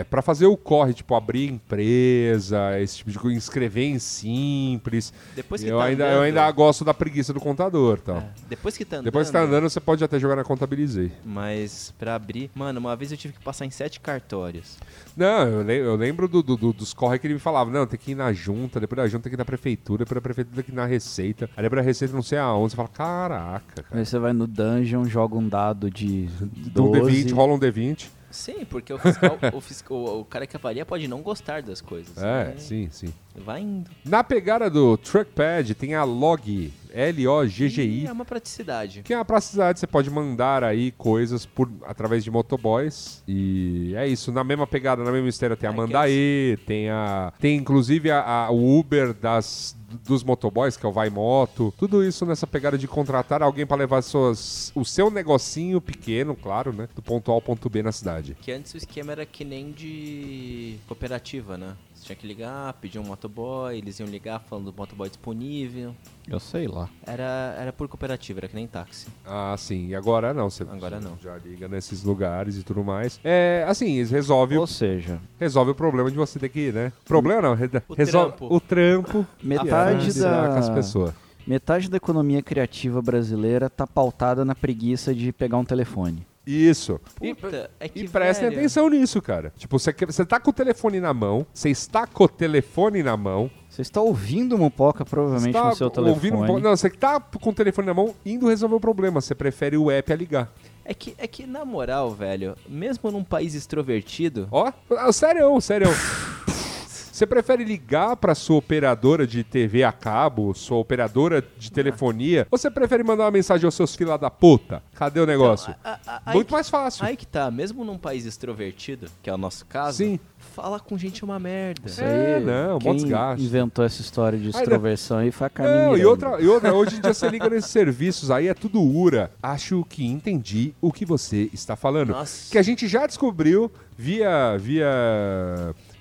D: é, pra fazer o corre, tipo, abrir empresa, esse tipo de coisa, inscrever em simples.
E: Depois que
D: eu,
E: tá
D: ainda, eu
E: andando-
D: ainda gosto da preguiça do contador, tal.
E: É, Depois que tá andando,
D: Depois que tá andando, você pode até jogar na Contabilizei.
E: mas pra abrir, mano, uma vez eu tive que passar em sete cartórios.
D: Não, eu, le- eu lembro do, do- do- dos corre que ele me falava, não, tem que ir na junta, depois da junta tem que ir na prefeitura, depois da prefeitura tem que ir na receita, aí depois da receita não sei aonde, você fala, caraca, cara.
C: Aí você vai no dungeon, joga um dado de
D: Um
C: 12.
D: D20, rola um D20.
E: Sim, porque o fiscal, o, fiscal o, o cara que avalia pode não gostar das coisas.
D: É,
E: né?
D: sim, sim.
E: Vai indo.
D: Na pegada do Trackpad tem a Log, L-O-G-G-I.
E: É uma praticidade.
D: Que é uma praticidade, você pode mandar aí coisas por, através de motoboys. E é isso, na mesma pegada, na mesma história tem a
E: I
D: Mandaê, tem a. Tem inclusive a, a- o Uber das, dos motoboys, que é o Vai Moto. Tudo isso nessa pegada de contratar alguém pra levar suas, o seu negocinho pequeno, claro, né? Do ponto A ao ponto B na cidade.
E: Que antes o esquema era que nem de cooperativa, né? Você tinha que ligar, pedir um motoboy, eles iam ligar falando do motoboy disponível.
C: Eu sei lá.
E: Era, era por cooperativa, era que nem táxi.
D: Ah, sim. E agora não. Você
E: Agora não.
D: Já liga nesses lugares e tudo mais. É, assim, eles resolvem o
C: Ou seja,
D: resolve o problema de você ter que ir, né? Problema não, re-
E: O
D: resolve
E: trampo.
D: o trampo
C: metade
D: de lidar com as
C: da,
D: pessoas.
C: metade da economia criativa brasileira tá pautada na preguiça de pegar um telefone.
D: Isso. E-
E: Puta, é que
D: E prestem
E: velho.
D: atenção nisso, cara. Tipo, você quer- você tá com o telefone na mão, você está com o telefone na mão,
C: Você está ouvindo Mupoca provavelmente
D: está
C: no seu telefone.
D: ouvindo um po- Não, você tá com o telefone na mão indo resolver o problema. Você prefere o app a ligar.
E: É que, é que, na moral, velho, mesmo num país extrovertido,
D: Ó, ah, sério, sério. Você prefere ligar pra sua operadora de TV a cabo, sua operadora de telefonia, ou você prefere mandar uma mensagem aos seus filha da puta? Cadê o negócio?
E: Então, a- a- aí
D: Muito
E: que-
D: mais fácil.
E: aí que tá, mesmo num país extrovertido, que é o nosso caso,
D: Sim.
E: fala com gente é uma merda.
C: Isso
D: É,
C: aí,
D: não, mó
C: quem
D: desgaste.
C: inventou essa história de
D: não.
C: extroversão aí foi a né? Carmen
D: Não, É, e
C: Miranda.
D: outra, e outra, hoje em dia você liga nesses serviços, aí é tudo URA. Acho que entendi o que você está falando.
E: Nossa.
D: Que a gente já descobriu via. via.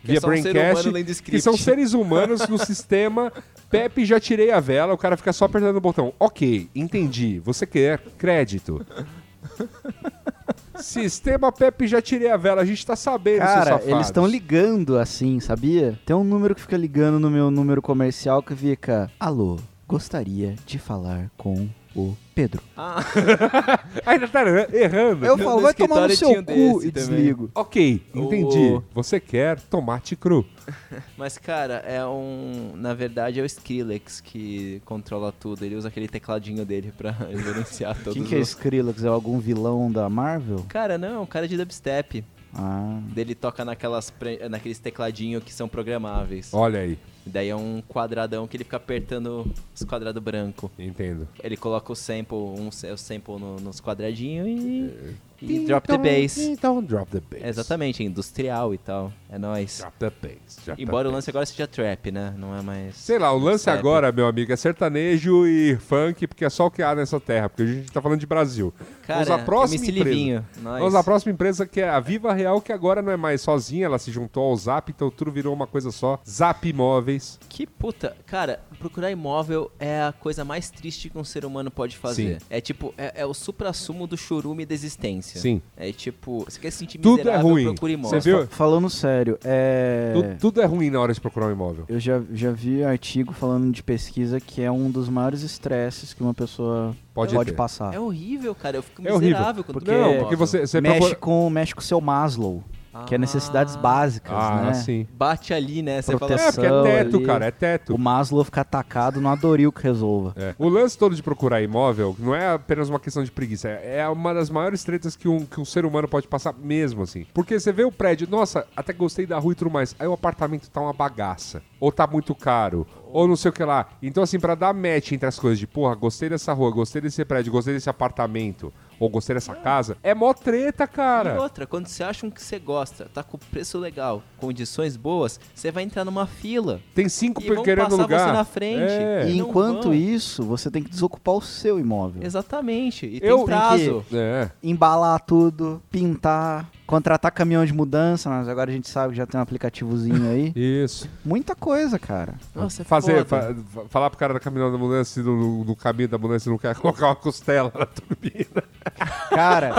E: Que é
D: via
E: só um ser
D: Braincast.
E: humano lendo
D: que
E: script.
D: são seres humanos no sistema. Pepe, já tirei a vela, o cara fica só apertando o botão. Ok, entendi. Você quer crédito. Sistema Pepe, já tirei a vela. A gente tá sabendo, seus
C: Cara,
D: safados.
C: eles estão ligando assim, sabia? Tem um número que fica ligando no meu número comercial que fica: Alô, gostaria de falar com o Pedro.
E: Ah,
D: Ainda tá errando.
C: Eu falo,
E: no
C: vai tomar no
E: escritório
C: seu
E: tinha um
C: cu
E: desse
C: e
E: também.
C: desligo.
D: Ok, entendi.
E: O-
D: Você quer tomate cru.
E: mas, cara, é um. Na verdade, é o Skrillex que controla tudo. Ele usa aquele tecladinho dele pra gerenciar todos
C: Quem que é
E: os-
C: Skrillex? É algum vilão da Marvel?
E: Cara, não, é um cara de dubstep.
C: Ah,
E: Dele toca naquelas, pre- naqueles tecladinhos que são programáveis.
D: Olha aí,
E: Daí é um quadradão que ele fica apertando os quadrados branco.
D: entendo.
E: Ele coloca o sample, um, sa- o sample no- nos quadradinhos e,
D: É.
E: e drop the bass.
D: Então drop the bass.
E: É exatamente, é industrial e tal. É nóis.
D: Drop the bass. drop
E: Embora
D: the
E: o
D: bass.
E: lance agora seja trap, né? Não é mais.
D: Sei lá, o lance
E: Step.
D: agora, meu amigo, é sertanejo e funk, porque é só o que há nessa terra, porque a gente tá falando de Brasil. Vamos
E: Cara, um
D: à próxima
E: MC
D: empresa.
E: Livinho. Nós.
D: Vamos à próxima empresa que é a Viva Real, que agora não é mais sozinha, ela se juntou ao Zap, então tudo virou uma coisa só. Zap Imóveis.
E: Que puta. Cara, procurar imóvel é a coisa mais triste que um ser humano pode fazer.
D: Sim.
E: É tipo, é, é o suprassumo do chorume da existência.
D: Sim.
E: É tipo, você quer se sentir
D: Tudo é
E: miserável,
D: ruim.
E: procura
D: Você
E: imóvel.
D: viu?
C: falando sério, é.
D: Tu- tudo é ruim na hora de procurar um imóvel.
C: Eu já, já vi artigo falando de pesquisa que é um dos maiores estresses que uma pessoa
D: Pode
C: pode,
D: ter.
C: passar.
E: É horrível, cara. Eu fico
D: É horrível,
E: miserável quando
C: porque-
E: eu
D: Não,
E: imóvel.
D: porque você, você
C: mexe,
D: procura-
C: com, mexe com o seu Maslow, que é necessidades
E: Ah.
C: básicas,
D: Ah,
C: né?
D: sim.
E: Bate ali, né? Você fala,
C: Proteção.
D: É, porque é teto,
C: ali.
D: cara, é teto.
C: O Maslow fica atacado, não adoril que resolva.
D: É. O lance todo de procurar imóvel não é apenas uma questão de preguiça, é é uma das maiores tretas que um, que um ser humano pode passar mesmo, assim. Porque você vê o prédio, nossa, até gostei da rua e tudo mais, aí o apartamento tá uma bagaça, ou tá muito caro, ou não sei o que lá. Então, assim, pra dar match entre as coisas de, porra, gostei dessa rua, gostei desse prédio, gostei desse apartamento, ou gostei dessa casa, é mó treta,
E: E
D: É, cara.
E: outra, quando você acha um que você gosta, tá com preço legal, condições boas, você vai entrar numa fila.
D: Tem cinco
E: E vão
D: querendo
E: passar
D: lugar.
E: você na frente.
D: É.
C: E
E: Não
C: enquanto
E: vão.
C: isso, você tem que desocupar o seu imóvel.
E: Exatamente. E
D: Eu-
E: tem prazo.
D: É.
C: Embalar tudo, pintar, contratar caminhão de mudança, mas agora a gente sabe que já tem um aplicativozinho aí.
D: Isso.
C: Muita coisa, cara.
E: Nossa, é
D: Fazer,
E: foda.
D: fa- falar pro cara da caminhão da ambulância se no, no- no caminho da ambulância não quer colocar uma costela na turbina.
C: Cara,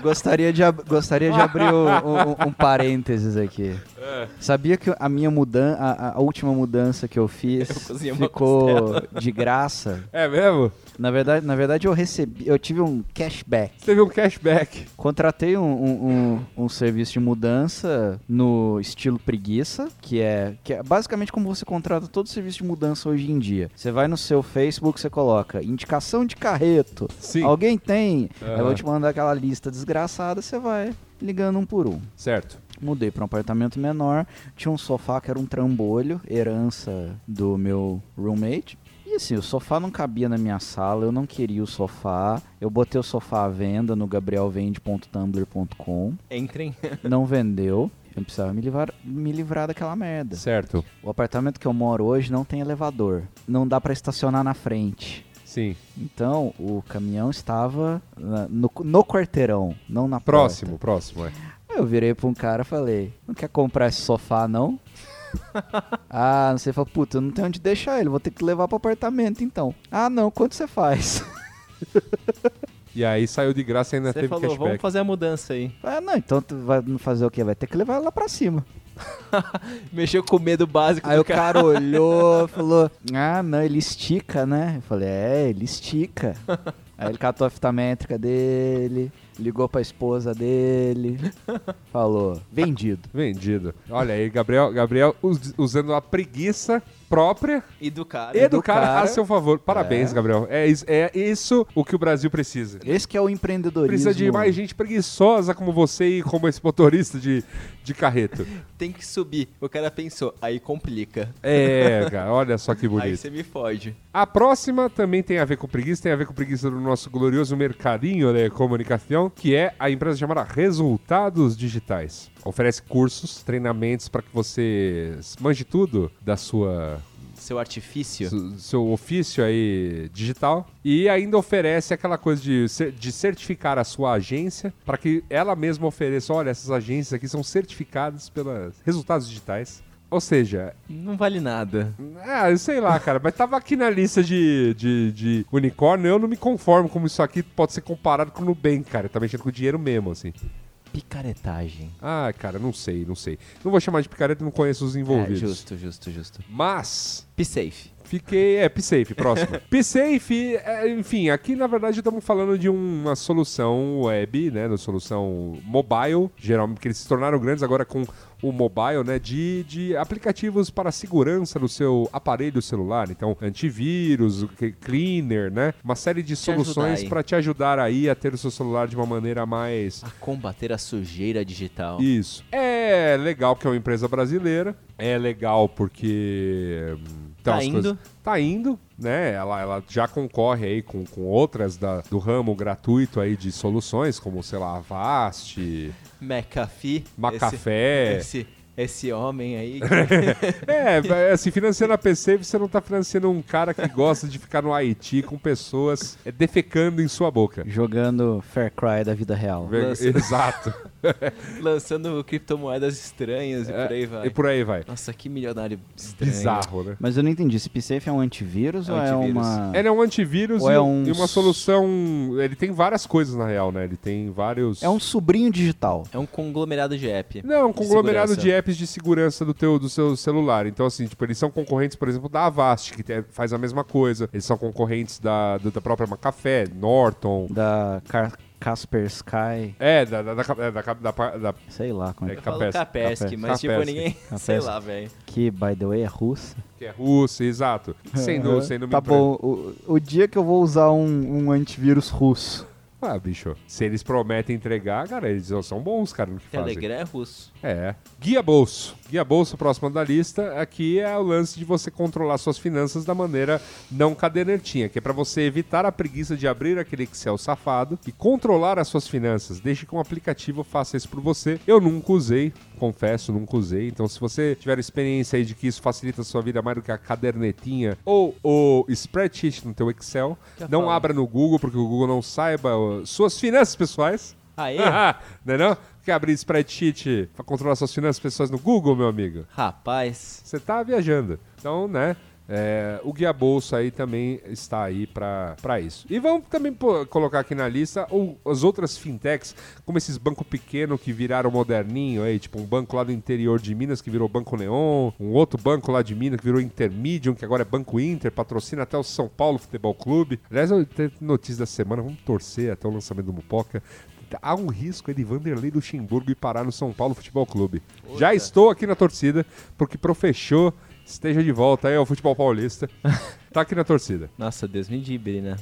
C: gostaria de, ab- gostaria de abrir o- o- um, parênteses aqui.
E: É.
C: Sabia que a minha mudança, a, a última mudança que eu fiz
E: cozinhei uma
C: ficou de graça?
D: É mesmo?
C: Na verdade, na verdade, eu recebi, eu tive um cashback.
D: Você teve um cashback.
C: Contratei um, um- um- um serviço de mudança no estilo preguiça, que é, que é basicamente como você contrata todo serviço de mudança hoje em dia. Você vai no seu Facebook, você coloca indicação de carreto.
D: Sim.
C: Alguém tem?
D: Aham.
C: Aí Eu vou te mandar aquela lista desgraçada, você vai ligando um por um.
D: Certo.
C: Mudei para um apartamento menor, tinha um sofá que era um trambolho, herança do meu roommate. E E assim, o sofá não cabia na minha sala, eu não queria o sofá. Eu botei o sofá à venda no gabrielvende.tumblr.com.
E: Entrem.
C: Não vendeu. Eu precisava me livrar, me livrar daquela merda.
D: Certo.
C: O apartamento que eu moro hoje não tem elevador. Não dá pra estacionar na frente.
D: Sim.
C: Então, o caminhão estava na- no, no quarteirão, não na
D: Próximo,
C: porta.
D: próximo, é.
C: Aí Eu virei pra um cara e falei, não quer comprar esse sofá, não? ah, não sei, falou, puta, eu não tenho onde deixar ele, vou ter que levar pro apartamento, então. Ah, não, quanto você faz?
D: E aí saiu de graça e ainda
E: Você
D: teve
E: falou, vamos
D: cashback.
E: fazer a mudança aí.
C: ah, não, então tu vai fazer o quê? Vai ter que levar lá pra cima.
E: Mexeu com o medo básico
C: Aí
E: do
C: o cara olhou, falou, ah, não, ele estica, né? Eu falei, é, ele estica. Aí ele catou a fita métrica dele, ligou pra esposa dele, falou, vendido.
D: Vendido. Olha aí, Gabriel, Gabriel us- usando a preguiça própria
E: E do cara.
D: e do
C: do
D: cara, a
C: cara.
D: seu favor. Parabéns, Gabriel. É, is- é isso o que o Brasil precisa.
C: Esse que é o empreendedorismo.
D: Precisa de mais gente preguiçosa como você e como esse motorista de, de carreto.
E: Tem que subir. O cara pensou, aí complica.
D: É, cara, olha só que
E: Aí
D: bonito.
E: você me fode.
D: A próxima também tem a ver com preguiça, tem a ver com preguiça do nosso glorioso mercadinho de comunicação, que é a empresa chamada Resultados Digitais. Oferece cursos, treinamentos para que você manje tudo da sua
E: Seu artifício.
D: do seu ofício aí digital e ainda oferece aquela coisa de, cer- de certificar a sua agência para que ela mesma ofereça, olha, essas agências aqui são certificadas pelos resultados digitais. Ou seja,
E: Não vale nada.
D: ah, eu sei lá, cara, mas tava aqui na lista de, de, de unicórnio, eu não me conformo como isso aqui pode ser comparado com o Nubank, cara. Tá mexendo com dinheiro mesmo, assim.
E: Picaretagem.
D: Ah, cara, não sei, não sei. Não vou chamar de picareta, não conheço os
E: É,
D: envolvidos.
E: justo, justo, justo.
D: Mas
E: P-Safe.
D: Fiquei. É, P-Safe, próximo. P-Safe, é, enfim, aqui na verdade estamos falando de uma solução web, né? Uma solução mobile, geralmente, porque eles se tornaram grandes agora com o mobile, né? De, de aplicativos para segurança do seu aparelho celular. Então, antivírus, o que- cleaner, né? Uma série de soluções
E: ajudar aí.
D: para te ajudar aí a ter o seu celular de uma maneira mais
E: A combater a sujeira digital.
D: isso. É legal porque é uma empresa brasileira. É legal porque. hum, tem
E: Tá
D: umas
E: indo.
D: Tá indo, né? Ela, ela já concorre aí com, com outras da- do ramo gratuito aí de soluções, como, sei lá, Avast,
E: McAfee.
D: Macafé.
E: Esse, esse, esse homem aí.
D: É, vai- assim, financiando a PC, você não tá financiando um cara que gosta de ficar no Haiti com pessoas é, defecando em sua boca.
C: Jogando Fair Cry da vida real.
D: Ver-
E: Nossa.
D: Exato.
E: lançando criptomoedas estranhas e por aí vai.
D: É, E por aí vai.
E: Nossa, que milionário estranho.
D: Bizarro, né?
C: Mas eu não entendi, esse PSafe é um antivírus
E: É
C: ou é
E: antivírus.
C: uma...
D: Ele é um antivírus
C: Ou
D: e,
C: é um
D: e uma
C: s-
D: solução. Ele tem várias coisas na real, né? Ele tem vários.
C: É um sobrinho digital.
E: É um conglomerado de app.
D: Não, um
E: De
D: conglomerado
E: segurança.
D: de apps de segurança do teu do seu celular. Então, assim, tipo, eles são concorrentes, por exemplo, da Avast, que te- faz a mesma coisa. Eles são concorrentes da, do- da própria Macafé, Norton.
C: Da Car- Casper Sky,
D: É, da, da, da, da, da, da- da-
C: sei lá como é
D: É.
C: que...
E: Eu falo
D: Capesc-
E: Capesc,
C: Capesc.
E: mas tipo,
D: Capesc.
E: ninguém... Sei lá, velho.
C: Que, by the way, é russa.
D: que é russa, exato. Sendo, sendo
C: tá
D: uma empresa-
C: bom, o, o dia que eu vou usar um, um antivírus russo.
D: Ah, bicho. Se eles prometem entregar, cara, eles são bons, cara, no que fazem.
E: Telegram é russo.
D: É. Guia Bolso. Guia Bolso, próximo da lista, aqui é o lance de você controlar suas finanças da maneira não cadernetinha, que é pra você evitar a preguiça de abrir aquele Excel safado e controlar as suas finanças. Deixe que um aplicativo faça isso por você. Eu nunca usei, confesso, nunca usei. Então, se você tiver experiência aí de que isso facilita a sua vida mais do que a cadernetinha ou o spreadsheet no teu Excel,
E: Já
D: não
E: fala.
D: abra no Google, porque o Google não saiba ó, suas finanças pessoais.
E: Aê,
D: não é não? Quer abrir spreadsheet pra controlar suas finanças pessoais no Google, meu amigo?
E: rapaz.
D: Você tá viajando. Então, né? é, o Guia Bolsa aí também está aí pra pra isso. E vamos também pô- colocar aqui na lista ou, as outras fintechs, como esses bancos pequenos que viraram moderninho aí, tipo um banco lá do interior de Minas que virou Banco Neon, um outro banco lá de Minas que virou Intermedium, que agora é Banco Inter, patrocina até o São Paulo Futebol Clube. Aliás, eu tenho notícia da semana, vamos torcer até o lançamento do Mupoca. Há um risco aí de Vanderlei Luxemburgo ir parar no São Paulo Futebol Clube. Já estou aqui na torcida, porque Profechô esteja de volta aí ao futebol paulista. tá aqui na torcida.
E: Nossa, Deus me dibre, né?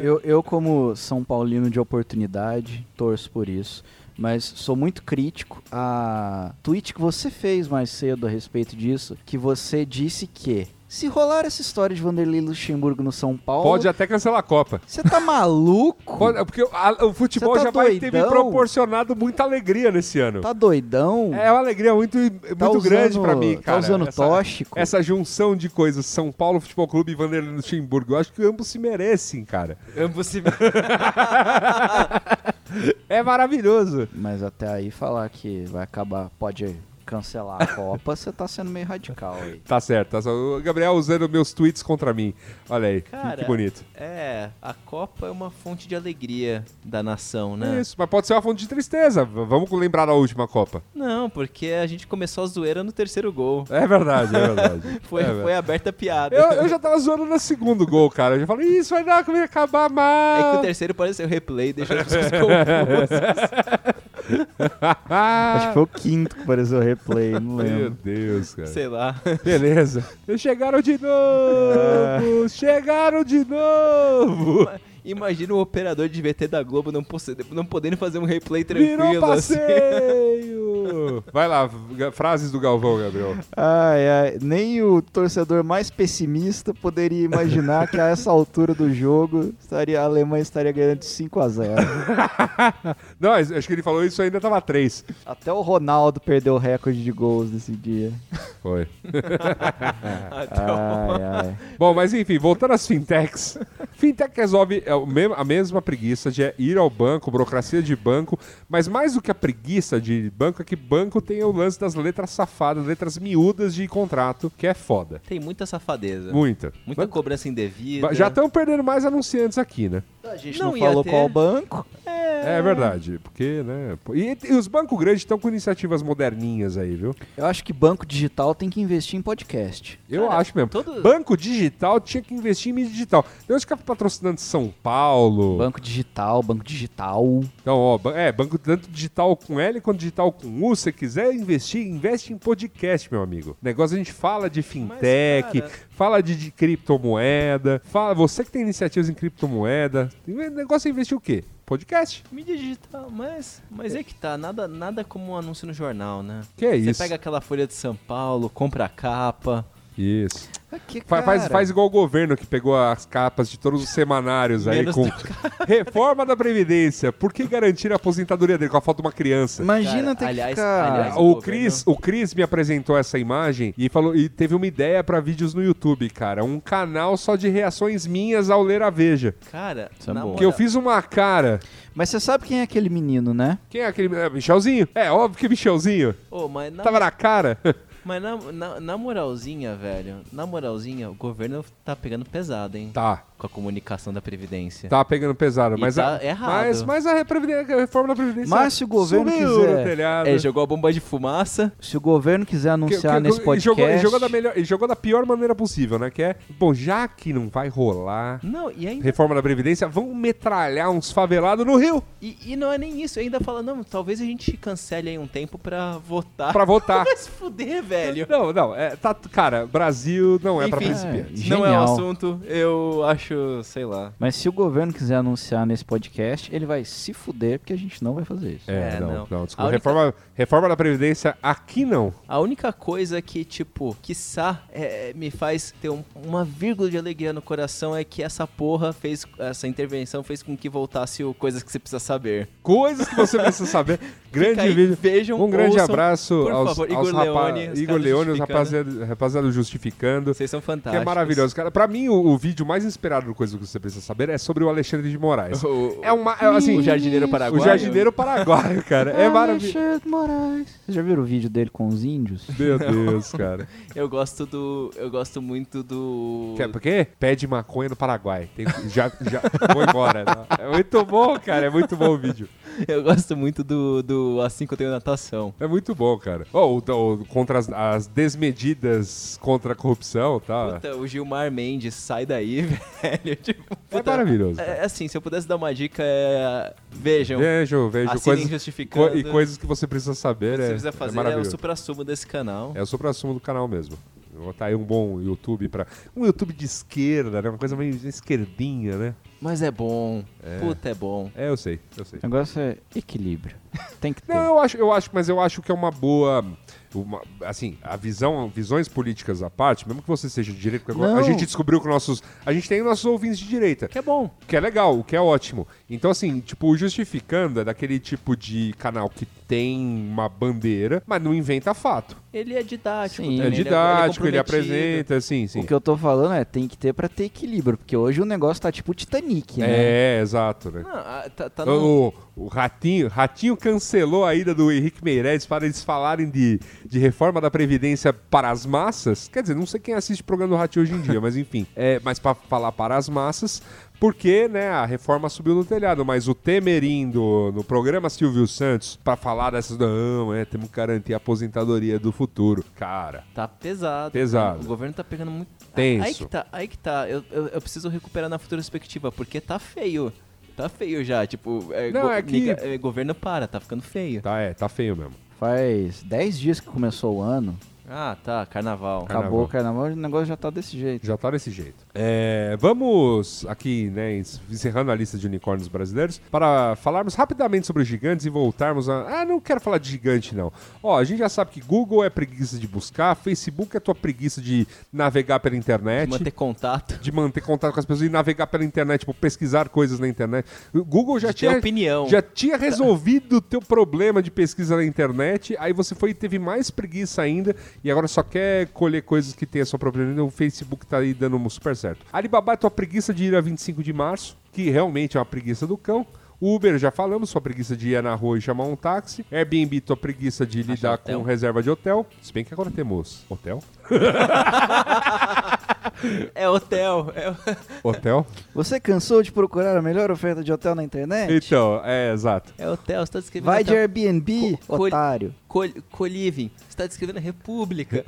C: Eu, eu, como São Paulino de oportunidade, torço por isso. mas sou muito crítico a tweet que você fez mais cedo a respeito disso, que você disse que se rolar essa história de Vanderlei Luxemburgo no São Paulo,
D: Pode até cancelar a Copa.
C: você tá maluco?
D: Pode- porque a- o futebol
C: Você tá
D: já vai ter me
C: doidão?
D: proporcionado muita alegria nesse ano.
C: Tá doidão?
D: É uma alegria muito, muito
C: Tá usando-
D: grande pra mim,
C: tá
D: cara.
C: usando tóxico?
D: Essa junção de coisas, São Paulo Futebol Clube e Vanderlei Luxemburgo, eu acho que ambos se merecem, cara.
E: Ambos se...
D: É maravilhoso.
C: Mas até aí falar que vai acabar, pode cancelar a Copa, você tá sendo meio radical aí.
D: Tá certo, tá certo. O Gabriel usando meus tweets contra mim. Olha aí, que-
E: Cara,
D: que bonito.
E: É, a Copa é uma fonte de alegria da nação,
D: É
E: né?
D: Isso, mas pode ser uma fonte de tristeza. V- Vamos lembrar da última Copa.
E: Não, porque a gente começou a zoeira no terceiro gol.
D: É verdade, é verdade.
E: Foi,
D: É
E: foi
D: verdade.
E: aberta a piada.
D: Eu, eu já tava zoando no segundo gol, cara. Eu já falei, isso vai dar, que vai acabar
E: É que o
D: mal.
E: terceiro parece ser o replay, deixa as pessoas confusas.
C: Acho que foi o quinto que apareceu o replay, não
D: Ah, Meu
C: lembro.
D: Deus, cara.
E: Sei lá.
D: Beleza. Eles Chegaram de novo! Chegaram de novo!
E: Imagina o operador de VT da Globo não, possi- não podendo fazer um replay
D: Virou
E: tranquilo. assim.
D: passeio! Vai lá, ga- frases do Galvão, Gabriel.
C: Ai, ai, nem o torcedor mais pessimista poderia imaginar que a essa altura do jogo estaria, a Alemanha estaria ganhando de 5 a 0
D: Não, es- acho que ele falou isso ainda tava três.
C: Até o Ronaldo perdeu o recorde de gols nesse dia.
D: Foi.
E: Então. Ah,
D: Ah.
C: Ai, ai.
D: Bom, mas enfim, voltando às fintechs. Fintech resolve é, o mesmo- a mesma preguiça de é ir ao banco, burocracia de banco, mas mais do que a preguiça de banco é que banco tem o lance das letras safadas, letras miúdas de contrato, que é foda.
E: Tem muita safadeza.
D: Muita.
E: Muita cobrança indevida.
D: Ba- Já estão perdendo mais anunciantes aqui, né?
C: A gente
E: Não
C: não,
E: ia
C: falou
E: ter.
C: qual banco.
D: É verdade, porque, né? pô, E, e os bancos grandes estão com iniciativas moderninhas aí, viu?
C: Eu acho que banco digital tem que investir em podcast.
D: Eu acho mesmo.
E: todo-
D: Banco digital tinha que investir em mídia digital. Tem uns que ficam patrocinando São Paulo.
C: Banco digital, banco digital.
D: Então, ó, ba- é, banco tanto digital com L quanto digital com U. Se você quiser investir, investe em podcast, meu amigo. Negócio a gente fala de fintech,
E: cara-
D: fala de, de criptomoeda, fala. Você que tem iniciativas em criptomoeda, negócio é investir o quê? Podcast.
E: Mídia digital, mas, mas é que tá, nada, nada como um anúncio no jornal, né?
D: Que é
E: Você
D: isso?
E: pega aquela folha de São Paulo, compra a capa.
D: Isso.
C: Aqui,
D: Fa- Faz,
C: cara.
D: faz igual o governo que pegou as capas de todos os semanários aí
E: Menos
D: com reforma da Previdência. Por que garantir a aposentadoria dele com a foto de uma criança?
C: Imagina
E: Cara,
C: ter
E: aliás-
C: que ficar...
E: aliás- Mas o
D: o,
E: governo-
D: Chris, o Chris me apresentou essa imagem e falou e teve uma ideia pra vídeos no YouTube, cara. Um canal só de reações minhas ao ler a Veja.
E: Cara,
C: Isso é
E: na
C: bom.
E: moral,
D: Que eu fiz uma cara.
C: Mas você sabe quem é aquele menino, né?
D: Quem é aquele. É, Michelzinho? É, óbvio que Michelzinho.
E: Ô, mas na,
D: Tava na cara.
E: mas na, na- na moralzinha, velho, na moralzinha, o governo tá pegando pesado, hein?
D: Tá.
E: Com a comunicação da Previdência.
D: Tava pegando pesado,
E: E
D: mas,
E: tá
D: a,
E: errado.
D: mas, mas a, Previdência- a reforma da Previdência.
C: Mas se o governo
D: subiu no
C: quiser-
D: telhado.
E: É, jogou a bomba de fumaça.
C: Se o governo quiser
D: Que-
C: anunciar
D: que-
C: nesse
D: e
C: podcast...
D: Jogou, e jogou da melhor, e jogou da pior maneira possível, né? Que é, bom, já que não vai rolar
E: Não, e ainda
D: reforma da Previdência, vão metralhar uns favelados no Rio
E: E, e não é nem isso, ainda fala, não, talvez a gente cancele aí um tempo pra votar.
D: pra votar.
E: Vai se fuder, velho.
D: não, não, é, tá, cara, Brasil não é pra
E: Enfim,
D: principiantes.
E: Não é um
C: Genial.
E: assunto, eu acho, sei lá.
C: Mas se o governo quiser anunciar nesse podcast, ele vai se fuder, porque a gente não vai fazer isso.
E: É, não.
D: desculpa.
E: A única-
D: Reforma, reforma da Previdência aqui não.
E: A única coisa que, tipo, quiçá é, me faz ter um- uma vírgula de alegria no coração é que essa porra fez, essa intervenção fez com que voltasse o Coisas que você precisa saber.
D: Coisas que você precisa saber. Grande
E: Fica aí,
D: vídeo.
E: vejam,
D: um grande
E: ouçam,
D: abraço
E: por
D: aos,
E: favor,
D: aos
E: Igor
D: rapa-
E: Leone, os
D: Igor
E: caras
D: Leone, os
E: justificando.
D: rapaziada, rapaziada justificando.
E: Vocês são
D: Que
E: fantásticos.
D: é maravilhoso, cara. Pra mim, o, o vídeo mais inspirado do Coisa que Você Precisa Saber é sobre o Alexandre de Moraes.
E: O-
D: é uma. É, assim,
E: o jardineiro
D: O
E: paraguaio. Ah,
D: jardineiro paraguaio, cara. É maravilhoso.
C: Ah, Alexandre Moraes. Vocês já viram o vídeo dele com os índios?
D: Meu Deus, cara.
E: Eu gosto do. Eu gosto muito do.
D: Quer, por quê? Pede maconha no Paraguai. Tem- já, já vou embora. né? É muito bom, cara. É muito bom o vídeo.
E: Eu gosto muito do, do Assim que eu tenho natação.
D: É muito bom, cara. Ó, o- o- contra as, as desmedidas contra a corrupção, tá?
E: Puta, o Gilmar Mendes, sai daí, velho. Tipo,
D: é
E: puta,
D: maravilhoso. cara.
E: É, assim, se eu pudesse dar uma dica, é. Vejam.
D: Vejo, vejo.
E: Assinem
D: co-
E: justificando.
D: e coisas que você precisa saber.
E: você
D: é,
E: precisa
D: é
E: fazer é, o
D: maravilhoso.
E: supra-sumo desse canal.
D: É o supra-sumo do canal mesmo. Vou botar aí um bom YouTube pra. Um YouTube de esquerda, né? Uma coisa meio esquerdinha, né?
E: Mas é bom. Puta, é bom.
D: É, eu sei, eu sei.
C: O negócio é equilíbrio. Tem que ter.
D: Não, eu acho, eu acho, mas eu acho que é uma boa. uma- assim, a visão, visões políticas à parte, mesmo que você seja de direita, porque agora
C: Não.
D: a gente descobriu que nossos. A gente tem nossos ouvintes de direita.
E: Que é bom.
D: O que é legal, o que é ótimo. Então, assim, tipo, o Justificando é daquele tipo de canal que tem uma bandeira, mas não inventa fato.
E: Ele é
C: Sim.
E: didático. também,
D: É
E: ele
D: didático, ele,
E: comprometido.
D: apresenta, assim, sim.
C: O que eu tô falando é, tem que ter pra ter equilíbrio, porque hoje o negócio tá tipo Titanic, né?
D: É, exato, né?
E: Ah, ah, tá, tá no-
D: O, o Ratinho, Ratinho cancelou a ida do Henrique Meirelles para eles falarem de, de reforma da Previdência para as massas. Quer dizer, não sei quem assiste o programa do Ratinho hoje em dia, mas enfim. É, mas para falar para as massas, porque né, a reforma subiu no telhado, mas o Temerim do, no programa Silvio Santos, para falar dessas. Não, é, temos que garantir a aposentadoria do futuro. Cara,
E: Tá pesado.
D: Pesado.
E: O governo tá pegando muito.
D: Tenso.
E: Aí que tá, aí que tá. Eu, eu, eu preciso recuperar na futura perspectiva, porque tá feio. Tá feio já, tipo, é,
D: Não, é que-
E: miga- é, governo para, tá ficando feio.
D: tá, é, tá feio mesmo.
C: Faz 10 dias que começou o ano,
E: Ah, tá, carnaval.
D: Carnaval.
C: acabou o carnaval, o negócio já tá desse jeito.
D: Já tá desse jeito. É, vamos aqui, né, encerrando a lista de unicórnios brasileiros, para falarmos rapidamente sobre os gigantes e voltarmos a. Ah, não quero falar de gigante, não. Ó, a gente já sabe que Google é preguiça de buscar, Facebook é tua preguiça de navegar pela internet.
E: Manter contato.
D: De manter contato com as pessoas e navegar pela internet, tipo, pesquisar coisas na internet. O Google já
E: De ter
D: tinha.
E: opinião.
D: Já tinha resolvido o teu problema de pesquisa na internet, aí você foi e teve mais preguiça ainda, e agora só quer colher coisas que tenha só problema. Então, O Facebook tá aí dando super certo. Alibaba é tua preguiça de ir a 25 de março, que realmente é uma preguiça do cão. Uber, já falamos, sua preguiça de ir na rua e chamar um táxi. Airbnb, tua preguiça de lidar
E: hotel.
D: com reserva de hotel. Se bem que agora temos hotel.
E: É hotel. é-
D: Hotel?
C: Você cansou de procurar a melhor oferta de hotel na internet?
D: então, é, exato.
E: É hotel, você tá descrevendo.
C: Vai de
E: hotel.
C: Airbnb,
E: Co- co-
C: otário.
E: Co- Coliving, você tá descrevendo a república.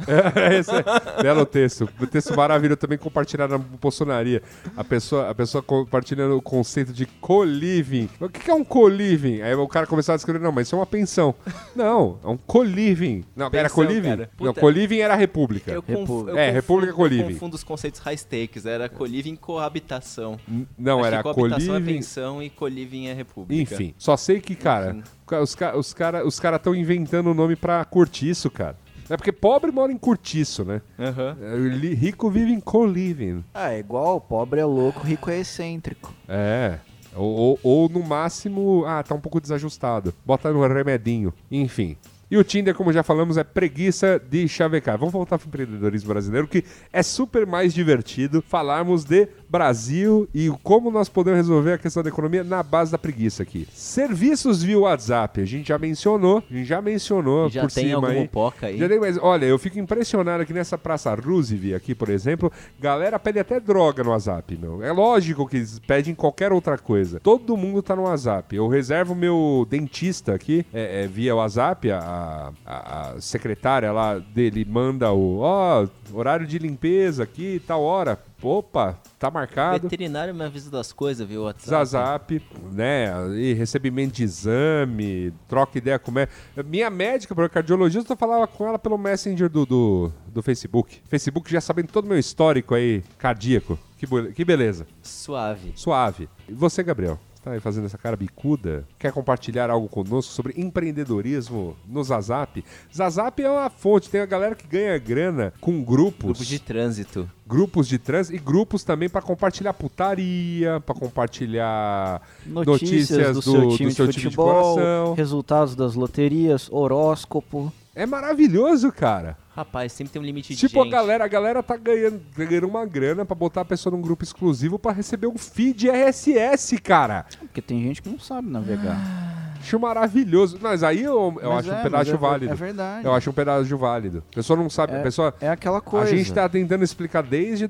D: Esse é belo texto. O texto maravilhoso também compartilhado na Bolsonaria. A pessoa, a pessoa compartilhando o conceito de co-living. O que que é um co-living? Aí o cara começava a escrever, não, mas isso é uma pensão. Não, é um co-living. Não, era
E: Pensão,
D: co-living?
E: cara.
D: Não,
E: Puta.
D: co-living era a república.
E: Eu conf... eu
D: É, República
E: confundo,
D: Coliving.
E: Eu confundo os conceitos high stakes. Era coliving e coabitação.
D: N- Não,
E: Acho
D: era
E: que coabitação é
D: co-living.
E: pensão e coliving é república.
D: Enfim, só sei que, cara, ca- os, ca os caras os cara estão inventando o nome pra cortiço, cara. É porque pobre mora em cortiço, né?
E: Aham.
D: É, li- Rico vive em co-living.
C: Ah, é igual, pobre é louco, rico é excêntrico.
D: É. Ou, ou- ou, no máximo, ah, tá um pouco desajustado. Bota no remedinho. Enfim. E o Tinder, como já falamos, é preguiça de chavecar. Vamos voltar pro empreendedorismo brasileiro, que é super mais divertido falarmos de Brasil e como nós podemos resolver a questão da economia na base da preguiça aqui. Serviços via WhatsApp, a gente já mencionou, a gente já mencionou
E: Já
D: por
E: tem
D: cima
E: alguma
D: aí.
E: poca aí?
D: Já tem, mas olha, eu fico impressionado aqui nessa Praça Roosevelt aqui, por exemplo, galera pede até droga no WhatsApp, meu. É lógico que eles pedem qualquer outra coisa. Todo mundo tá no WhatsApp. Eu reservo meu dentista aqui é, é, via WhatsApp, a, a- a secretária lá dele manda o ó, horário de limpeza aqui, tal hora. Opa, tá marcado.
E: Veterinário me avisa das coisas, viu? WhatsApp.
D: Zazap, né? E recebimento de exame, troca ideia com é. Minha médica, meu cardiologista, eu falava com ela pelo Messenger do, do, do Facebook. Facebook já sabendo todo o meu histórico aí, cardíaco. Que, bo- que beleza.
E: Suave.
D: Suave. E você, Gabriel? Tá aí fazendo essa cara bicuda? Quer compartilhar algo conosco sobre empreendedorismo no Zazap? Zazap é uma fonte, tem a galera que ganha grana com grupos
E: Grupo de trânsito.
D: grupos de trans e grupos também pra compartilhar putaria, pra compartilhar notícias, do, do seu time de coração.
C: resultados das loterias, horóscopo.
D: É maravilhoso, cara.
E: Rapaz, sempre tem um limite de
D: Tipo, a
E: gente.
D: galera, a galera tá ganhando, ganhando uma grana pra botar a pessoa num grupo exclusivo pra receber um feed RSS, cara.
C: Porque tem gente que não sabe navegar.
D: Acho maravilhoso. Mas aí eu, eu
C: Mas
D: acho
C: é,
D: um
C: mas
D: pedaço
C: é-
D: válido.
C: é verdade.
D: Eu acho um pedaço válido. A pessoa não sabe. a pessoa,
C: É aquela coisa.
D: A gente tá tentando explicar desde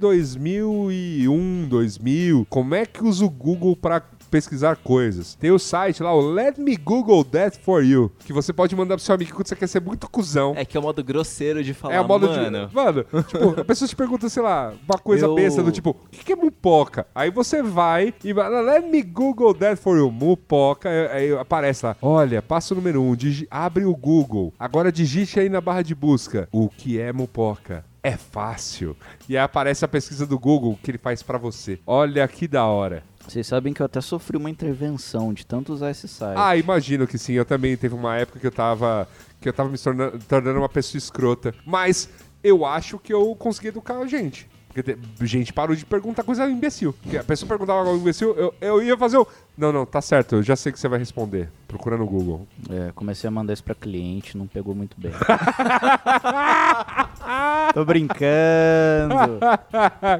D: 2001, 2000, um, como é que usa o Google pra pesquisar coisas. Tem o site lá, o Let Me Google That For You, que você pode mandar pro seu amigo quando você quer ser muito cuzão.
E: É que é o modo grosseiro de falar,
D: É o modo
E: mano.
D: de. Mano, tipo, a pessoa te pergunta, sei lá, uma coisa
E: Eu-
D: besta do tipo, o que que é mupoca? Aí você vai e vai, let me Google that for you, mupoca. é, Aí aí aparece lá, olha, passo número um, digi- abre o Google. Agora digite aí na barra de busca, o que é mupoca? É fácil. E aí aparece a pesquisa do Google que ele faz pra você. Olha que da hora.
C: Vocês sabem que eu até sofri uma intervenção de tanto usar esse site.
D: Ah, imagino que sim. Eu também teve uma época que eu tava. que eu tava me torna- tornando uma pessoa escrota. Mas eu acho que eu consegui educar a gente. Porque te- gente parou de perguntar coisa imbecil. Porque a pessoa perguntava algo imbecil, eu, eu ia fazer o. Não, não, tá certo, eu já sei que você vai responder. Procura no Google.
C: É, comecei a mandar isso pra cliente, não pegou muito bem. Tô brincando.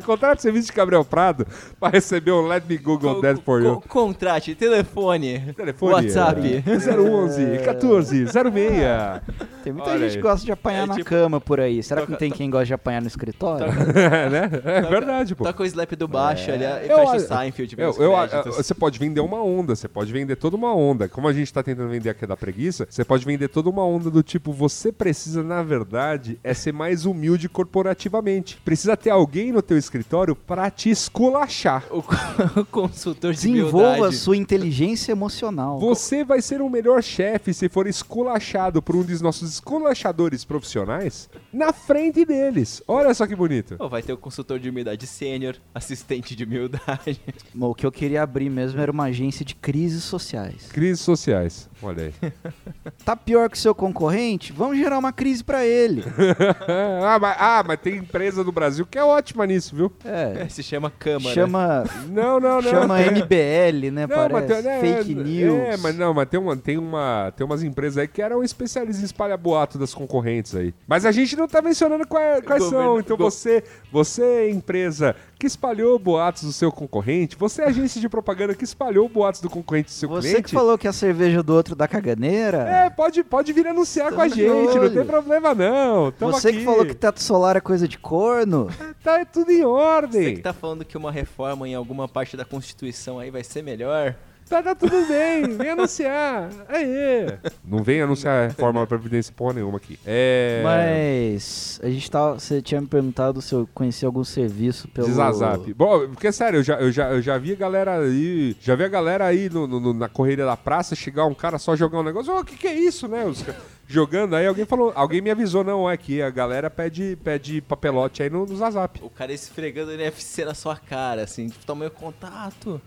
D: Contrato de serviço de Gabriel Prado pra receber o Let Me Google Dead for You.
E: Co- contrate, telefone,
D: Telefone. é,
E: WhatsApp.
D: 011 14 06.
C: Tem muita
D: Olha
C: gente
D: aí.
C: que gosta de apanhar
E: É,
C: na
E: tipo,
C: cama por aí. Será que não tem quem gosta de apanhar no escritório?
D: É, né? É verdade, pô.
E: Toca o slap do baixo, aliás.
D: É. Eu
E: Fecha o
D: acho-
E: Seinfeld, vê
D: Eu-
E: os
D: eu-
E: créditos.
D: eu- você pode vender uma onda, você pode vender toda uma onda. Como a gente tá tentando vender aqui da preguiça, você pode vender toda uma onda do tipo, você precisa, na verdade, é ser mais humilde corporativamente. Precisa ter alguém no teu escritório pra te esculachar.
E: O co- o consultor de
C: Desenvolva
E: humildade.
C: sua inteligência emocional.
D: Você vai ser um melhor chefe se for esculachado por um dos nossos esculachadores profissionais na frente deles. Olha só que bonito.
E: Pô, vai ter o consultor de humildade sênior, assistente de humildade.
C: Bom, O que eu queria abrir mesmo era uma agência de crises sociais.
D: Crises sociais. Olha aí.
C: Tá pior que o seu concorrente? Vamos gerar uma crise pra ele.
D: ah, mas, ah, mas tem empresa no Brasil que é ótima nisso, viu?
C: É.
E: Se chama Câmara.
C: Chama,
D: Não, é- não, É. não.
C: chama MBL, né? parece.
D: né,
C: Fake
D: é,
C: news.
D: É, mas não, mas tem, uma, tem, uma, tem umas empresas aí que eram especialistas em espalhar boato das concorrentes aí. Mas a gente não tá mencionando qua- quais são.
E: Governo-
D: Então
E: go-
D: você, você, é empresa que espalhou boatos do seu concorrente, você, é agência de propaganda que espalhou boatos do concorrente do seu
C: Você
D: é cliente.
C: que falou que a cerveja do outro dá caganeira?
D: É, pode, pode vir anunciar com a
C: Tamo de
D: gente, não
C: olho.
D: tem problema não. Tamo
C: Você
D: aqui.
C: que falou que teto solar é coisa de corno?
D: tá tudo em ordem.
E: Você que tá falando que uma reforma em alguma parte da Constituição aí vai ser melhor.
D: Tá, tá tudo bem, vem anunciar. Aê. Não vem anunciar reforma da Previdência porra nenhuma aqui. É.
C: Mas a gente tava. Você tinha me perguntado se eu conhecia algum serviço pelo.
D: Zazap. Bom, porque é sério, eu já, eu, já, eu já vi a galera aí. Já vi a galera aí no, no- no- na correria da praça chegar um cara só jogar um negócio. Ô, o que, que é isso, né? Os ca- jogando aí, alguém falou, alguém me avisou, não, é que a galera pede, pede papelote aí no, no Zazap.
E: O cara esfregando NFC na sua cara, assim, tipo, toma meu contato.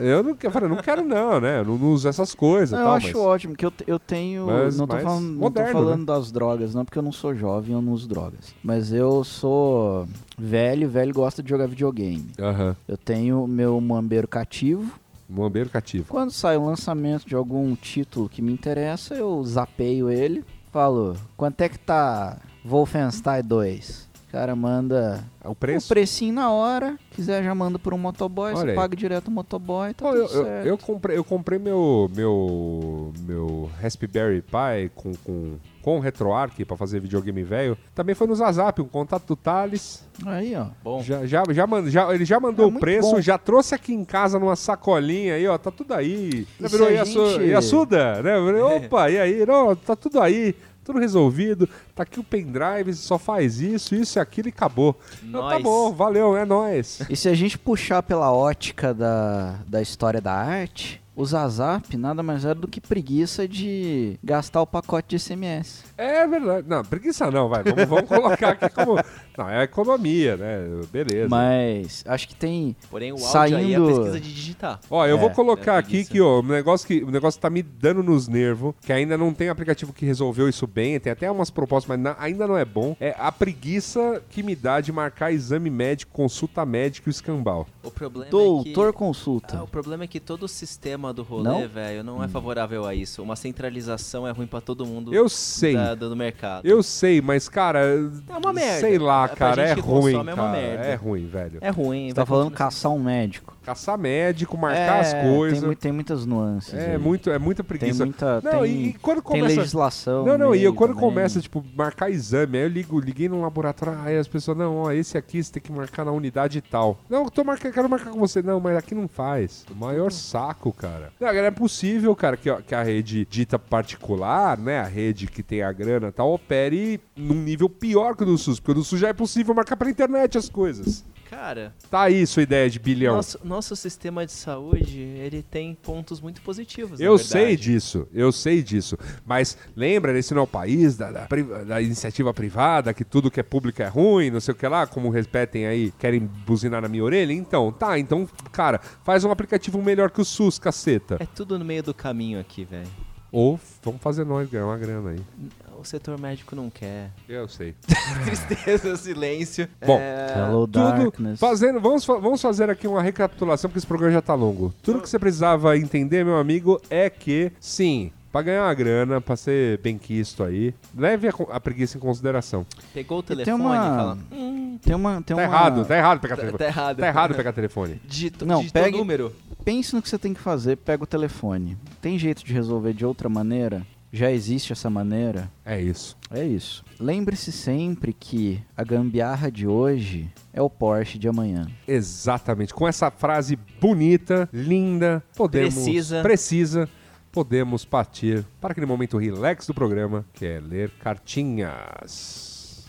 D: É, eu não quero, eu falei, não quero, não, né? Eu não, não uso essas coisas.
C: Não,
D: e
C: eu
D: tal,
C: acho
D: mas...
C: ótimo, que eu, te- eu tenho.
D: Mas-
C: não tô
D: mas
C: falando, não
D: moderno, né?
C: tô falando das drogas, não, porque eu não sou jovem, eu não uso drogas. Mas eu sou velho, velho gosta de jogar videogame.
D: Aham.
C: Eu tenho meu mambeiro cativo.
D: Bombeiro cativo.
C: Quando sai o lançamento de algum título que me interessa, eu zapeio ele. Falo, quanto é que tá Wolfenstein 2? O cara manda
D: O
C: O
D: preço.
C: precinho na hora, quiser já manda por um motoboy,
D: Olha
C: você
D: aí.
C: paga direto o motoboy, tá
D: Pô,
C: tudo
D: eu, eu,
C: certo.
D: eu comprei, eu comprei meu, meu, meu Raspberry Pi com, com, com RetroArch pra fazer videogame velho. Também foi no Zazap, um contato do Thales.
C: Aí, ó.
E: Bom,
D: Já, já, já, man- já- ele já mandou
C: É
D: o
C: muito
D: preço,
C: bom.
D: já trouxe aqui em casa numa sacolinha aí, ó, tá tudo aí. Já
C: se
D: virou
C: a
D: Yasu,
C: gente-
D: Yasuda, né? Eu falei, Opa, e aí? Não, tá tudo aí, tudo resolvido. Tá aqui o pendrive, só faz isso, isso e aquilo e acabou. Então, tá
E: Nóis.
D: bom, valeu, é nóis.
C: E se a gente puxar pela ótica da, da história da arte, o Zazap nada mais era do que preguiça de gastar o pacote de SMS.
D: É verdade. Não, preguiça não, vai. Vamos, vamos colocar aqui como. Não, é a economia, né? Beleza.
C: Mas acho que tem.
E: porém o áudio aí é a
C: Saindo-
E: pesquisa de digitar.
D: Ó, eu
C: É,
D: vou colocar
E: é
D: aqui
E: preguiça.
D: que ó, um negócio que o negócio tá me dando nos nervos, que ainda não tem aplicativo que resolveu isso bem, tem até umas propostas, mas na- ainda não é bom. É a preguiça que me dá de marcar exame médico, consulta médica e o escambau.
E: O problema
C: Doutor
E: é que... Ah,
C: consulta.
E: o problema é que todo o sistema do rolê,
C: Não? Hum.
E: velho, não é favorável a isso. Uma centralização é ruim pra todo mundo
D: Eu sei.
E: da- do do mercado.
D: Eu sei, mas cara,
E: É uma merda.
D: Sei lá,
E: É pra
D: cara, é
E: gente que
D: ruim,
E: consome, é uma
D: cara.
E: merda.
D: É ruim, velho.
E: É ruim.
C: Você
E: vai
C: tá falando
E: continuar-
C: caçar um médico.
D: Caçar médico, marcar
C: É,
D: as
C: Tem,
D: coisas.
C: mui- tem muitas nuances.
D: É
C: aí.
D: muito, é muita
C: Tem
D: preguiça.
C: muita.
D: Não,
C: tem, né?
D: e, e quando
C: tem
D: começa.
C: legislação.
D: Não, não,
C: no
D: e eu,
C: meio
D: quando
C: também.
D: começa, tipo, marcar exame, aí eu ligo, liguei no laboratório, aí as pessoas, não, ó, esse aqui você tem que marcar na unidade e tal. Não, eu tô marcando, quero marcar com você. Não, mas aqui não faz. O maior saco, cara. Não, cara, é possível, cara, que, ó, que a rede dita particular, né, a rede que tem a grana e tal, opere num nível pior que o do SUS, porque o do SUS já é possível marcar pela internet as coisas.
E: Cara,
D: Tá aí sua ideia de bilhão.
E: nosso, nosso sistema de saúde, ele tem pontos muito positivos. na
D: Eu
E: verdade.
D: sei disso, eu sei disso. Mas lembra, esse não é o país da, da pri- da iniciativa privada, que tudo que é público é ruim, não sei o que lá, como repetem aí, querem buzinar na minha orelha? Então, tá, então, cara, faz um aplicativo melhor que o SUS, caceta.
E: É tudo no meio do caminho aqui, velho.
D: Ou vamos fazer nós ganhar uma grana aí.
E: O setor médico não quer.
D: Eu sei.
E: Tristeza, silêncio. É,
D: Bom,
C: É, Hello
D: Tudo
C: Darkness.
D: fazendo, vamos, fa- vamos fazer aqui uma recapitulação, porque esse programa já tá longo. Tudo que você precisava entender, meu amigo, é que sim. Pra ganhar uma grana, pra ser benquisto aí, leve a co- a preguiça em consideração.
E: Pegou o
C: E
E: telefone
C: tem
E: e
C: uma...
E: fala.
C: Tem uma... Tem
D: Tá
C: uma...
D: errado, tá errado pegar
E: Tá-
D: telefone.
E: tá errado.
D: Tá errado pegar telefone.
E: Digita,
C: Não,
E: digita
C: pegue-
E: o número.
C: Pense no que você tem que fazer, pega o telefone. Tem jeito de resolver de outra maneira? Já existe essa maneira?
D: É isso.
C: É isso. Lembre-se sempre que a gambiarra de hoje é o Porsche de amanhã.
D: Exatamente. Com essa frase bonita, linda, podemos.
E: Precisa.
D: Precisa. Podemos partir para aquele momento relax do programa, que é ler cartinhas.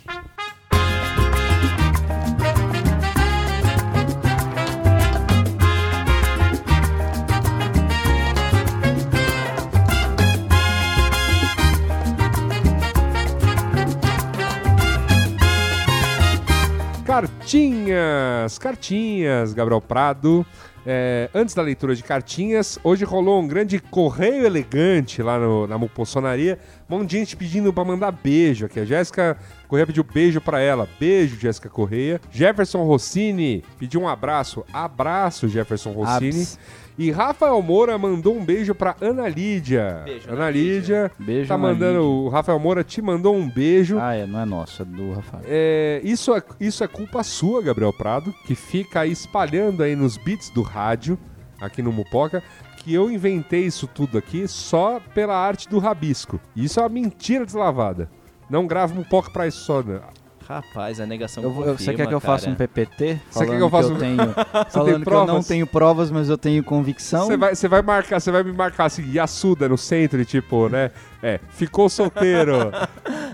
D: Cartinhas, cartinhas, Gabriel Prado. É, antes da leitura de cartinhas, hoje rolou um grande correio elegante lá no- na Mupossonaria. Um monte de gente pedindo pra mandar beijo aqui. A Jéssica Correia pediu beijo pra ela. Beijo, Jéssica Correia. Jefferson Rossini pediu um abraço. Abraço, Jefferson Rossini.
C: Abs.
D: E Rafael Moura mandou um beijo pra Ana Lídia.
E: Beijo,
D: Ana
E: Ana
D: Lídia.
E: Lídia.
C: Beijo,
D: tá
C: Ana
D: mandando.
C: Lídia.
D: O Rafael Moura te mandou um beijo.
C: Ah, é, não é nosso, é do Rafael.
D: É, isso, é, isso é culpa sua, Gabriel Prado, que fica aí espalhando aí nos beats do rádio, aqui no Mupoca, que eu inventei isso tudo aqui só pela arte do rabisco. Isso é uma mentira deslavada. Não gravo Mupoca pra isso só, né?
E: Rapaz, a negação
C: Eu vou- eu- você
E: confirma,
C: quer que eu
E: cara.
C: faça um PPT?
D: Você quer que
C: Falando
D: eu faça um-
C: tenho,
D: tem
C: falando que eu não
D: provas?
C: tenho provas, mas eu tenho convicção.
D: Você vai, você vai marcar, você vai me marcar assim, Yasuda no centro e tipo, né? É, ficou solteiro,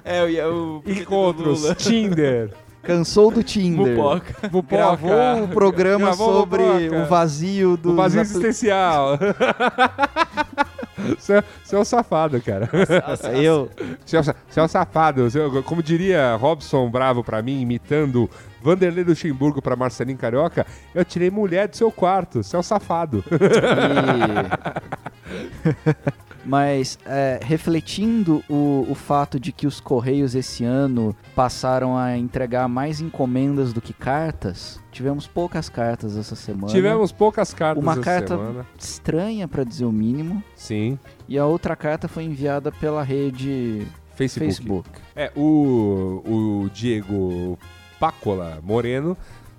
E: É, eu ia o
D: encontros, Tinder,
C: Cansou do Tinder.
E: Mupoca.
D: Mupoca.
C: Gravou um o programa
D: Gravou
C: sobre
D: Mupoca.
C: o vazio do
D: O vazio existencial. Você é- você é um safado, cara.
C: Eu,
D: Você é um sa- você é um safado. Você é- Como diria Robson Bravo pra mim, imitando Vanderlei Luxemburgo pra Marcelinho Carioca, eu tirei mulher do seu quarto. Você é um safado.
C: E- Mas é, refletindo o, o fato de que os Correios esse ano passaram a entregar mais encomendas do que cartas, tivemos poucas cartas essa semana.
D: Tivemos poucas cartas
C: uma
D: essa
C: carta
D: semana.
C: estranha, pra dizer o mínimo,
D: Sim.
C: e a outra carta foi enviada pela rede
D: Facebook.
C: Facebook.
D: É, o, o Diego Pacola Moreno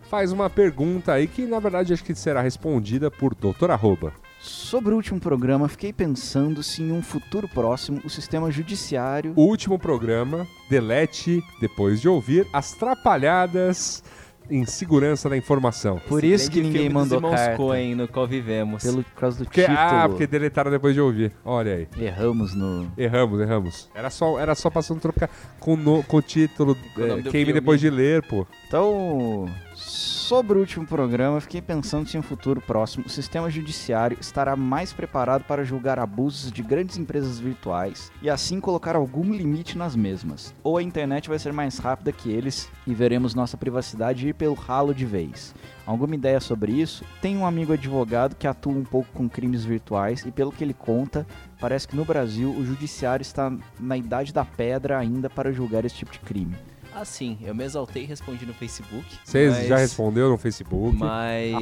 D: faz uma pergunta aí que, na verdade, acho que será respondida por Doutor Arroba.
C: Sobre o último programa, fiquei pensando se em um futuro próximo o sistema judiciário
D: O último programa, delete, depois de ouvir, as trapalhadas em segurança da informação.
C: Por
E: Esse
C: isso que
E: grande
C: ninguém
E: filme
C: mandou
E: dos irmãos
C: carta.
E: Coen, no qual vivemos.
C: pelo por causa do
D: Porque,
C: título.
D: ah, porque deletaram depois de ouvir. Olha aí.
C: Erramos no
D: Erramos, erramos. Era só, era só passando trocar com, o no- com o título
E: o
D: é,
E: nome do
D: Queime
E: filme.
D: depois de ler, pô.
C: Então, sobre o último programa, eu fiquei pensando se em um futuro próximo o sistema judiciário estará mais preparado para julgar abusos de grandes empresas virtuais e assim colocar algum limite nas mesmas. Ou a internet vai ser mais rápida que eles e veremos nossa privacidade ir pelo ralo de vez. Alguma ideia sobre isso? Tem um amigo advogado que atua um pouco com crimes virtuais e pelo que ele conta, parece que no Brasil o judiciário está na idade da pedra ainda para julgar esse tipo de crime.
E: Ah, sim, eu me exaltei e respondi no Facebook.
D: Vocês
E: mas-
D: já respondeu no Facebook?
E: Mas.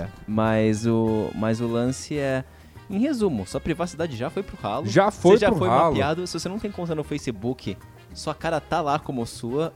C: Apaga.
E: Mas o, mas o lance é. Em resumo, sua privacidade já foi pro ralo.
D: Já foi
E: Você já
D: pro
E: foi
D: ralo.
E: mapeado. Se você não tem conta no Facebook, sua cara tá lá como sua.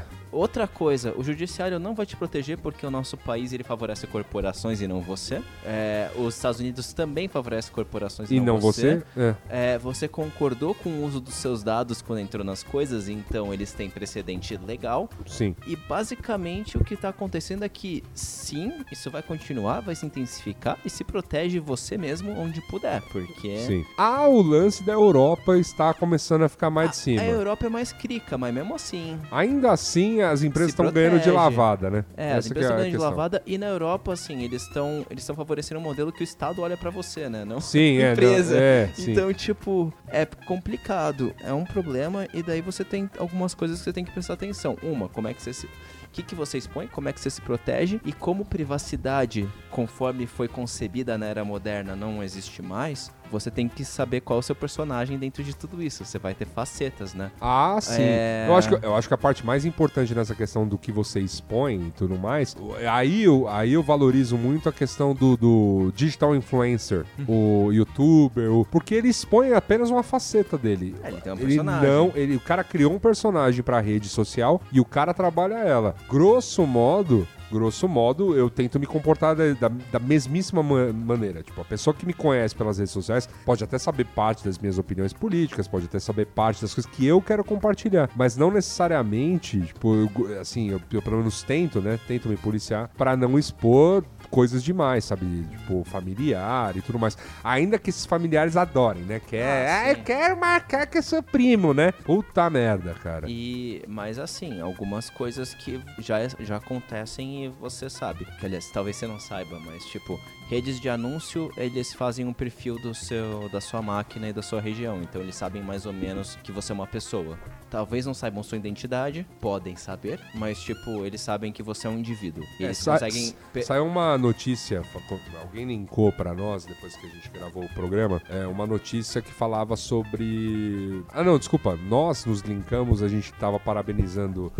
D: É,
E: Outra coisa, o judiciário não vai te proteger porque o nosso país ele favorece corporações e não você. É, os Estados Unidos também favorece corporações e,
D: e não você? É.
E: É, você concordou com o uso dos seus dados quando entrou nas coisas, então eles têm precedente legal.
D: Sim.
E: E basicamente o que está acontecendo é que sim, isso vai continuar, vai se intensificar e se protege você mesmo onde puder, porque
D: Sim. Ah, o lance da Europa está começando a ficar mais de
E: a
D: cima.
E: Europa é mais crica, mas mesmo assim.
D: Ainda assim, assim as empresas
E: Se
D: estão ganhando de
E: protege.
D: lavada, né?
E: É, as
D: Essa que
E: empresas
D: a
E: ganham de
D: questão.
E: lavada e na Europa, assim, eles estão eles estão favorecendo um modelo que o Estado olha pra você, né? Não
D: Sim, é.
E: empresa.
D: não- é, sim.
E: Então, tipo, é complicado, é um problema e daí você tem algumas coisas que você tem que prestar atenção. Uma, como é que você se o que, que você expõe, como é que você se protege e como privacidade, conforme foi concebida na era moderna, não existe mais, você tem que saber qual é o seu personagem dentro de tudo isso. Você vai ter facetas, né?
D: Ah, sim.
E: É.
D: Eu, acho que, eu acho que a parte mais importante nessa questão do que você expõe e tudo mais, o- aí eu, aí eu valorizo muito a questão do, do digital influencer,
E: Uhum.
D: o youtuber, o- porque ele expõe apenas uma faceta dele.
E: É, ele tem um
D: Ele
E: personagem.
D: não, Então, ele, o cara criou um personagem pra rede social e o cara trabalha ela. Grosso modo, grosso modo, eu tento me comportar da, da- da mesmíssima ma- maneira. Tipo, a pessoa que me conhece pelas redes sociais pode até saber parte das minhas opiniões políticas, pode até saber parte das coisas que eu quero compartilhar, mas não necessariamente, tipo, eu go- assim, eu, eu pelo menos tento, né? Tento me policiar pra não expor coisas demais, sabe? Tipo, familiar e tudo mais. Ainda que esses familiares adorem, né? Que é,
E: Ah,
D: ah,
E: sim.
D: eu quero marcar que é seu primo, né? Puta merda, cara.
E: E, mas assim, algumas coisas que já, é, já acontecem e você sabe. Que, aliás, talvez você não saiba, mas tipo, redes de anúncio, eles fazem um perfil do seu, da sua máquina e da sua região. Então eles sabem mais ou menos que você é uma pessoa. Talvez não saibam sua identidade, podem saber, mas tipo, eles sabem que você é um indivíduo. E eles
D: sa-
E: conseguem. pe-
D: Saiu uma notícia, fa- co- alguém linkou pra nós, depois que a gente gravou o programa, é, uma notícia que falava sobre... Ah, não, desculpa. Nós nos linkamos, a gente tava parabenizando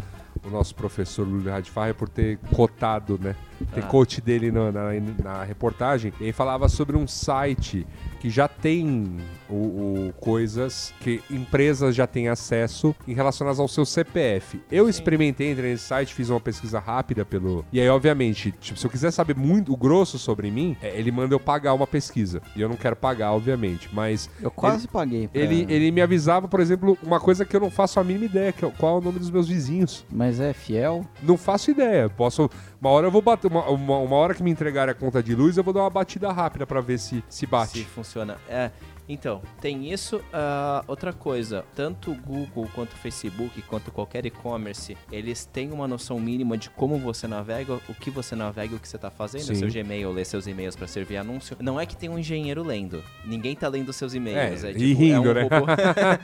D: o nosso professor Lúlio Radfarre por ter cotado, né? Ter
E: Ah.
D: coach dele na, na- na reportagem. E ele falava sobre um site que já tem o, o coisas que empresas já têm acesso em relacionadas ao seu CPF. Eu experimentei, entrei nesse site, fiz uma pesquisa rápida pelo. E aí, obviamente, tipo, se eu quiser saber muito o grosso sobre mim, é, ele manda eu pagar uma pesquisa. E eu não quero pagar, obviamente. Mas
C: Eu quase É. paguei. pra-
D: ele, ele me avisava, por exemplo, uma coisa que eu não faço a mínima ideia, que é qual é o nome dos meus vizinhos.
C: Mas é fiel?
D: Não faço ideia. Posso. Uma hora eu vou bater. Uma, uma, uma hora que me entregarem a conta de luz, eu vou dar uma batida rápida pra ver se, se
E: Se
D: bate.
E: funciona. É, então, tem isso. Ah, outra coisa, tanto o Google quanto o Facebook, quanto qualquer e-commerce, eles têm uma noção mínima de como você navega, o que você navega, o que você está fazendo.
D: Sim.
E: Seu Gmail, lê seus e-mails para servir anúncio. Não é que tem um engenheiro lendo. Ninguém tá lendo seus e-mails.
D: É,
E: É,
D: e
E: tipo,
D: rindo,
E: é um
D: né?
E: robô.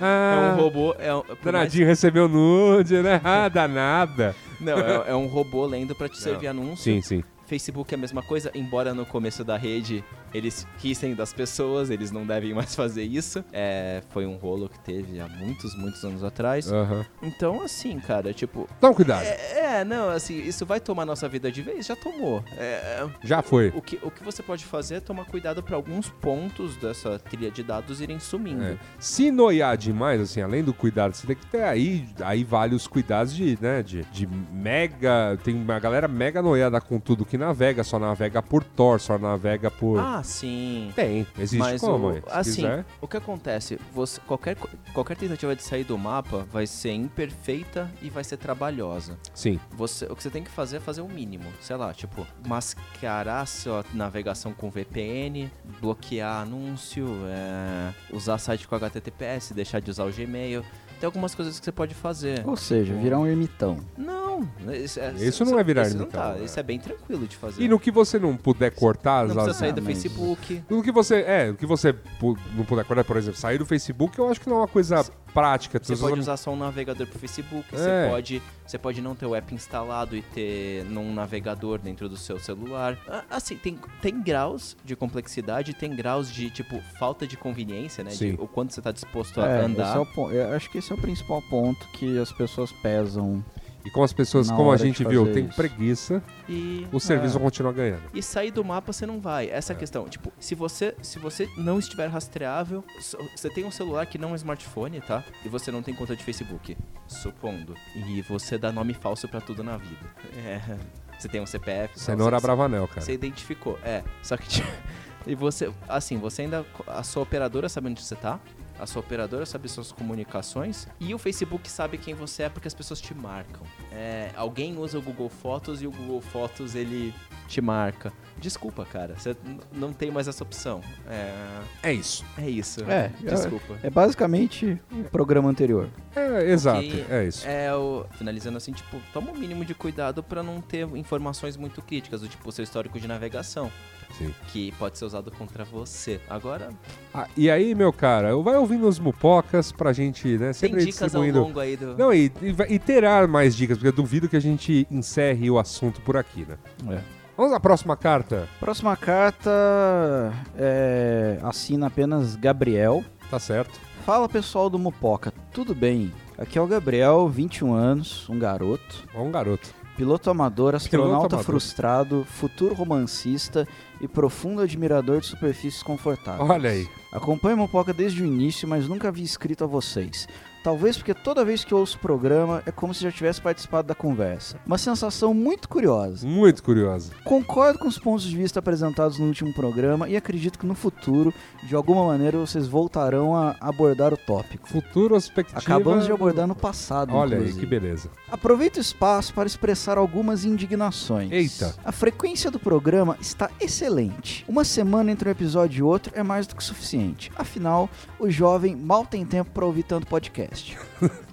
E: é um robô. É um, por mais-
D: Danadinho recebeu nude, né? Ah, danada.
E: não, é, é um robô lendo para te servir anúncio.
D: Sim, sim.
E: Facebook é a mesma coisa, embora no começo da rede eles rissem das pessoas, eles não devem mais fazer isso. É, foi um rolo que teve há muitos, muitos anos atrás.
D: Aham.
E: Então, assim, cara, tipo.
D: Então, cuidado.
E: É, é, não, assim, isso vai tomar nossa vida de vez? Já tomou. É, é,
D: Já foi.
E: o, que, o que você pode fazer é tomar cuidado para alguns pontos dessa trilha de dados irem sumindo.
D: É. Se noiar demais, assim, além do cuidado, você tem que ter aí, aí vale os cuidados de, né, de, de mega, tem uma galera mega noiada com tudo que navega, só navega por Thor, só navega por...
E: Ah, sim.
D: tem, existe
E: Mas
D: como,
E: o-
D: é. Se
E: assim,
D: quiser.
E: o que acontece? Você, qualquer, co- qualquer tentativa de sair do mapa vai ser imperfeita e vai ser trabalhosa.
D: Sim,
E: Você, o que você tem que fazer é fazer o mínimo. Sei lá, tipo, mascarar sua navegação com VPN, bloquear anúncio, é, usar site com HTTPS, deixar de usar o Gmail. Tem algumas coisas que você pode fazer.
C: Ou seja, virar um ermitão.
E: Não, isso, é,
D: Isso não é virar
E: isso não
D: ermitão,
E: tá,
D: é.
E: Isso é bem tranquilo de fazer.
D: e no que você não puder cortar...
E: não
D: as-
E: precisa sair do
C: Ah, mas-
E: Facebook.
D: No que você. É, o que você pu- não puder acordar, por exemplo, sair do Facebook, eu acho que não é uma coisa prática.
E: Você
D: As
E: pode
D: pessoas-
E: usar só um navegador pro Facebook,
D: É.
E: você, pode, você pode não ter o app instalado e ter num navegador dentro do seu celular. Ah, Assim, tem, tem graus de complexidade, tem graus de, tipo, falta de conveniência, né?
D: Sim.
E: De o quanto você tá disposto a
C: É, esse
E: andar.
C: é o pon- eu acho que esse é o principal ponto que as pessoas pesam.
D: E como as pessoas,
C: na
D: como a
C: hora de
D: gente viu,
C: fazer
D: tem
C: isso.
D: preguiça,
E: E, é.
D: o serviço continua ganhando.
E: e sair do mapa você não vai. Essa é a questão. Tipo, se você, se você não estiver rastreável, so- você tem um celular que não é smartphone, tá? E você não tem conta de Facebook, supondo. E você dá nome falso pra tudo na vida. É. Você tem um CPF.
D: Cenoura
E: você,
D: Bravanel, cara.
E: Você identificou, é. Só que tipo, e você, assim, você ainda a sua operadora sabe onde você tá? A sua operadora sabe suas comunicações e o Facebook sabe quem você é porque as pessoas te marcam. É, alguém usa o Google Fotos e o Google Fotos ele te marca. Desculpa, cara, você n- não tem mais essa opção. É,
D: É isso.
E: é isso.
C: É,
E: desculpa.
C: É basicamente o programa anterior.
E: um
D: É, exato,
E: Que
D: é isso.
E: É o. Finalizando assim, tipo, toma o mínimo de cuidado pra não ter informações muito críticas, do tipo seu histórico de navegação,
D: Sim.
E: que pode ser usado contra você. Agora,
D: Ah, e aí, meu cara, vai ouvindo os mupocas pra gente, né? Sempre
E: tem dicas ao
D: distribuindo.
E: longo aí do.
D: Não, e, e vai- e terá mais dicas, porque eu duvido que a gente encerre o assunto por aqui, né?
C: É.
D: Vamos à próxima carta.
C: Próxima carta é, assina apenas Gabriel.
D: Tá certo.
C: Fala pessoal do Mupoca, tudo bem? Aqui é o Gabriel, 21 anos, um garoto,
D: Ó, um garoto.
C: piloto amador, astronauta
D: amador.
C: frustrado, futuro romancista e profundo admirador de superfícies confortáveis.
D: Olha aí.
C: Acompanho o Mupoca desde o início, mas nunca havia escrito a vocês. Talvez porque toda vez que eu ouço o programa é como se já tivesse participado da conversa. Uma sensação muito curiosa.
D: Muito curioso.
C: Concordo com os pontos de vista apresentados no último programa e acredito que no futuro, de alguma maneira, vocês voltarão a abordar o tópico.
D: Futuro perspectiva.
C: Acabamos de abordar no passado,
D: Olha aí,
C: inclusive.
D: que beleza.
C: Aproveito o espaço para expressar algumas indignações.
D: Eita.
C: A frequência do programa está excelente. Uma semana entre um episódio e outro é mais do que suficiente. Afinal, o jovem mal tem tempo para ouvir tanto podcast.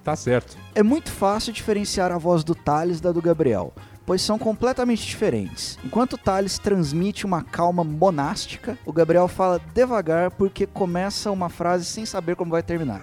D: Tá certo.
C: É muito fácil diferenciar a voz do Thales da do Gabriel, pois são completamente diferentes. Enquanto o Thales transmite uma calma monástica, o Gabriel fala devagar porque começa uma frase sem saber como vai terminar.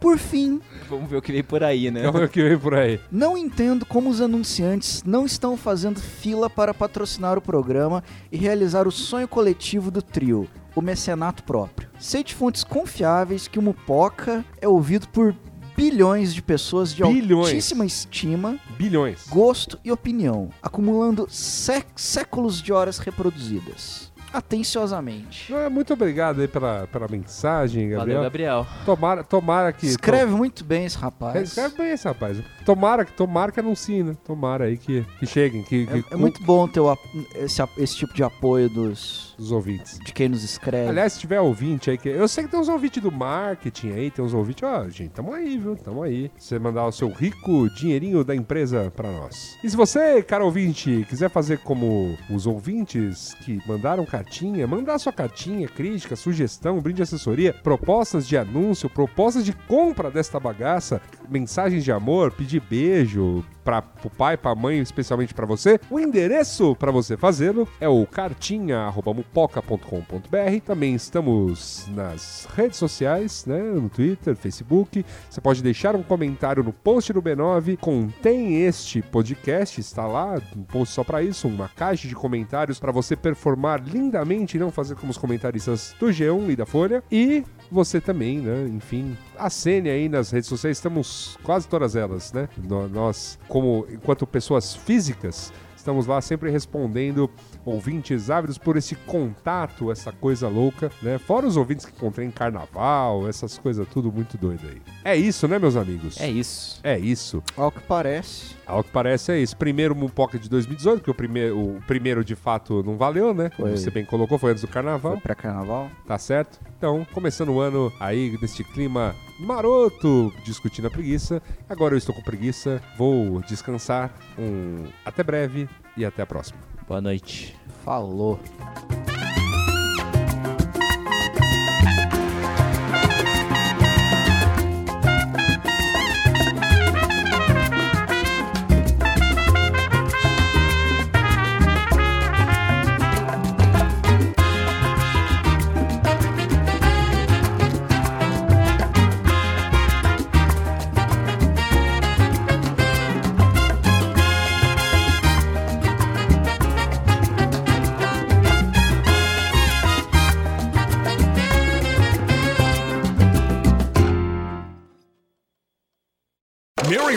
C: Por fim,
E: Vamos ver o que vem por aí, né?
D: É o que vem por aí.
C: não entendo como os anunciantes não estão fazendo fila para patrocinar o programa e realizar o sonho coletivo do trio, o mecenato próprio. Sei de fontes confiáveis que o Mupoca é ouvido por bilhões de pessoas de
D: Bilhões.
C: altíssima estima,
D: Bilhões.
C: gosto e opinião, acumulando sé- séculos de horas reproduzidas. Atenciosamente.
D: Ah, Muito obrigado aí pela, pela mensagem, Gabriel.
E: Valeu, Gabriel.
D: Tomara, tomara que.
C: Escreve muito bem esse
D: É,
C: rapaz.
D: Escreve bem esse rapaz. Tomara que, tomara que anunciem, né? Tomara aí que, que cheguem, que, que
C: É, é muito bom ter o ap- esse, ap- esse tipo de apoio dos,
D: os ouvintes.
C: de quem nos escreve.
D: Aliás, se tiver ouvinte aí, que eu sei que tem uns ouvintes do marketing aí, tem uns ouvintes, ó, gente, tamo aí, viu? Tamo aí. Você mandar o seu rico dinheirinho da empresa pra nós. E se você, cara ouvinte, quiser fazer como os ouvintes que mandaram cartinha, mandar sua cartinha, crítica, sugestão, brinde de assessoria, propostas de anúncio, propostas de compra desta bagaça, mensagens de amor, pedir beijo para o pai, para a mãe, especialmente para você. O endereço para você fazê-lo é o cartinha@mupoca.com.br. Também estamos nas redes sociais, né, no Twitter, Facebook. Você pode deixar um comentário no post do B9, contém este podcast, está lá, um post só para isso, uma caixa de comentários para você performar lindamente e não fazer como os comentaristas do G1 e da Folha. E você também, né? Enfim, acene aí nas redes sociais, estamos quase todas elas, né? No- Nós, como enquanto pessoas físicas, estamos lá sempre respondendo ouvintes ávidos por esse contato, essa coisa louca, né? Fora os ouvintes que encontrei em carnaval, essas coisas tudo muito doido aí. É isso, né, meus amigos?
E: É isso.
D: É isso.
C: Ao que parece.
D: Ao que parece é isso. Primeiro Mupoca de 2018, porque o primeiro, o primeiro de fato não valeu, né? Como
C: Foi.
D: você bem colocou, foi antes do carnaval.
C: Foi pré-carnaval?
D: tá certo? Então, começando o ano aí neste clima maroto, discutindo a preguiça. Agora eu estou com preguiça, vou descansar. Um até breve e até a próxima.
E: Boa noite.
C: Falou.
G: Mary